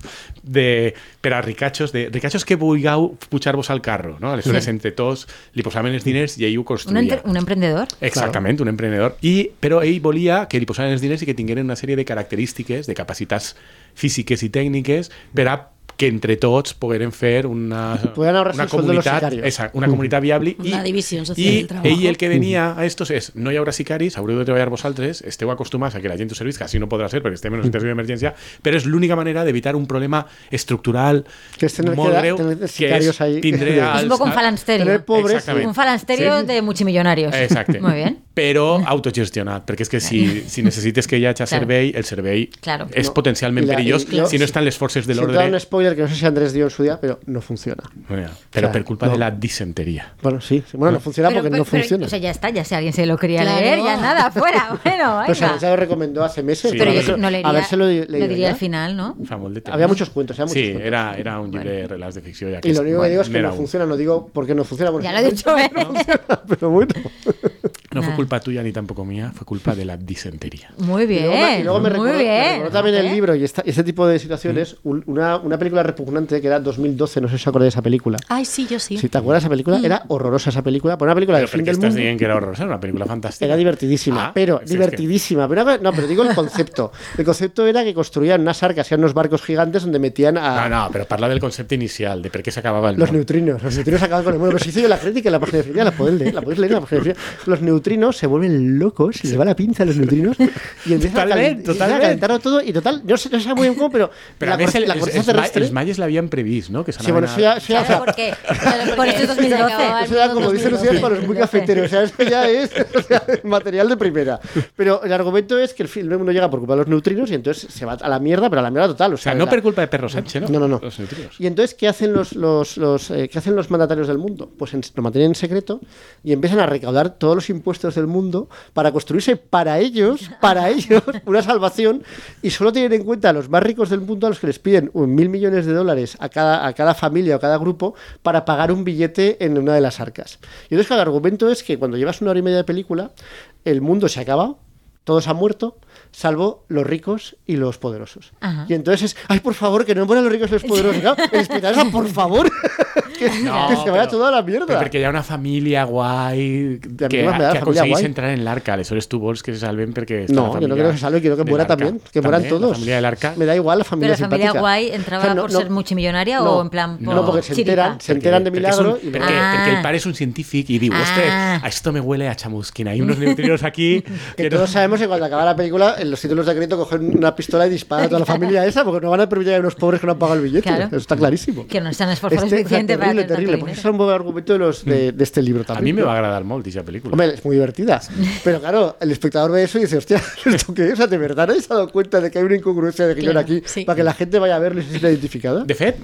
Speaker 3: de, per a ricachos, de ricachos que vulgueu pujar-vos al carro. No? Aleshores,
Speaker 2: Sí.
Speaker 3: entre tots li posaven els diners i ell ho
Speaker 2: Un,
Speaker 3: construïa.
Speaker 2: entre- un emprendedor.
Speaker 3: Exactament, un emprenedor. I, però ell volia que li posaven els diners i que tingueren una sèrie de característiques, de capacitats físiques i tècniques per a que entre tots pogueren fer una,
Speaker 4: Podran ahorrarse
Speaker 3: una
Speaker 4: el sueldo de los
Speaker 3: comunitat,
Speaker 4: sicarios.
Speaker 3: exacte, una comunitat viable i,
Speaker 5: Una división social
Speaker 3: i
Speaker 5: del trabajo.
Speaker 3: ell el que venia a estos és no hi haurà sicaris, haureu de treballar vosaltres esteu acostumats a que la gent us servisca, així no podrà ser perquè estem en una situació d'emergència, però és l'única manera d'evitar un problema estructural
Speaker 4: Que és tener
Speaker 3: molt
Speaker 4: que-
Speaker 3: greu
Speaker 4: tener
Speaker 3: que és
Speaker 4: sicarios ahí.
Speaker 3: tindre
Speaker 4: Es
Speaker 2: Es un poco un
Speaker 3: als-
Speaker 2: falansterio.
Speaker 4: Tener pobres.
Speaker 3: Exactamente.
Speaker 2: Un falansterio
Speaker 3: Sí.
Speaker 2: de multimillonarios.
Speaker 3: Exacte.
Speaker 2: Muy bien.
Speaker 3: Però autogestionat, perquè és que si, si necessites que hi hagi servei, el servei
Speaker 2: Claro.
Speaker 3: és
Speaker 4: No.
Speaker 3: potencialment
Speaker 4: I la-
Speaker 3: perillós
Speaker 4: i- i-
Speaker 3: si no estan les forces de
Speaker 4: Sin dar un
Speaker 3: l'ordre.
Speaker 4: spoiler que no sé si Andrés dio en su día, pero no funciona.
Speaker 3: Bueno, Però per culpa
Speaker 4: No.
Speaker 3: de la disentería.
Speaker 4: Bueno, sí, sí. bueno, no funciona porque no funciona.
Speaker 2: o sea, ya está, ya si alguien se lo quería
Speaker 5: Claro.
Speaker 2: leer, ya nada, fuera. Bueno,
Speaker 4: Pues
Speaker 2: venga.
Speaker 4: ya lo recomendó hace meses.
Speaker 3: Sí.
Speaker 2: Pero
Speaker 3: a
Speaker 2: yo
Speaker 3: ver,
Speaker 2: no leería,
Speaker 4: A ver, se lo,
Speaker 2: lo,
Speaker 4: leído
Speaker 2: diría
Speaker 4: ya.
Speaker 2: al final, ¿no?
Speaker 3: Fa molt de temps.
Speaker 4: Había muchos cuentos, había muchos
Speaker 3: Sí,
Speaker 4: cuentos.
Speaker 3: era, era un llibre de relats de ficció. Ja
Speaker 4: Y lo único que digo es que
Speaker 3: n'era
Speaker 4: no
Speaker 3: un.
Speaker 4: funciona, no digo porque no funciona. Porque
Speaker 2: Ya lo he dicho ¿eh? él.
Speaker 4: pero bueno.
Speaker 3: No fue
Speaker 2: Nada.
Speaker 3: culpa tuya ni tampoco mía, fue culpa de la disentería.
Speaker 2: Muy
Speaker 4: Y
Speaker 2: bien.
Speaker 4: luego me- y luego me
Speaker 2: muy
Speaker 4: recordó, me
Speaker 2: bien.
Speaker 4: recordó también el
Speaker 2: ¿Eh?
Speaker 4: libro y esta- ese tipo de situaciones.
Speaker 3: Mm.
Speaker 4: un- Una, una película repugnante que era 2012, no sé si os acordáis de esa película.
Speaker 2: Ah,
Speaker 5: Ay, sí, yo sí.
Speaker 4: Si te acuerdas de esa película,
Speaker 2: Mm.
Speaker 4: era horrorosa esa película. Pues una película
Speaker 3: Pero
Speaker 4: del fin
Speaker 3: porque
Speaker 4: del
Speaker 3: estás
Speaker 4: mundo.
Speaker 3: diciendo que era horrorosa, era una película fantástica.
Speaker 4: Era divertidísima,
Speaker 3: Ah,
Speaker 4: pero
Speaker 3: sí, es que-
Speaker 4: divertidísima. Pero, una cosa- no, pero digo el concepto. El concepto era que construían unas arcas, eran unos barcos gigantes donde metían a,
Speaker 3: Ah, No, no, pero parla del concepto inicial, de por qué se acababa el
Speaker 4: Los
Speaker 3: món.
Speaker 4: neutrinos, los neutrinos acaban con el mundo. Pero si hice yo la crítica en la página de Frida, la podéis leer, la podéis leer en la página de Frida. Los neutrinos se vuelven locos, se les va la pinza a los neutrinos y empiezan
Speaker 3: Totalmente,
Speaker 4: a, calent- empiezan a
Speaker 3: totalmente.
Speaker 4: calentarlo todo. Y total, no sé, no sé muy bien cómo, pero,
Speaker 3: Pero
Speaker 4: la,
Speaker 3: a veces
Speaker 4: cor-
Speaker 3: el-
Speaker 4: la
Speaker 3: els-
Speaker 4: corteza
Speaker 3: els ma-
Speaker 4: terrestre.
Speaker 3: els mayes l'havien previst, no? Que
Speaker 4: Sí, bueno, eso ya, eso ya-
Speaker 2: Claro, ¿por qué? Por eso es 2012.
Speaker 4: eso ya, como dice Lucía, es para los muy cafeteros. O sea, eso ya es o sea, material de primera. Pero el argumento es que el fin del mundo llega por culpa de los neutrinos y entonces se va a la mierda, pero a la mierda total. O
Speaker 3: O
Speaker 4: sea,
Speaker 3: sea, no
Speaker 4: la-
Speaker 3: por culpa de Perro Sánchez, ¿no?
Speaker 4: No, no, no.
Speaker 3: Los neutrinos.
Speaker 4: Y entonces, ¿qué hacen los, los, los, eh, ¿qué hacen los mandatarios del mundo? Pues en- lo mantienen en secreto y empiezan a recaudar todos los impuestos del mundo para construirse para ellos, para ellos, una salvación. Y solo tienen en cuenta a los más ricos del mundo, a los que les piden un mil millones de dólares a cada, a cada familia o cada grupo para pagar un billete en una de las arcas. Y entonces, claro, el argumento es que cuando llevas una hora y media de película, el mundo se acaba. Todos han muerto, salvo los ricos y los poderosos.
Speaker 2: Ajá.
Speaker 4: Y entonces es, ay, por favor, que no mueran los ricos y los poderosos. Claro, el hospital era, por favor, que,
Speaker 3: No,
Speaker 4: que se vaya
Speaker 3: pero-
Speaker 4: todo a la
Speaker 3: Pero
Speaker 4: mierda.
Speaker 3: porque ya una familia guay que, que
Speaker 4: me da familia
Speaker 3: aconseguís
Speaker 4: guay.
Speaker 3: entrar en el arca. Les tú vols que se salven porque está la
Speaker 4: No, yo no
Speaker 3: familia
Speaker 4: quiero que se salve, quiero que
Speaker 3: del
Speaker 4: muera
Speaker 3: arca.
Speaker 4: también, que mueran
Speaker 3: También,
Speaker 4: todos.
Speaker 3: La familia del arca.
Speaker 4: Me da igual la familia
Speaker 2: ¿Pero la familia
Speaker 4: simpática.
Speaker 2: guay entraba por ser multimillonaria o en plan
Speaker 4: No,
Speaker 2: por
Speaker 4: porque se
Speaker 2: chiripa?
Speaker 4: enteran, se enteran de
Speaker 3: Porque- porque
Speaker 4: milagro
Speaker 3: es
Speaker 4: y
Speaker 3: un-
Speaker 4: luego-
Speaker 3: porque,
Speaker 2: Ah.
Speaker 3: porque el padre es un científico y digo,
Speaker 2: Ah.
Speaker 3: "Ostres, a esto me huele a chamusquina. Hay unos neutrinos aquí
Speaker 4: que
Speaker 3: que no-
Speaker 4: todos sabemos que cuando acaba la película, en los títulos de crédito cogen una pistola y disparan a toda la familia esa, porque no van a permitir a unos pobres que no han pagado el billete.
Speaker 2: Claro.
Speaker 4: Eso está clarísimo.
Speaker 2: Que no se han esforzado
Speaker 4: Este- o sea,
Speaker 2: suficiente para ¿eh?
Speaker 4: terrible,
Speaker 2: hacer tanto
Speaker 4: terrible, porque
Speaker 2: dinero.
Speaker 4: ese es un buen argumento de, los, de, de este libro
Speaker 3: Mm. a
Speaker 4: también.
Speaker 3: mí me
Speaker 4: ¿no?
Speaker 3: va a agradar molt esa película.
Speaker 4: Hombre, es muy divertida. Pero claro, el espectador ve eso y dice, hostia, ¿esto qué es? O sea, ¿de verdad habéis dado cuenta de que hay una incongruencia de guión
Speaker 5: Claro,
Speaker 4: aquí
Speaker 5: sí.
Speaker 4: para que la gente vaya a verlo y se sienta identificada?
Speaker 3: De fet,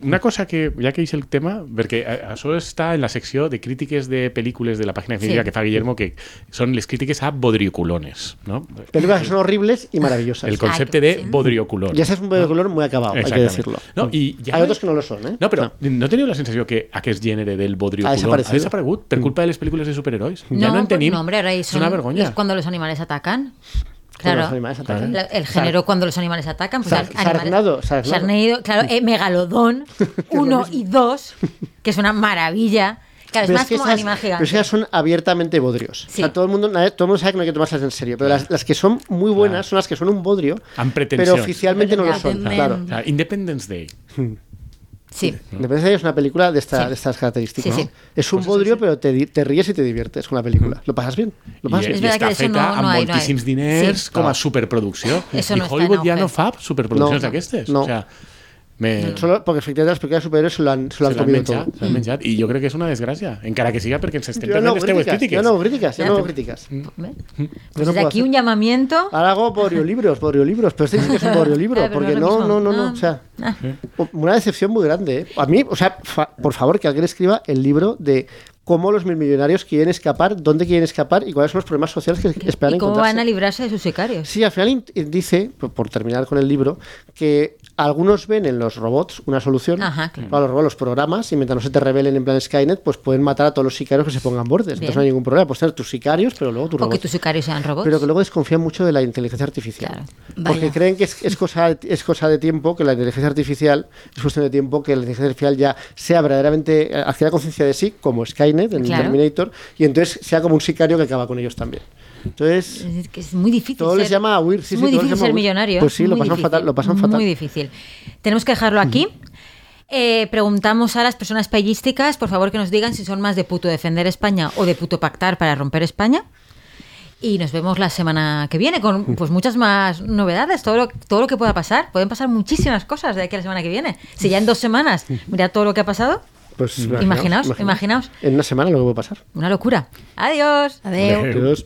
Speaker 3: una cosa que, ja que és el tema, perquè eh, això està en la secció de crítiques de pel·lícules de la pàgina
Speaker 2: Sí.
Speaker 3: sí. que fa Guillermo, que són les crítiques a bodriculones, no?
Speaker 4: Películas que son horribles y maravillosas.
Speaker 3: El concepte de bodriculón.
Speaker 4: Y ese es un de color muy acabado, hay que
Speaker 3: Exactament.
Speaker 4: decirlo.
Speaker 3: No, i ja
Speaker 4: Hay otros que no lo son, ¿eh?
Speaker 3: No, però no, no teniu la sensació que aquest gènere del
Speaker 4: Ha
Speaker 3: bodriculón
Speaker 4: desaparecido. Mm.
Speaker 3: ha desaparegut per culpa de les pel·lícules de superherois?
Speaker 2: No,
Speaker 3: ja no en
Speaker 2: pues
Speaker 3: tenim.
Speaker 2: no, hombre, ahora
Speaker 3: és
Speaker 2: son,
Speaker 3: una
Speaker 2: es
Speaker 3: vergonya.
Speaker 2: cuando los animales atacan. Claro.
Speaker 4: los animales atacan.
Speaker 2: La- El género cuando los animales atacan. Pues an-
Speaker 4: Sar-
Speaker 2: animales-
Speaker 4: sarnado, sarnado.
Speaker 2: Sarnado, claro, eh, megalodón 1 y 2, que es una maravilla. Claro, es
Speaker 4: Pero
Speaker 2: más
Speaker 4: que
Speaker 2: como
Speaker 4: esas-
Speaker 2: animal
Speaker 4: pero es
Speaker 2: gigante.
Speaker 4: que esas son abiertamente bodrios.
Speaker 2: Sí.
Speaker 4: O sea, todo el, mundo, nadie- todo el mundo sabe que no hay que tomarlas en serio, pero las, las que son muy buenas son las que son un bodrio,
Speaker 3: Han
Speaker 4: pero
Speaker 3: pretensión.
Speaker 4: oficialmente no lo son.
Speaker 5: Pretenden.
Speaker 4: Claro.
Speaker 3: O sea, Independence Day.
Speaker 2: Sí.
Speaker 4: Independencia Day es una película de, esta-
Speaker 2: Sí.
Speaker 4: de estas características.
Speaker 2: Sí, sí.
Speaker 4: Es un bodrio, pero te, di- te ríes y te diviertes con la película. Lo pasas bien. Lo
Speaker 3: I,
Speaker 4: pasas
Speaker 3: i
Speaker 4: bien.
Speaker 2: És veritat
Speaker 3: està
Speaker 2: que d'això
Speaker 3: feta
Speaker 2: no- no
Speaker 3: amb
Speaker 2: hay, no
Speaker 3: moltíssims
Speaker 2: hay.
Speaker 3: diners
Speaker 2: Sí.
Speaker 3: com a superproducció.
Speaker 2: Eso
Speaker 3: I
Speaker 2: no está en
Speaker 3: Hollywood ja no
Speaker 2: auge.
Speaker 3: fa superproduccions
Speaker 4: No,
Speaker 3: d'aquestes.
Speaker 4: no.
Speaker 3: O sea, me...
Speaker 4: Solo porque efectivamente las películas de superhéroes se lo han, se lo
Speaker 3: se l'han
Speaker 4: han comido
Speaker 3: menjat,
Speaker 4: todo.
Speaker 3: se l'han menjat, i jo crec que és una desgràcia, encara que siga perquè ens estem
Speaker 4: Yo no
Speaker 3: perdent
Speaker 4: hago
Speaker 3: les teues
Speaker 4: críticas, yo
Speaker 3: crítiques.
Speaker 4: no hago críticas, yo no hago críticas.
Speaker 2: Pues
Speaker 4: no
Speaker 2: desde
Speaker 4: puedo
Speaker 2: aquí
Speaker 4: hacer- Ah,
Speaker 2: un llamamiento.
Speaker 4: Ahora hago boriolibros, boriolibros, pero este sí que es un
Speaker 2: Ah,
Speaker 4: boriolibro,
Speaker 2: pero
Speaker 4: porque
Speaker 2: es lo
Speaker 4: no,
Speaker 2: mismo.
Speaker 4: no, no, no,
Speaker 2: Ah.
Speaker 4: o sea,
Speaker 2: Ah.
Speaker 4: una decepción muy grande. ¿eh? A mí, o sea, fa- por favor, que alguien escriba el libro de cómo los millonarios quieren escapar, dónde quieren escapar y cuáles son los problemas sociales que esperan
Speaker 2: ¿Y cómo
Speaker 4: encontrarse.
Speaker 2: van a librarse de sus sicarios?
Speaker 4: Sí, al final in- in- dice, por- por terminar con el libro, que algunos ven en los robots una solución.
Speaker 2: Ajá, claro.
Speaker 4: Para los robots, los programas, y mientras no se te rebelen en plan Skynet, pues pueden matar a todos los sicarios que se pongan bordes.
Speaker 2: Bien.
Speaker 4: Entonces no hay ningún problema. Puedes tener tus sicarios, pero luego tus
Speaker 2: O que
Speaker 4: robots.
Speaker 2: tus sicarios sean robots.
Speaker 4: Pero que luego desconfían mucho de la inteligencia artificial.
Speaker 2: Claro.
Speaker 5: Vaya.
Speaker 4: Porque creen que es, es cosa, es cosa de tiempo, que la inteligencia artificial es cuestión de tiempo, que la inteligencia artificial ya sea verdaderamente, eh, adquiera conciencia de sí, como Skynet en
Speaker 2: Claro.
Speaker 4: Terminator, y entonces sea como un sicario que acaba con ellos también. Entonces,
Speaker 2: Es que es muy difícil.
Speaker 4: Todo
Speaker 2: ser,
Speaker 4: les llama a huir, sí,
Speaker 2: es
Speaker 4: sí,
Speaker 2: muy
Speaker 4: todo
Speaker 2: difícil
Speaker 4: les llama a
Speaker 2: ser
Speaker 4: huir.
Speaker 2: millonario.
Speaker 4: Pues sí,
Speaker 2: es
Speaker 4: lo
Speaker 2: muy
Speaker 4: pasan fatal, lo pasan fatal.
Speaker 2: Muy difícil. Tenemos que dejarlo aquí. Eh, preguntamos a las personas payísticas, por favor, que nos digan si son más de puto defender España o de puto pactar para romper España. Y nos vemos la semana que viene con pues muchas más novedades, todo lo, todo lo que pueda pasar. Pueden pasar muchísimas cosas de aquí a la semana que viene. Si ya en dos semanas, mira todo lo que ha pasado,
Speaker 4: pues
Speaker 2: Imaginaos, imaginaos.
Speaker 4: En una semana lo que puede pasar.
Speaker 2: una locura. Adiós.
Speaker 5: Adeu.
Speaker 4: Adiós.